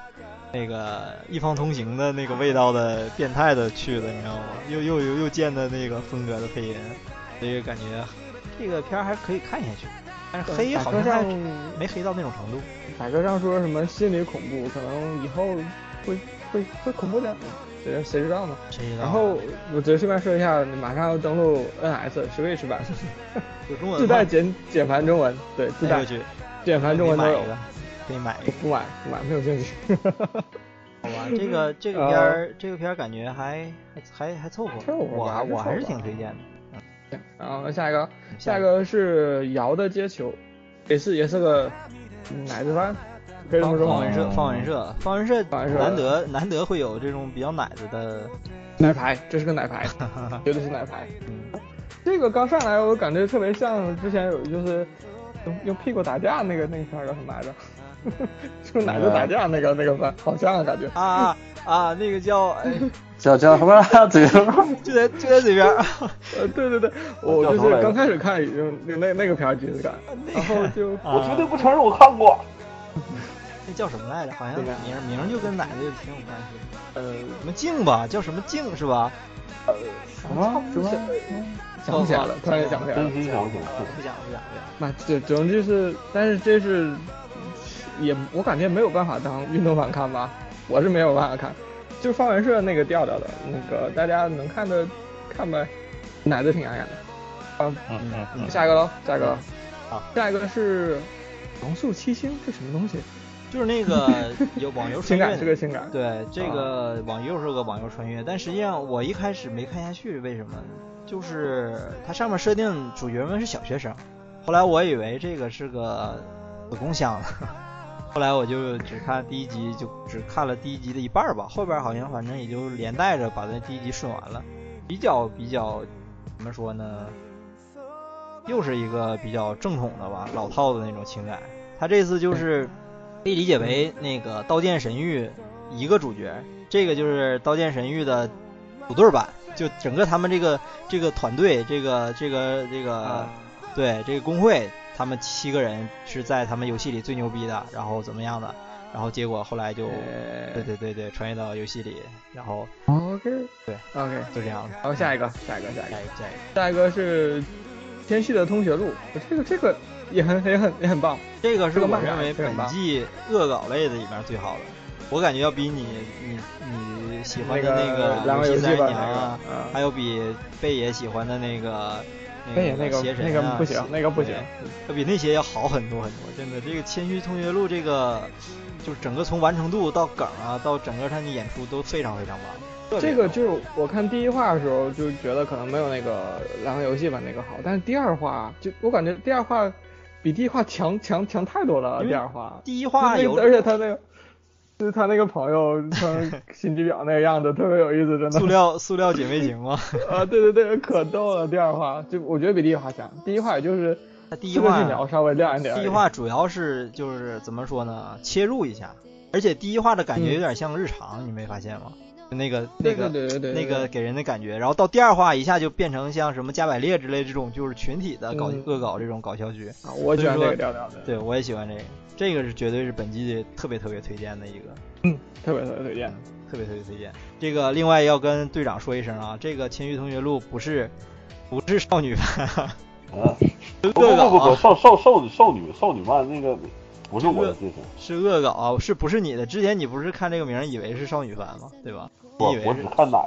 Speaker 3: 那个一方通行的那个味道的变态的去的，你知道吗？又又又又见的那个风格的配音，所以感觉这个片儿还可以看下去。但是黑
Speaker 1: 对
Speaker 3: 好
Speaker 1: 打
Speaker 3: 像
Speaker 1: 车
Speaker 3: 还
Speaker 1: 上
Speaker 3: 没黑到那种程度。
Speaker 1: 百科上说什么心理恐怖，可能以后会会会恐怖点，谁谁知道呢？
Speaker 3: 谁知道？
Speaker 1: 然后我只是顺便说一下，马上要登录 NS Switch 版，
Speaker 3: 有
Speaker 1: *laughs*
Speaker 3: 中文吗
Speaker 1: 自带简简繁中文，对，自
Speaker 3: 哎
Speaker 1: 带
Speaker 3: 我去，
Speaker 1: 简繁中文都
Speaker 3: 可以
Speaker 1: 有
Speaker 3: 买一。个，可以买一个
Speaker 1: 不。不买不买，没有兴趣。 *laughs*
Speaker 3: 好吧，这
Speaker 1: 嗯
Speaker 3: 个这个片儿，这个片儿感觉还还还还凑合，
Speaker 1: 凑合吧
Speaker 3: 我还
Speaker 1: 呃还是
Speaker 3: 我还是
Speaker 1: 凑合
Speaker 3: 挺
Speaker 1: 吧
Speaker 3: 推荐的。
Speaker 1: 然后下一个，
Speaker 3: 下
Speaker 1: 下
Speaker 3: 一
Speaker 1: 一
Speaker 3: 个
Speaker 1: 个是瑶的接球，也是也是个哦嗯奶子番，可以这么说
Speaker 3: 方
Speaker 1: 吗嗯
Speaker 3: 文？社，方文社，方文社，
Speaker 1: 方文社
Speaker 3: 难得难得会有这种比较奶子的，
Speaker 1: 奶牌，这是个奶 *laughs* 牌，绝对是奶牌。
Speaker 3: 嗯
Speaker 1: 这个刚上来，我感觉特别像之前有就是用用屁股打架那个那个片儿叫什么来着？ *laughs* 就奶子打架那个那个番，好像啊感觉。
Speaker 3: 啊啊，那个叫哎，
Speaker 10: 叫叫什么嘴？
Speaker 3: 就在就在嘴边儿， *laughs*
Speaker 1: 呃，对对对，我
Speaker 5: 叫
Speaker 1: 就
Speaker 5: 什么来
Speaker 1: 是
Speaker 5: 着
Speaker 1: 刚开始看已经那那那个片儿第一次
Speaker 5: *laughs*
Speaker 1: 看，然后就
Speaker 5: 我绝对不承认我看过。啊
Speaker 3: 那叫什么来着？好像
Speaker 1: 对吧
Speaker 3: 名儿名儿就跟奶子挺有关系的。呃，
Speaker 1: 嗯
Speaker 3: 什么静吧，叫什么静是吧？
Speaker 1: 什么什么想不起来
Speaker 3: 哦
Speaker 1: 了，突然想不起来了
Speaker 5: 真。心想恐怖。
Speaker 3: 不讲不讲不讲。
Speaker 1: 那这总之就是，但是这是也我感觉没有办法当运动番看吧，我是没有办法看，就是方文社那个调调的那个，大家能看的看呗，奶子挺养眼的。啊，
Speaker 10: 嗯嗯嗯，
Speaker 1: 下一个喽，下一个喽，
Speaker 3: 好，
Speaker 1: 下一个是《龙宿七星》，这什么东西？
Speaker 3: 就是
Speaker 1: *laughs*
Speaker 3: 那个有网游
Speaker 1: 情
Speaker 3: 穿越
Speaker 1: 感是
Speaker 3: 那
Speaker 1: 个
Speaker 3: 个，
Speaker 1: 情感，啊
Speaker 3: 对，这个网游是个网游穿越，但实际上我一开始没看下去，为什么？就是它上面设定主角们是小学生，后来我以为这个是个子宫箱了， *laughs* 后来我就只看第一集，就只看了第一集的一半儿吧，后边好像反正也就连带着把那第一集顺完了，比较比较怎么说呢？又是一个比较正统的吧，老套的那种情感。他这次就是可以理解为那个《刀剑神域》一个主角，这个就是《刀剑神域》的组队版，就整个他们这个这个团队，这个这个这个、
Speaker 1: 啊
Speaker 3: 对这个工会，他们七个人是在他们游戏里最牛逼的，然后怎么样的，然后结果后
Speaker 1: 呃
Speaker 3: 来就。对对对对，穿越到游戏里，然后
Speaker 1: 哦 OK，
Speaker 3: 对
Speaker 1: ，OK，
Speaker 3: 就这样了。
Speaker 1: 然后下一个，下一个，下一个
Speaker 3: 下。一个，下一个，
Speaker 1: 下一个是《天气的通学录》，这个这个也很也很也很棒。
Speaker 3: 这个是
Speaker 1: 这个
Speaker 3: 我
Speaker 1: 漫
Speaker 3: 认
Speaker 1: 改
Speaker 3: 为
Speaker 1: 这个
Speaker 3: 本
Speaker 1: 吧
Speaker 3: 季恶搞类的里面最好的，我感觉要比你你你喜欢的
Speaker 1: 那个
Speaker 3: 个
Speaker 1: 篮网
Speaker 3: 游
Speaker 1: 游
Speaker 3: 戏
Speaker 1: 戏
Speaker 3: 三
Speaker 1: 吧
Speaker 3: 娘啊
Speaker 1: 那个啊，
Speaker 3: 还有比贝爷喜欢的那个
Speaker 1: 哎呀，那个
Speaker 3: 邪神
Speaker 1: 那个
Speaker 3: 啊
Speaker 1: 不行，那个不行。，
Speaker 3: 对要比那些要好很多很多，真的。这个《千虚同学录》这个就是整个从完成度到梗啊，到整个他的演出都非常非常棒。特别
Speaker 1: 这个
Speaker 3: 棒
Speaker 1: 就是我看第一话的时候就觉得可能没有那个《篮网游戏》吧那个好，但是第二话就我感觉第二话比第一话强强强太多了。
Speaker 3: 因为
Speaker 1: 第二话，
Speaker 3: 第一话
Speaker 1: 那
Speaker 3: 有
Speaker 1: 而且他那个就是他那个朋友穿心机婊那个样子特别有意思，真
Speaker 3: 塑
Speaker 1: 的。
Speaker 3: 料塑料姐妹情吗？ *laughs*
Speaker 1: 啊，对对对，可逗了。第二话就我觉得比第一话强，第一话也就是
Speaker 3: 他第一
Speaker 1: 四个
Speaker 3: 话
Speaker 1: 字秒稍微亮一点而已。
Speaker 3: 第一话主要是就是怎么说呢，切入一下，而且第一话的感觉有点像日常，你没发现吗？那个那
Speaker 1: 嗯对
Speaker 3: 个
Speaker 1: 对对对对
Speaker 3: 那个
Speaker 1: 对
Speaker 3: 给人的感觉，然后到第二话一下就变成像什么加百列之类这种就是群体的搞
Speaker 1: 嗯
Speaker 3: 恶搞这种搞笑剧，
Speaker 1: 啊，我喜欢这个调调的。
Speaker 3: 对我也喜欢这个，这个是绝对是本季特别特别推荐的一个，
Speaker 1: 嗯，特别特别推荐，
Speaker 3: 特别特别推荐。这个另外要跟队长说一声啊，这个《千与同学录》不是不是少女 *laughs* 番啊，
Speaker 5: 啊，
Speaker 3: 是
Speaker 5: 不不
Speaker 3: 恶搞
Speaker 5: 不不，
Speaker 3: 啊，
Speaker 5: 少少少少女少女漫那个不是我的地方，
Speaker 3: 是恶搞啊，是不是你的？之前你不是看这个名儿以为是少女番吗？对吧？你
Speaker 5: 我
Speaker 3: 以为
Speaker 5: 我只
Speaker 3: 是，嗯
Speaker 5: 看奶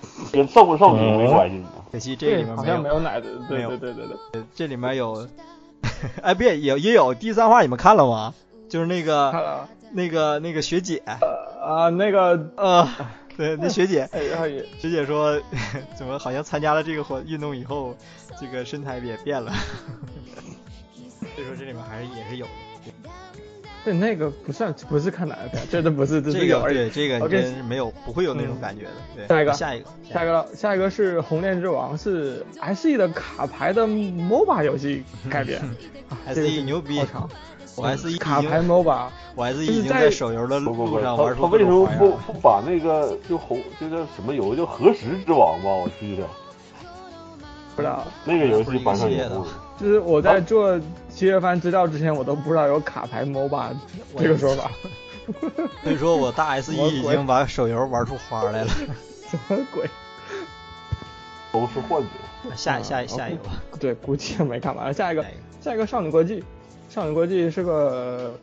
Speaker 5: 子，跟少不少女没关系。
Speaker 3: 可惜这里面
Speaker 1: 好
Speaker 3: 没
Speaker 1: 像没
Speaker 3: 有，
Speaker 1: 有奶子，
Speaker 3: 没
Speaker 1: 对
Speaker 3: 有
Speaker 1: 对对对对，
Speaker 3: 这里面有， *laughs* 哎，别也也有第三话，你们看了吗？就是那
Speaker 1: 看
Speaker 3: 个
Speaker 1: 了
Speaker 3: 那个那个学姐，
Speaker 1: 啊，那个
Speaker 3: 呃，
Speaker 1: 啊
Speaker 3: 对，那学姐，
Speaker 1: 哎呀也
Speaker 3: 学姐说， *laughs* 怎么好像参加了这个活运动以后，这个身材也
Speaker 1: *laughs*
Speaker 3: 变了。所以说这里面还是也是有的。
Speaker 1: 对那个不算不是看奶子，真的不是，这
Speaker 3: 这
Speaker 1: 是有
Speaker 3: 个
Speaker 1: 而
Speaker 3: 对
Speaker 1: 已。
Speaker 3: 这个你
Speaker 1: OK
Speaker 3: 真是没有不会有那种感觉的。对，
Speaker 1: 嗯下一个
Speaker 3: 下一个，
Speaker 1: 下一个了，下一个是《红恋之王》，是 S E 的卡牌的 MOBA 游戏改
Speaker 3: *laughs*
Speaker 1: 编。
Speaker 3: 嗯
Speaker 1: 啊这个
Speaker 3: SE 牛逼
Speaker 1: 好长，
Speaker 3: 我 S E 已
Speaker 1: 嗯卡牌
Speaker 3: 经
Speaker 1: MOBA，
Speaker 3: 我 S E
Speaker 1: 就是
Speaker 3: 已经
Speaker 1: 在
Speaker 3: 在手游的
Speaker 5: 不不
Speaker 3: 路
Speaker 5: 不，他
Speaker 3: 上玩
Speaker 5: 他
Speaker 3: 出
Speaker 5: 为
Speaker 3: 各
Speaker 5: 什
Speaker 3: 种
Speaker 5: 么
Speaker 3: 花
Speaker 5: 不
Speaker 3: 样。
Speaker 5: 不把那个就红就叫什么游戏叫何时之王吧？我记得
Speaker 1: 不知道。
Speaker 5: 那个游戏版上有故事。
Speaker 1: 就是我在做七月番资料之前，我都不知道有卡牌 MOBA 这个说法，
Speaker 3: 所以说 *laughs* 我大 S E
Speaker 1: 我
Speaker 3: 已经把手游玩出花来了。
Speaker 1: 什么鬼？
Speaker 5: 都是幻觉。
Speaker 3: *laughs* 下下下一个吧，
Speaker 1: 对，估计也没看完。下一个
Speaker 3: 嗯下
Speaker 1: 下一
Speaker 3: 一个，
Speaker 1: 个《少女国际》，《少女国际》是个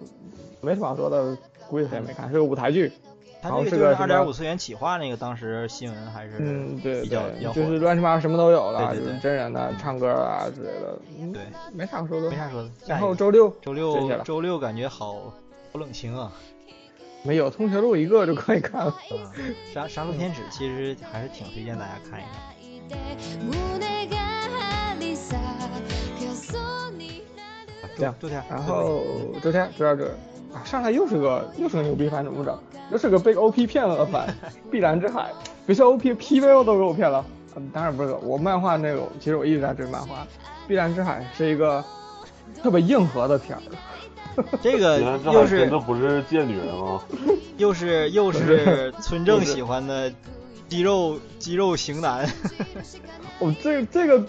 Speaker 1: 没什么好说的，估计谁也没看，是个舞台剧。
Speaker 3: 它
Speaker 1: 然后
Speaker 3: 这个
Speaker 1: 是
Speaker 3: 就是
Speaker 1: 个什
Speaker 3: 二点
Speaker 1: 么
Speaker 3: 五次元企划那个，当时新闻还是
Speaker 1: 嗯，对，
Speaker 3: 比较比较
Speaker 1: 对，
Speaker 3: 火
Speaker 1: 就是乱七八糟什么都有了，
Speaker 3: 对对对
Speaker 1: 就是真人的、唱歌啊之类的，嗯
Speaker 3: 对，
Speaker 1: 没啥可说的
Speaker 3: 没。啥说的。下
Speaker 1: 然
Speaker 3: 一
Speaker 1: 后
Speaker 3: 个
Speaker 1: 周六
Speaker 3: 周
Speaker 1: 这些
Speaker 3: 六
Speaker 1: 了
Speaker 3: 周六感觉好好冷清啊。
Speaker 1: 没有《通学录》一个就可以看了。
Speaker 3: 啊，杀杀戮天使其实还是挺推荐大家看一看。
Speaker 1: 这样
Speaker 3: 周天，
Speaker 1: 然
Speaker 3: 最后
Speaker 1: 后周天周二周啊，上来又是个又是个牛逼番，怎么整？又是个被 OP 骗了的番，《碧蓝之海》，别说 OP PVO 都给我骗了。嗯，当然不是个，我漫画那个，其实我一直在追漫画，《碧蓝之海》是一个特别硬核的片儿，
Speaker 3: 这个
Speaker 5: 你看这
Speaker 3: 又
Speaker 5: 还真
Speaker 3: 是
Speaker 5: 的不是贱女人啊！
Speaker 3: 又是又是村正喜欢的肌肉肌肉型男，
Speaker 1: 我这这个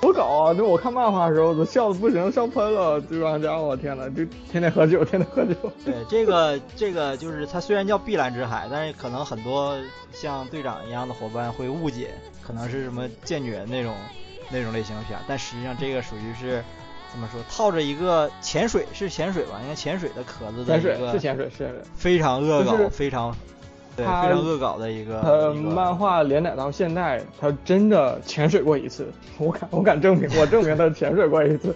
Speaker 1: 多搞啊！就我看漫画的时候，我都笑的不行，笑喷了。这帮家伙，我天呐，就天天喝酒，天天喝酒。
Speaker 3: 对这个这个就是他虽然叫碧蓝之海，但是可能很多像队长一样的伙伴会误解，可能是什么贱女人那种那种类型的片儿，但实际上这个属于是怎么说，套着一个潜水是潜水吧，应该潜水的壳子
Speaker 1: 潜
Speaker 3: 的一
Speaker 1: 水是
Speaker 3: 个
Speaker 1: 潜水，是潜水。
Speaker 3: 非常恶
Speaker 1: 就
Speaker 3: 搞，
Speaker 1: 是
Speaker 3: 非常对
Speaker 1: 他
Speaker 3: 非常恶搞的一个
Speaker 1: 他
Speaker 3: 一个
Speaker 1: 呃漫画连载到现在，他真的潜水过一次， *laughs* 我敢我敢
Speaker 3: *laughs*
Speaker 1: 证明，我证明他潜水过一次，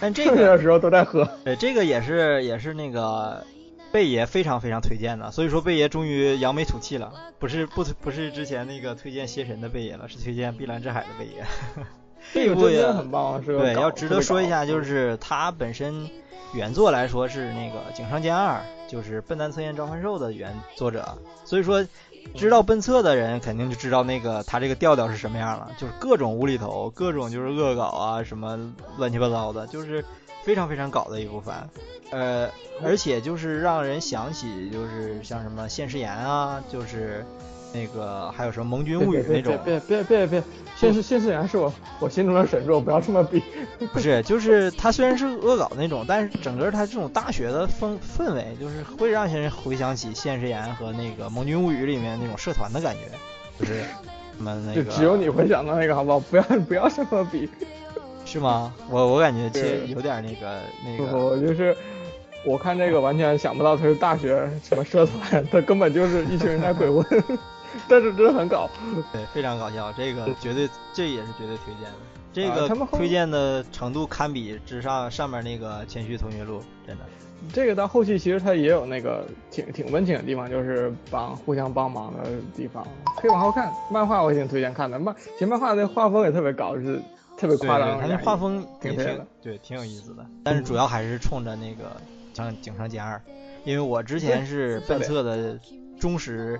Speaker 3: 但这
Speaker 1: 剩 *laughs* 下
Speaker 3: 个
Speaker 1: 的时候都在喝。
Speaker 3: 对，呃这个也是也是那个贝爷非常非常推荐的，所以说贝爷终于扬眉吐气了，不是不不是之前那个推荐邪神的贝爷了，是推荐碧蓝之海的贝爷。
Speaker 1: 这
Speaker 3: 这
Speaker 1: 个
Speaker 3: 部
Speaker 1: 真
Speaker 3: 也
Speaker 1: 的很棒，是个
Speaker 3: 对，
Speaker 1: 搞
Speaker 3: 要值得说一下，
Speaker 1: 嗯
Speaker 3: 就是是它本身原作来说是那个井上健二，就是《笨蛋测验召唤兽》的原作者，所以说知道笨测的人肯定就知道那个他这个调调是什么样了，就是各种无厘头，各种就是恶搞啊，什么乱七八糟的，就是非常非常搞的一部番。呃，而且就是让人想起就是像什么现世言啊，就是那个还有什么盟军
Speaker 1: 别
Speaker 3: 物语那
Speaker 1: 别别
Speaker 3: 种，
Speaker 1: 别别别别，现世现世言是我我心中的神作，不要这么比。
Speaker 3: 不是，就是它虽然是恶搞那种，但是整个它这种大学的氛氛围，就是会让人回想起《现实言》和那个《盟军物语》里面那种社团的感觉，就是什么那
Speaker 1: 就
Speaker 3: 个
Speaker 1: 只有你会想到那个，好不好？ *laughs* 不要不要这么比。
Speaker 3: 是吗？我我感觉其实
Speaker 1: 对
Speaker 3: 有点那个那
Speaker 1: 不
Speaker 3: 个，
Speaker 1: 不，就是我看这个完全想不到他是大学什么社团，他根本就是一群人在鬼混， *laughs* 但是真的很搞。
Speaker 3: 对，非常搞笑，这个绝对这也是绝对推荐的，这
Speaker 1: 啊
Speaker 3: 个
Speaker 1: 他们后
Speaker 3: 推荐的程度堪比之上上面那个《谦虚同学录》，真的。
Speaker 1: 这个到后期其实他也有那个挺挺温情的地方，就是帮互相帮忙的地方，可以往后看。漫画我也挺推荐看的，漫其实漫画的画风也特别搞，就是特别
Speaker 3: 对
Speaker 1: 夸
Speaker 3: 对
Speaker 1: 张，
Speaker 3: 他那画风
Speaker 1: 挺
Speaker 3: 也挺
Speaker 1: 推荐的
Speaker 3: 对，挺有意思的。但是主要还是冲着那个像《井上健二》，因为我之前是
Speaker 1: 对
Speaker 3: 本册的忠实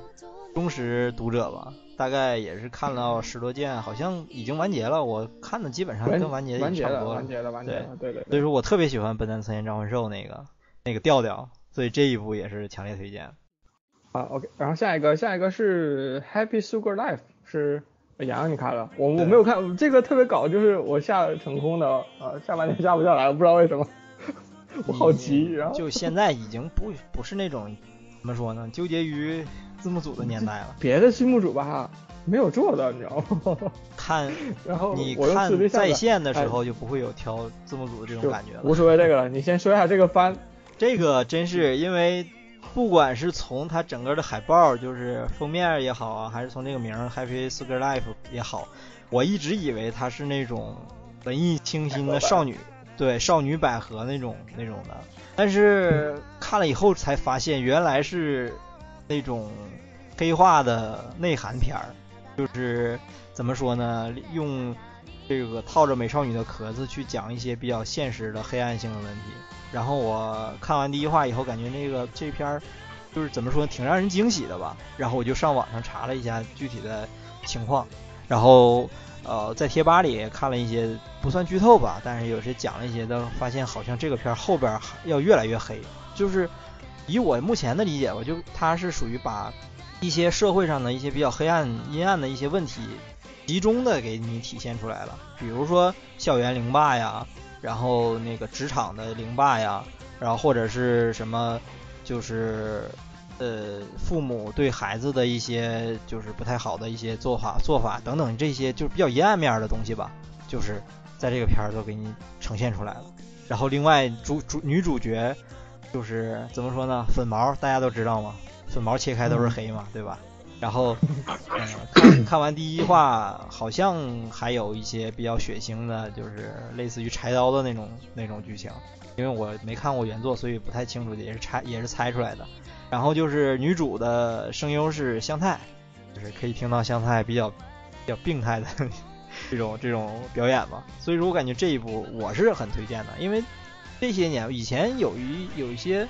Speaker 3: 忠实读者吧，大概也是看到十多卷，好像已经完结了。我看的基本上
Speaker 1: 完
Speaker 3: 跟完结
Speaker 1: 完
Speaker 3: 也
Speaker 1: 结
Speaker 3: 差不
Speaker 1: 了，
Speaker 3: 多了
Speaker 1: 完。结了，完结了，对对
Speaker 3: 所以
Speaker 1: 对。
Speaker 3: 说我特别喜欢《笨蛋三千召唤兽》那个那个调调，所以这一部也是强烈
Speaker 1: *laughs*
Speaker 3: 推荐。
Speaker 1: 啊，OK，然后下一个下一个是 Happy Sugar Life，是洋洋你看了，我我没有看，这个特别搞，就是我下成空的，呃，下半年下不 *laughs*
Speaker 3: 嗯
Speaker 1: 啊下来，我不知道为什么，我好急，然后
Speaker 3: 就现在已经不不是那种怎么说呢？纠结于字幕组的年代了。
Speaker 1: 别的字幕组吧，没有做的，你知道吗？
Speaker 3: 看，
Speaker 1: 然后
Speaker 3: 你
Speaker 1: 我用四
Speaker 3: 看
Speaker 1: D 下载
Speaker 3: 在线的时候
Speaker 1: 哎
Speaker 3: 就不会有挑字幕组的这种
Speaker 1: 就
Speaker 3: 感觉了。
Speaker 1: 无所谓这个了，你先说一下这个番，
Speaker 3: 这个真是因为，不管是从它整个的海报，就是封面也好啊，还是从这个名儿 Happy Sugar Life 也好，我一直以为它是那种文艺清新的少女，对少女百合那种那种的。但是看了以后才发现，原来是那种黑化的内涵片儿，就是怎么说呢，用这个套着美少女的壳子去讲一些比较现实的黑暗性的问题。然后我看完第一话以后，感觉那个这片儿就是怎么说，挺让人惊喜的吧。然后我就上网上查了一下具体的情况，然后呃在贴吧里也看了一些不算剧透吧，但是有些讲了一些的，发现好像这个片儿后边儿还要越来越黑。就是以我目前的理解吧，就它是属于把一些社会上的一些比较黑暗、阴暗的一些问题集中的给你体现出来了，比如说校园凌霸呀，然后那个职场的凌霸呀，然后或者是什么，就是呃父母对孩子的一些就是不太好的一些做法做法等等这些就是比较阴暗面儿的东西吧，就是在这个片儿都给你呈现出来了。然后另外主主女主角就是怎么说呢，粉毛大家都知道嘛，粉毛切开都是黑嘛，对吧？然后，呃、看看完第一话，好像还有一些比较血腥的，就是类似于柴刀的那种那种剧情。因为我没看过原作，所以不太清楚，也是猜也是猜出来的。然后就是女主的声优是香菜，就是可以听到香菜比较比较病态的 *laughs* 这种这种表演吧。所以说我感觉这一部我是很推荐的，因为这些年以前有一有一些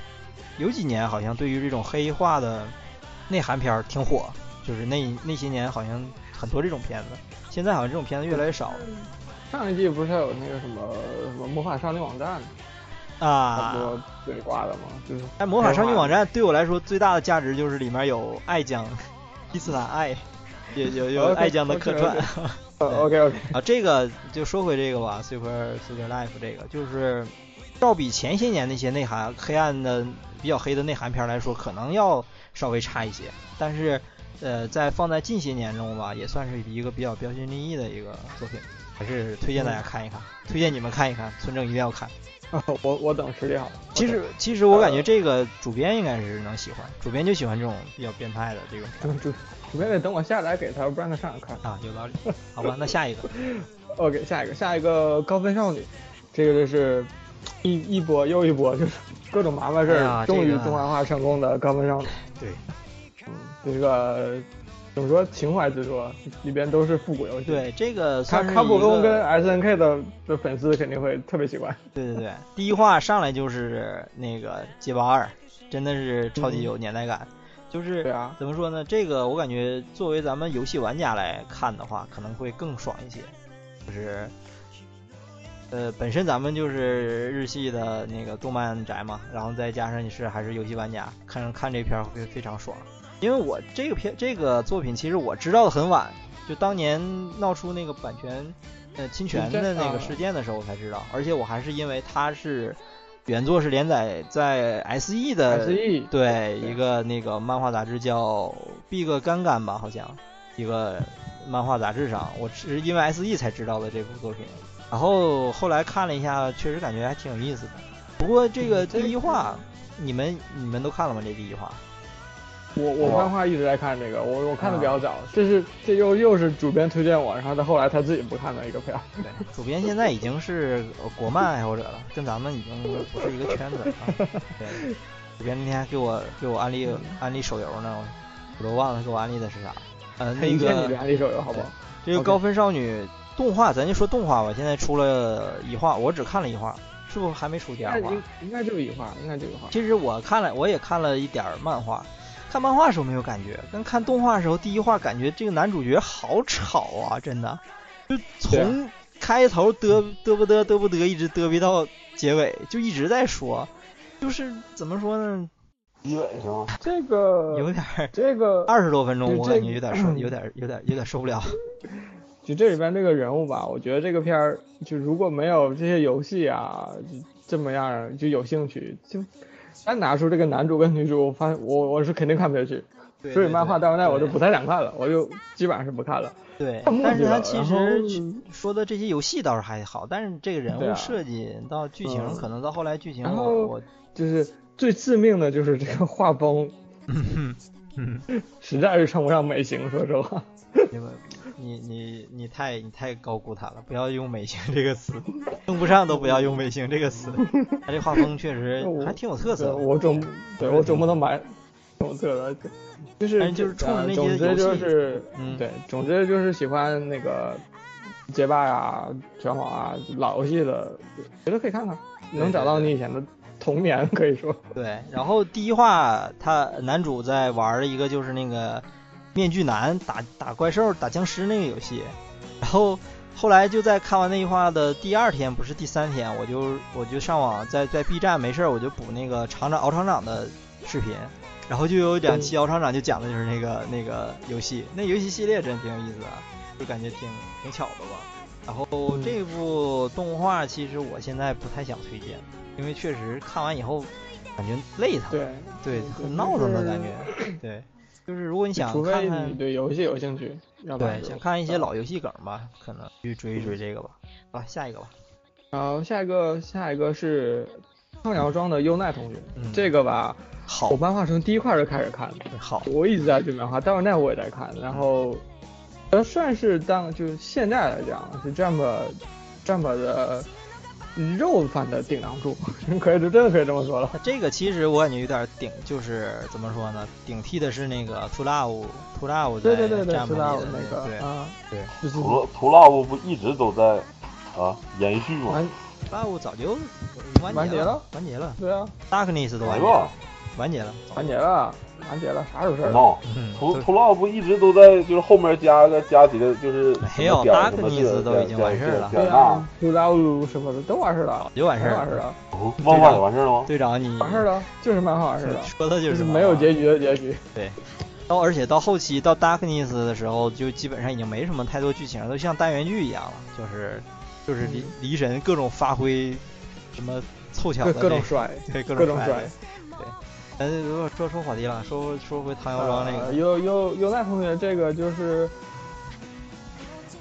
Speaker 3: 有几年好像对于这种黑化的内涵片儿挺火，就是那那些年好像很多这种片子，现在好像这种片子越来越少了
Speaker 1: 上一季不是还有那个什么什么魔法少女网站，差不
Speaker 3: 啊
Speaker 1: 多。对挂的吗？就是
Speaker 3: 但魔法少女网
Speaker 1: 站。
Speaker 3: 站对我来说最大的价值就是里面有爱酱， *laughs* 伊斯兰爱，有有有
Speaker 1: OK，
Speaker 3: 爱酱的客串
Speaker 1: OK，OK 呃 OK OK，
Speaker 3: 啊。这个就说回这个吧，Super Super Life 这个就是。照比前些年那些内涵黑暗的比较黑的内涵片儿来说，可能要稍微差一些，但是，呃，在放在近些年中吧，也算是一个比较标新立异的一个作品，还是推荐大家看一看，推荐你们看一看，村正一定要看。
Speaker 1: 我我等实力好。
Speaker 3: 其实，其实我感
Speaker 1: 呃
Speaker 3: 觉这个主编应该是能喜欢，主编就喜欢这种比较变态的这种
Speaker 1: 主主主编得等我下载给他，不让他上来看。
Speaker 3: 啊，有道理。好吧，那下一个，
Speaker 1: OK，下一个，下一个高分少女，这个就是一一波又一波，就是各种麻烦事
Speaker 3: 哎
Speaker 1: 儿，
Speaker 3: 呀
Speaker 1: 终于
Speaker 3: 这个
Speaker 1: 动画化成功的高分少女。
Speaker 3: 对，
Speaker 1: *laughs* 嗯，这个怎么说情怀之作，里边都是复古游戏。，
Speaker 3: 对这个
Speaker 1: 卡
Speaker 3: 算是
Speaker 1: 卡普
Speaker 3: 一个
Speaker 1: 空跟 SNK 的的粉丝肯定会特别喜欢。
Speaker 3: *laughs* 对对对，第一话上来就是那个街霸二，真的是超级有年代感。就是
Speaker 1: 对啊
Speaker 3: 怎么说呢？这个我感觉作为咱们游戏玩家来看的话，可能会更爽一些。就是，呃，本身咱们就是日系的那个动漫宅嘛，然后再加上你是还是游戏玩家，看看这片儿会非常爽。因为我这个片这个作品其实我知道的很晚，就当年闹出那个版权呃侵权的那个事件的时候我才知道，而且我还是因为它是原作是连载在 S E 的
Speaker 1: SE
Speaker 3: 对
Speaker 1: 对
Speaker 3: 一个那个漫画杂志叫《Big 干干》吧，好像一个漫画杂志上，我是因为 S E 才知道的这部作品，然后后来看了一下，确实感觉还挺有意思的。不过嗯这个第一话，你们你们都看了吗？这第一话？
Speaker 1: 我我漫画一直在看这个，我我看的比
Speaker 3: 啊
Speaker 1: 较早，这是这又又是主编推荐我，然后他后来他自己不看的一个片儿。
Speaker 3: 对，主编现在已经是呃国漫爱好者了，跟咱们已经不是一个圈子了。啊、对，主编那天还给我给我安利安利手游呢，我都忘了给我安利的是啥。呃，
Speaker 1: 黑
Speaker 3: 那
Speaker 1: 一 *laughs* 你的
Speaker 3: 个
Speaker 1: 安利手游好不好？
Speaker 3: 这个
Speaker 1: OK
Speaker 3: 高分少女动画，咱就说动画吧，现在出了一话，我只看了一话，是不是还没出第
Speaker 1: 应该
Speaker 3: 二话？
Speaker 1: 应应该就一画，应该就一画。
Speaker 3: 其实我看了，我也看了一点儿漫画。看漫画时候没有感觉，跟看动画时候第一话感觉这个男主角好吵啊，真的，就从开头嘚
Speaker 1: 嗯
Speaker 3: 嘚不嘚嘚不嘚，一直嘚逼到结尾，就一直在说，就是怎么说呢，
Speaker 5: 基本是吗？
Speaker 1: 这个
Speaker 3: 有点啊儿
Speaker 1: 这个
Speaker 3: 二十多分钟，
Speaker 1: 对
Speaker 3: 我
Speaker 1: 这
Speaker 3: 感觉有点受，有点有点有点受不了。
Speaker 1: 就这里边这个人物吧，我觉得这个片儿就如果没有这些游戏啊，就这么样就有兴趣，就单拿出这个男主跟女主，我发现我我是肯定看不下去。
Speaker 3: 对
Speaker 1: 所以
Speaker 3: 对
Speaker 1: 漫画
Speaker 3: 对
Speaker 1: 到现在我就
Speaker 3: 对
Speaker 1: 不太想看了，我就基本上是不看了。
Speaker 3: 对，
Speaker 1: 太墨
Speaker 3: 但
Speaker 1: 迹
Speaker 3: 是他
Speaker 1: 了
Speaker 3: 其
Speaker 1: 然
Speaker 3: 实
Speaker 1: 后
Speaker 3: 去说的这些游戏倒是还好，但是这个人
Speaker 1: 对
Speaker 3: 物
Speaker 1: 啊
Speaker 3: 设计到剧情，
Speaker 1: 嗯
Speaker 3: 可能到后来剧情
Speaker 1: 然
Speaker 3: 我
Speaker 1: 后
Speaker 3: 我
Speaker 1: 就是最致命的就是这个画风，
Speaker 3: 嗯，
Speaker 1: 实在是称不上美型，说实话。
Speaker 3: 你们你你你太你太高估他了，不要用美型这个词，用不上都不要用美型这个词。 *laughs* 他这画风确实
Speaker 1: 我
Speaker 3: 还挺有特色
Speaker 1: 对
Speaker 3: 的，
Speaker 1: 我总对我总不能买总特的，就是
Speaker 3: 但是哎就是冲着那些
Speaker 1: 总之
Speaker 3: 游
Speaker 1: 就
Speaker 3: 戏
Speaker 1: 是、
Speaker 3: 嗯
Speaker 1: 对，总之就是喜欢那个街霸啊、拳皇啊老游戏的，觉得可以看看，能找到你以前的童年，可以说
Speaker 3: 对，然后第一话他男主在玩了一个就是那个面具男打打怪兽打僵尸那个游戏，然后后来就在看完那一话的第二天，不是第三天，我就我就上网在在 B 站没事儿我就补那个厂长敖厂长的视频，然后就有两期敖厂长就讲的就是那个那个游戏，那游戏系列真挺有意思的，就感觉挺挺巧的吧。然后这部动画其实我现在不太想推荐，因为确实看完以后感觉累它了。
Speaker 1: 对
Speaker 3: 对，很
Speaker 1: 就
Speaker 3: 闹腾的
Speaker 1: 是
Speaker 3: 感觉。对，就是如果你想
Speaker 1: 除非
Speaker 3: 看
Speaker 1: 你
Speaker 3: 看，
Speaker 1: 对游戏有兴趣，要不然
Speaker 3: 对，
Speaker 1: 就
Speaker 3: 想看一些老游戏梗吧，可能去追一追这个吧。好，下一个吧。
Speaker 1: 然后下一个下一个是抗摇庄的优奈同学，
Speaker 3: 嗯
Speaker 1: 这个吧，
Speaker 3: 好
Speaker 1: 我漫画从第一块就开始看的，
Speaker 3: 好，
Speaker 1: 我一直在追漫画，到现在我也在看，然后呃算是当就是现在来讲是这么这么的肉饭的顶梁柱， *laughs* 可以真的可以这么说了。
Speaker 3: 那这个其实我感觉有点顶，就是怎么说呢？顶替的是那个 To Love To Love
Speaker 1: 对对
Speaker 3: 在
Speaker 1: 对对，
Speaker 3: 战
Speaker 1: 知
Speaker 3: 部里
Speaker 1: 道
Speaker 3: 的
Speaker 1: 那个
Speaker 3: 对
Speaker 1: 啊，
Speaker 3: 对
Speaker 1: 就是
Speaker 5: 图洛图拉乌不一直都在啊延续吗？
Speaker 1: 完
Speaker 3: To Love 早就
Speaker 1: 完
Speaker 3: 结
Speaker 1: 结了，
Speaker 3: 完结了
Speaker 1: 对啊，
Speaker 3: ，Darkness 都
Speaker 5: 哪
Speaker 3: 完结
Speaker 5: 个
Speaker 3: 了，？完
Speaker 1: 完结
Speaker 3: 结了，
Speaker 1: 了，完结了，啥时候事儿？
Speaker 5: no，
Speaker 3: 嗯，
Speaker 5: 图
Speaker 3: 都
Speaker 5: 图拉不一直都在，就是后面加个加几个，就是什么
Speaker 3: 没有
Speaker 5: 点儿
Speaker 3: Dark
Speaker 5: 什么
Speaker 3: Knees
Speaker 5: 这
Speaker 3: 都已经完事儿了
Speaker 5: 点
Speaker 1: 对
Speaker 5: 儿那
Speaker 1: 啊，知道什么的都完事儿了，
Speaker 3: 就完
Speaker 1: 全
Speaker 3: 事儿
Speaker 1: 完事儿
Speaker 3: 了。
Speaker 1: 了，
Speaker 5: 哦漫画也完事儿了吗？
Speaker 3: 队长你
Speaker 1: 完事儿了，就是漫画完事儿了，
Speaker 3: 说的就
Speaker 1: 就是
Speaker 3: 是
Speaker 1: 没有
Speaker 3: 结。
Speaker 1: 结局的结局。
Speaker 3: 对，到而且到后期到 Darkness 的时候，就基本上已经没什么太多剧情了，都像单元剧一样了，就是就是离
Speaker 1: 嗯
Speaker 3: 离神各种发挥，什么凑巧的
Speaker 1: 对，各种
Speaker 3: 这
Speaker 1: 摔，
Speaker 3: 对各
Speaker 1: 各
Speaker 3: 种
Speaker 1: 种
Speaker 3: 摔
Speaker 1: 摔。
Speaker 3: 对，咱如果说说话题了，说说回唐瑶庄那
Speaker 1: 呃，
Speaker 3: 个，
Speaker 1: 优优优奈同学这个就是，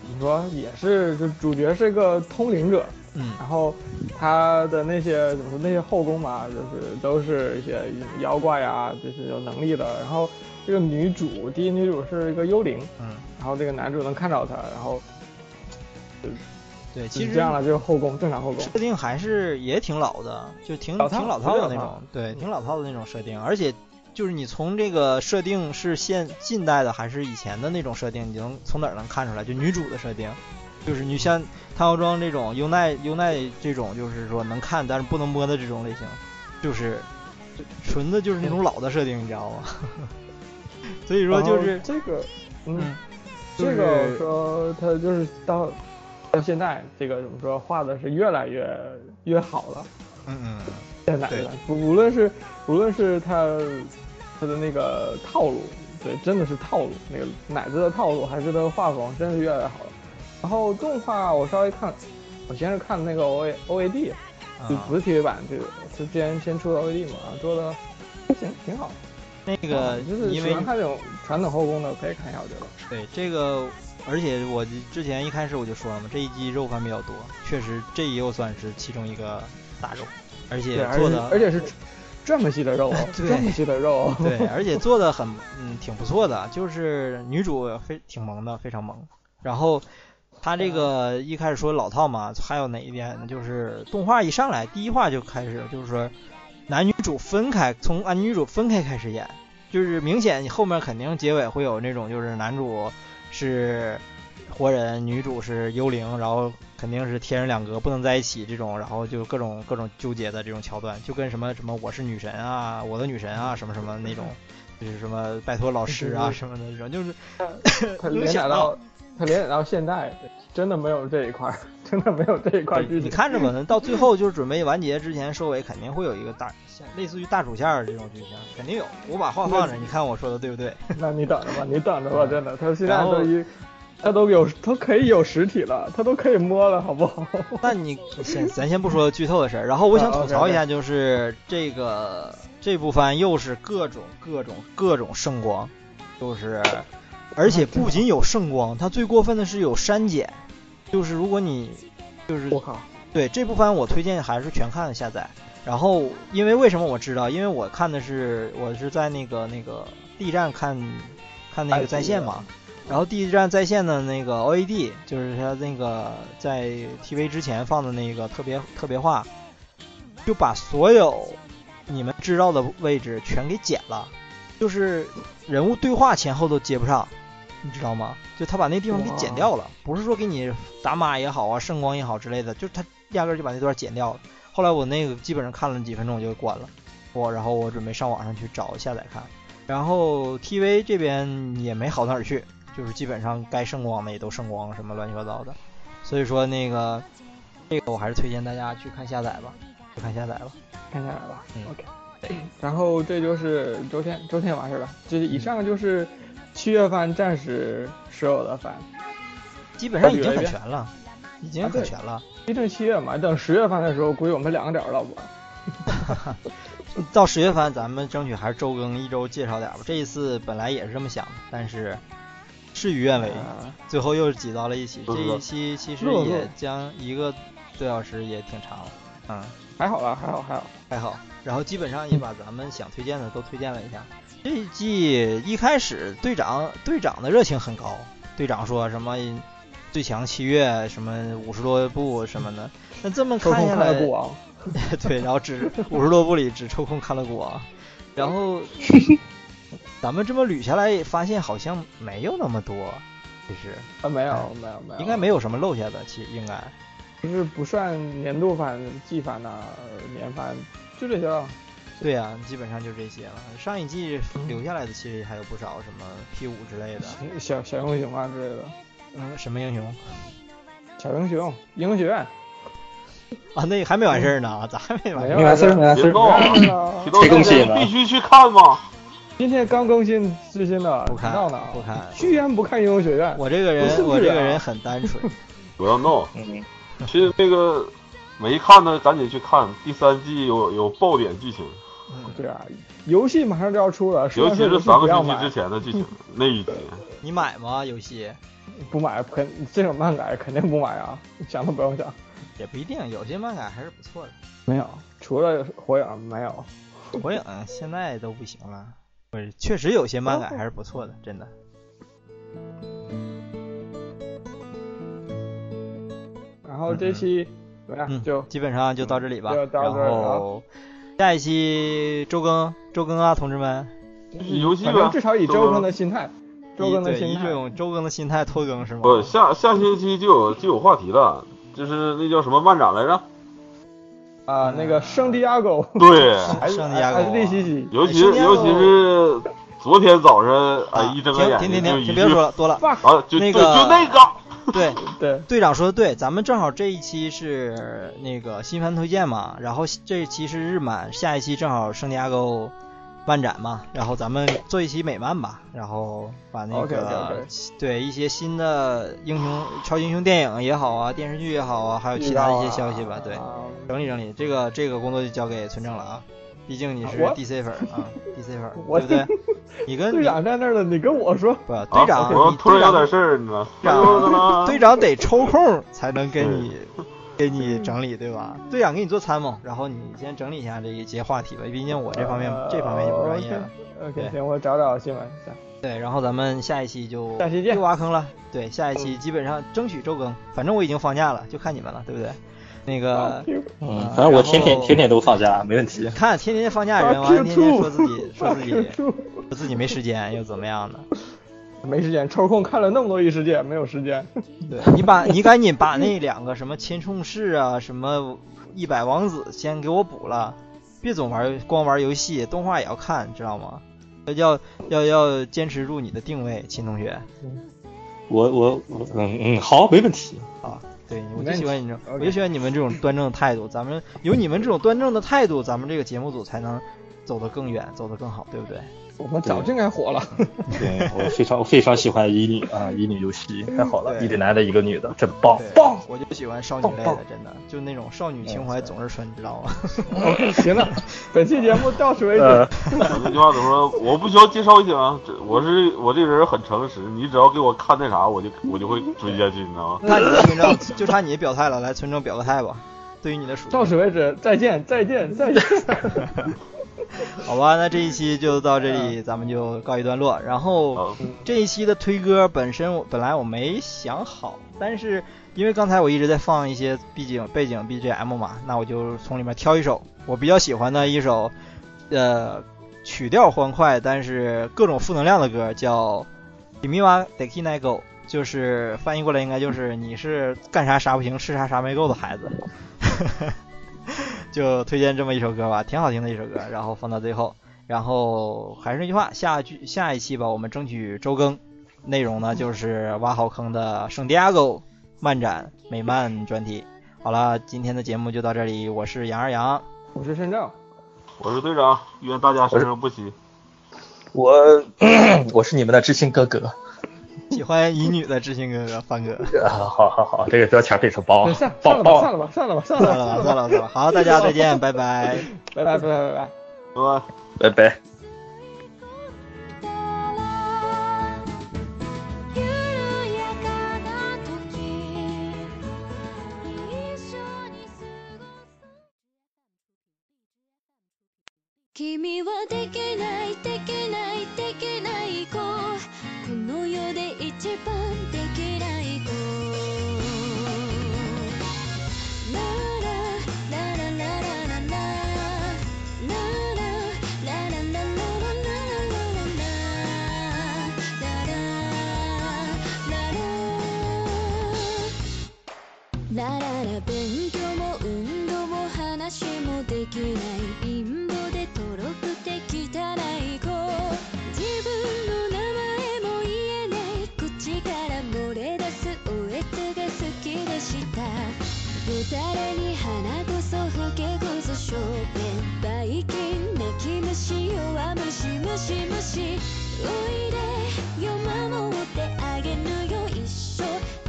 Speaker 1: 你说也是，就主角是个通灵者，
Speaker 3: 嗯，
Speaker 1: 然后他的那些怎么说那些后宫吧，就是都是一些妖怪啊，就是有能力的。然后这个女主，第一女主是一个幽灵，
Speaker 3: 嗯，
Speaker 1: 然后这个男主能看到她，然后
Speaker 3: 对，
Speaker 1: 就
Speaker 3: 其
Speaker 1: 是
Speaker 3: 实
Speaker 1: 这样了，就是后宫正常后宫。
Speaker 3: 设定还是也挺老的，就挺
Speaker 1: 老套
Speaker 3: 挺老套
Speaker 1: 特别
Speaker 3: 的那
Speaker 1: 老套
Speaker 3: 种，对，
Speaker 1: 嗯
Speaker 3: 挺老套的那种设定，而且就是你从这个设定是现近代的还是以前的那种设定，你能从哪儿能看出来？就女主的设定，就是你像汤药庄这种优奈优奈这种，就是说能看但是不能摸的这种类型，就是就纯的就是那种老的设定，你知道吗？ *laughs* 所以说就
Speaker 1: 然
Speaker 3: 是
Speaker 1: 后这个，哦嗯，
Speaker 3: 嗯就
Speaker 1: 这个我
Speaker 3: 是
Speaker 1: 说他就是到到现在这个怎么说画的是越来越越好了。
Speaker 3: 嗯嗯
Speaker 1: 在哪儿
Speaker 3: 对
Speaker 1: 呢？不无论是无论是他他的那个套路，对，真的是套路，那个奶子的套路，还是他的画风，真是越来越好了。然后动画我稍微看，我先是看那个 O A O A D，就
Speaker 3: 啊
Speaker 1: 不，是 TV 版，就就之前先出的 O A D 嘛，做的还行，挺好。
Speaker 3: 那个
Speaker 1: 啊就是
Speaker 3: 因
Speaker 1: 喜
Speaker 3: 为
Speaker 1: 欢看这种传统后宫的，可以看一下，我觉得。
Speaker 3: 对这个，而且我之前一开始我就说了嘛，这一季肉番比较多，确实这也有算是其中一个大肉，而
Speaker 1: 对，
Speaker 3: 且
Speaker 1: 而
Speaker 3: 做
Speaker 1: 且
Speaker 3: 的，
Speaker 1: 而且是这么细的肉哦
Speaker 3: *laughs* 对
Speaker 1: 这么细的肉哦。
Speaker 3: *laughs* 对，而且做的很嗯挺不错的，就是女主非挺萌的，非常萌。然后她这个一开始说老套嘛，还有哪一点呢？就是动画一上来第一话就开始，就是说男女主分开，从男女主分开开始演，就是明显你后面肯定结尾会有那种就是男主是活人，女主是幽灵，然后肯定是天人两隔，不能在一起这种，然后就各种各种纠结的这种桥段，就跟什么什么我是女神啊，我的女神啊，什么什么那种，就是什么拜托老师啊
Speaker 1: 嗯
Speaker 3: 什么的这种，就是
Speaker 1: 他
Speaker 3: 能
Speaker 1: 连
Speaker 3: 想
Speaker 1: 载到他连载到现在，真的没有这一块儿，真的没有这一块剧情。
Speaker 3: 你看着吧，到最后就是准备完结之前收尾，肯定会有一个大像类似于大主线儿这种剧情，肯定有。
Speaker 1: *laughs*
Speaker 3: 我把话放着，你看我说的对不对？
Speaker 1: 嗯那你等着吧，你等着吧，真的，他现在
Speaker 3: 然后
Speaker 1: 都已经它都有，它可以有实体了，它都可以摸了，好不好？ *laughs*
Speaker 3: 那你先，咱先不说剧透的事儿，然后我想
Speaker 1: 啊
Speaker 3: 吐
Speaker 1: ，OK，OK
Speaker 3: 槽一下，就是这个这部番又是各种各种各种圣光，就是而
Speaker 1: 啊
Speaker 3: 且不仅有圣光，它最过分的是有删减，就是如果你就是
Speaker 1: 我靠，
Speaker 3: 对这部番我推荐还是全看的下载。然后，因为为什么我知道？因为我看的是我是在那个那个 B 站看，看那个在线嘛。然后 B 站在线的那个 OAD，就是它那个在 TV 之前放的那个特别特别化，就把所有你们知道的位置全给剪了，就是人物对话前后都接不上，你知道吗？就他把那地方给剪掉了，不是说给你打码也好啊、圣光也好之类的，就是他压根儿就把那段剪掉了。后来我那个基本上看了几分钟我就关了，我然后我准备上网上去找下载看，然后 TV 这边也没好到哪儿去，就是基本上该圣光的也都圣光了，什么乱七八糟的，所以说那个这个我还是推荐大家去看下载吧，去看下载吧。嗯
Speaker 1: 看下来了，OK
Speaker 3: 对。
Speaker 1: 然后这就是周天周天完事儿了，这以上就是七月番暂时所有的番，
Speaker 3: 基本上已经很全了，已经很全了。 *laughs*
Speaker 1: 毕竟七月嘛，等十月番的时候，估计我们两个点儿了不？
Speaker 3: 到十月份，咱们争取还是周更，一周介绍点吧。这一次本来也是这么想的，但是事与愿违，
Speaker 1: 啊
Speaker 3: 最后又挤到了一起。这
Speaker 5: 不是
Speaker 3: 一期其实
Speaker 1: 录录
Speaker 3: 也将一个多小时，也挺长了。嗯，
Speaker 1: 还好吧，还好还好。
Speaker 3: 还好。然后基本上也把咱们想推荐的都推荐了一下。这一季一开始，队长队长的热情很高，队长说什么最强七月什么五十多部什么的。那这么
Speaker 1: 抽
Speaker 3: 看
Speaker 1: 空
Speaker 3: 下
Speaker 1: 看
Speaker 3: 来，
Speaker 1: 了不王，
Speaker 3: *laughs* 对，然后只五十多部里只抽空看了股王，然后咱们这么捋下来，也发现好像没有那么多，其实
Speaker 1: 啊没有没有没有，
Speaker 3: 哎应该没有什么漏下的，其实应该
Speaker 1: 就是不算年度番、季番呐、呃年番，就这些了。
Speaker 3: 对呀、基本上就这些了。上一季留下来的其实还有不少，什么 P 五之类的，
Speaker 1: 小小英雄啊之类的，
Speaker 3: 嗯，什么英雄
Speaker 1: 小英雄、英学院，
Speaker 3: 啊，那还没完事儿呢，咋还没完
Speaker 1: 没
Speaker 3: 事
Speaker 1: 有
Speaker 3: 儿？
Speaker 9: 没完事儿，没完事儿。
Speaker 5: 别闹啊，
Speaker 1: 了
Speaker 5: 提到
Speaker 9: 谁更
Speaker 5: 这
Speaker 9: 新
Speaker 5: 个
Speaker 9: 了
Speaker 5: 必须去看嘛。
Speaker 1: 今天刚更新最新的，
Speaker 3: 不看
Speaker 1: 闹呢，
Speaker 3: 不看
Speaker 1: 居然不看英雄学院，
Speaker 3: 我这个
Speaker 1: 不是
Speaker 3: 人，我这个
Speaker 1: 啊
Speaker 3: 人很单纯。
Speaker 5: 不要闹，
Speaker 9: 嗯，
Speaker 5: 去那个没看的赶紧去看，第三季有有爆点剧情，
Speaker 1: 对啊，游戏马上就要出了，
Speaker 5: 尤其是三
Speaker 1: 三
Speaker 5: 个
Speaker 1: 要
Speaker 5: 星期
Speaker 1: 买
Speaker 5: 之，前的剧情
Speaker 3: 嗯
Speaker 5: 那一集。
Speaker 3: 你买吗？游戏
Speaker 1: 不买肯这种漫改肯定不买啊，想都不
Speaker 3: 嗯
Speaker 1: 用想。
Speaker 3: 也不一定，有些漫改还是不错的。
Speaker 1: 没有，除了火影没有。
Speaker 3: 火影嗯现在都不行了，不是，确实有些漫改还是不错的，真的。
Speaker 1: 然后这期怎么
Speaker 3: 嗯，
Speaker 1: 样？就
Speaker 3: 基本上就到这里吧。
Speaker 1: 就到这儿
Speaker 3: 然后下一期周更，周更啊，同志们，
Speaker 5: 就是游戏
Speaker 1: 反正
Speaker 5: 吧，
Speaker 1: 至少以周更的心态，周更的
Speaker 3: 以对
Speaker 1: 心
Speaker 3: 以这
Speaker 1: 态。
Speaker 3: 种周更的心态拖更是吗？
Speaker 5: 不下下星期就有就有话题了，就是那叫什么漫展来着？
Speaker 1: 啊，那个圣地亚哥，
Speaker 3: *laughs*
Speaker 5: 对，
Speaker 1: 还是
Speaker 3: 嗯圣地亚哥
Speaker 1: 还是利西西，
Speaker 5: 尤其
Speaker 3: 哎圣地亚哥
Speaker 5: 尤其是昨天早晨，哎
Speaker 3: 啊，，
Speaker 5: 一
Speaker 3: 停
Speaker 5: 睁开眼
Speaker 3: 停
Speaker 5: 睛
Speaker 3: 停
Speaker 5: 就
Speaker 3: 停，
Speaker 5: 一
Speaker 3: 先
Speaker 5: 句
Speaker 3: 别说了，多了。
Speaker 5: 啊，就
Speaker 3: 那
Speaker 5: 对，
Speaker 3: 个
Speaker 5: 就那个，
Speaker 3: 对，
Speaker 1: 对，
Speaker 3: 队长说的对，咱们正好这一期是那个新番推荐嘛，然后这一期是日漫，下一期正好圣地亚哥漫展嘛，然后咱们做一期美漫吧，然后把那个
Speaker 1: OK，OK，OK
Speaker 3: 对一些新的英雄超级英雄电影也好啊，电视剧也好啊，还有其他一些消息吧，对，
Speaker 1: 啊
Speaker 3: 整理整理，这个这个工作就交给村正了啊，毕竟你是
Speaker 1: 我
Speaker 3: DC 粉儿啊，DC 粉儿，
Speaker 1: 我
Speaker 3: 对不对？你跟
Speaker 1: 队
Speaker 3: 你
Speaker 1: 长在那儿了，你跟我说，
Speaker 3: 不队
Speaker 5: 啊，
Speaker 3: 长，
Speaker 5: 我
Speaker 3: 你
Speaker 5: 突然
Speaker 3: 队
Speaker 5: 有
Speaker 3: 长
Speaker 5: 点事儿呢，
Speaker 3: 队长，队
Speaker 5: 长，
Speaker 3: 长得抽空才能给你 *laughs* 给你整理，对吧？队长给你做参谋，然后你先整理一下这一些话题吧，毕竟我这方面
Speaker 1: 呃
Speaker 3: 这方面就不专业了。
Speaker 1: OK，
Speaker 3: 对
Speaker 1: OK，行，我找找新闻。行
Speaker 3: 对，然后咱们下一期就
Speaker 1: 下期见嗯
Speaker 3: 又挖坑了。对，下一期基本上争取周更，反正我已经放假了，就看你们了，对不对？那
Speaker 1: *laughs*
Speaker 3: 个
Speaker 9: 嗯
Speaker 3: 啊，
Speaker 9: 反正我天
Speaker 3: 然
Speaker 9: 天
Speaker 3: 后
Speaker 9: 天天都放假，没问题。
Speaker 3: 看天天放假人，
Speaker 1: 啊
Speaker 3: 完了天天说自己说自己说自己没时间又怎么样的？
Speaker 1: 没时间，抽空看了那么多异世界，没有时间。 *laughs*
Speaker 3: 对你把你赶紧把那两个什么千冲士啊，什么一百王子先给我补了，别总玩光玩游戏，动画也要看，知道吗？要要要坚持住你的定位，秦同学
Speaker 9: 我我我，嗯嗯，好，没问题。
Speaker 3: 啊！对，我
Speaker 1: 没
Speaker 3: 就
Speaker 1: 问
Speaker 3: 喜欢
Speaker 1: 题
Speaker 3: 你这种，
Speaker 1: OK
Speaker 3: 我就喜欢你们这种端正的态度。咱们有你们这种端正的态度，咱们这个节目组才能走得更远，走得更好，对不对？
Speaker 1: 我们早就应该火了。 *laughs*
Speaker 10: 对
Speaker 9: *laughs*
Speaker 10: 我非常非常喜欢乙女啊，乙女游戏太好了，一个男的，一个女的，真棒
Speaker 3: 对
Speaker 10: 棒！
Speaker 3: 我就喜欢少女类
Speaker 10: 棒
Speaker 3: 的，真的，就那种少女情怀总是纯，你知道吗？ *laughs*
Speaker 1: 行了，本期节目到此为
Speaker 10: 呃
Speaker 1: 止。
Speaker 5: 哎
Speaker 3: *laughs*
Speaker 5: 我这句话怎么说？我不需要介绍一下，这我是我这个人很诚实，你只要给我看那啥，我就我就会追下去，你知道吗？
Speaker 3: 那你的村长就差你的表态了，来，村长表个态吧，对于你的属
Speaker 1: 到此为止，再见，再见，再见。
Speaker 3: *laughs* 好吧，那这一期就到这里，咱们就告一段落。然后
Speaker 5: 好
Speaker 3: 这一期的推歌本身我本来我没想好，但是因为刚才我一直在放一些背景背景 BGM 嘛，那我就从里面挑一首我比较喜欢的一首，呃，曲调欢快但是各种负能量的歌，叫《d i m i w a d e k i n a g o 就是翻译过来应该就是你是干啥啥不行，吃啥啥没够的孩子。 *laughs* 就推荐这么一首歌吧，挺好听的一首歌，然后放到最后。然后还是那句话，下句下一期吧，我们争取周更，内容呢就是挖好坑的圣地亚哥漫展美漫专题。好了，今天的节目就到这里，我是杨二杨，
Speaker 1: 我是申正，
Speaker 5: 我是队长，愿大家生生不息。
Speaker 10: 我 *coughs* 我是你们的知心哥哥
Speaker 3: 喜欢乙女的知心哥哥范哥，
Speaker 10: 啊！ *laughs* 好好好，这个标签非常棒
Speaker 1: 散散
Speaker 10: 棒
Speaker 1: 了吧，散了吧，散
Speaker 10: 棒！
Speaker 1: 了吧，散了吧，
Speaker 3: 算了吧，
Speaker 1: 散
Speaker 3: 算
Speaker 1: 了吧，
Speaker 3: 了吧，算了吧，好，大家再见，拜拜。
Speaker 1: 拜拜，拜拜，拜拜。
Speaker 5: 拜拜。
Speaker 10: 拜拜。
Speaker 6: 緩やかな時一緒に過ごす君はできないできないできない子この世で一番できない子ラララララララララララララララララララララララ勉強も運動も話もできない貧乏でとろくて汚い子自分の名前も言えない口から漏れ出すおえつが好きでしたよだれに花こそほけこそ小便ばい菌泣き虫弱虫ムシムシおいでよ守ってあげるよ一生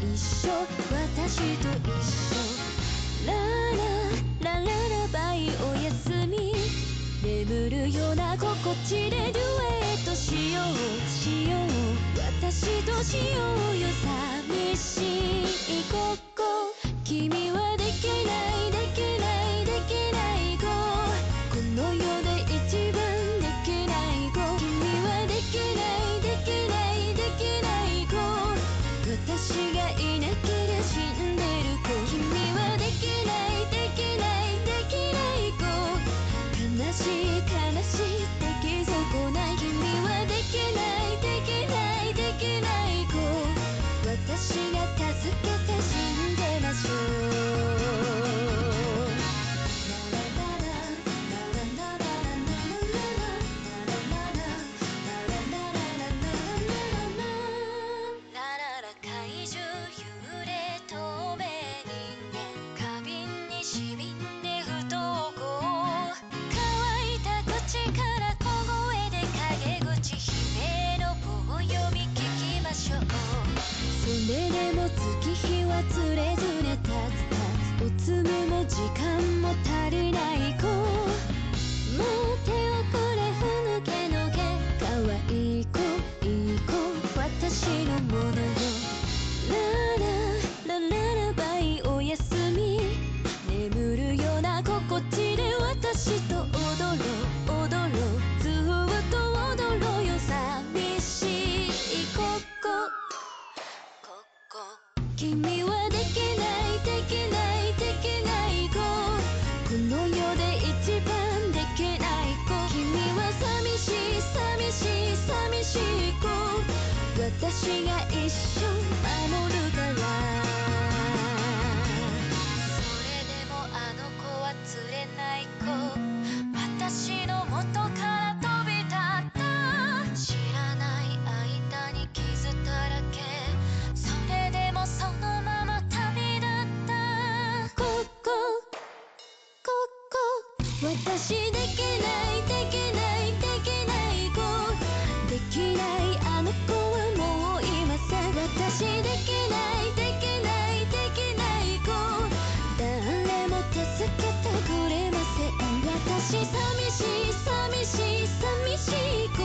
Speaker 6: 一生私と一緒ラララララバイおやすみ眠るような心地でデュエットしようしよう私としようよ寂しいここ君はできないできないできない子この世で一番できない子君はできないできないできない子私がいなきゃ死んでる子君はできないできないできない子悲しい悲しい出来損ない君はできないできないできない子私が助けて死んでましょうラララ怪獣幽霊透明人間花瓶にしみんで不登校乾いた口から小声で陰口悲鳴の棒読み聞きましょうそれでも月日はつれずれたつたおつむも時間も足りない子もう手をこれふぬけのけ可愛い子いい子私のものよラララララバイおやすみ眠るような心地で私と踊ろう踊ろうずっと踊ろうよ寂しいここここ君はできないできないできない子この世で一番できない子君は寂しい寂しい寂しい子私が一生守るからそれでもあの子は釣れない子私の元から飛び立った知らない間に傷だらけそれでもそのまま旅立ったここここ私できないできないできない子寂しい寂しい寂しい子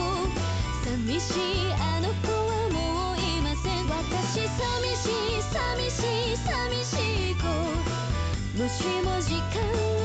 Speaker 6: 寂しいあの子はもういません私寂しい寂しい寂しい子もしも時間が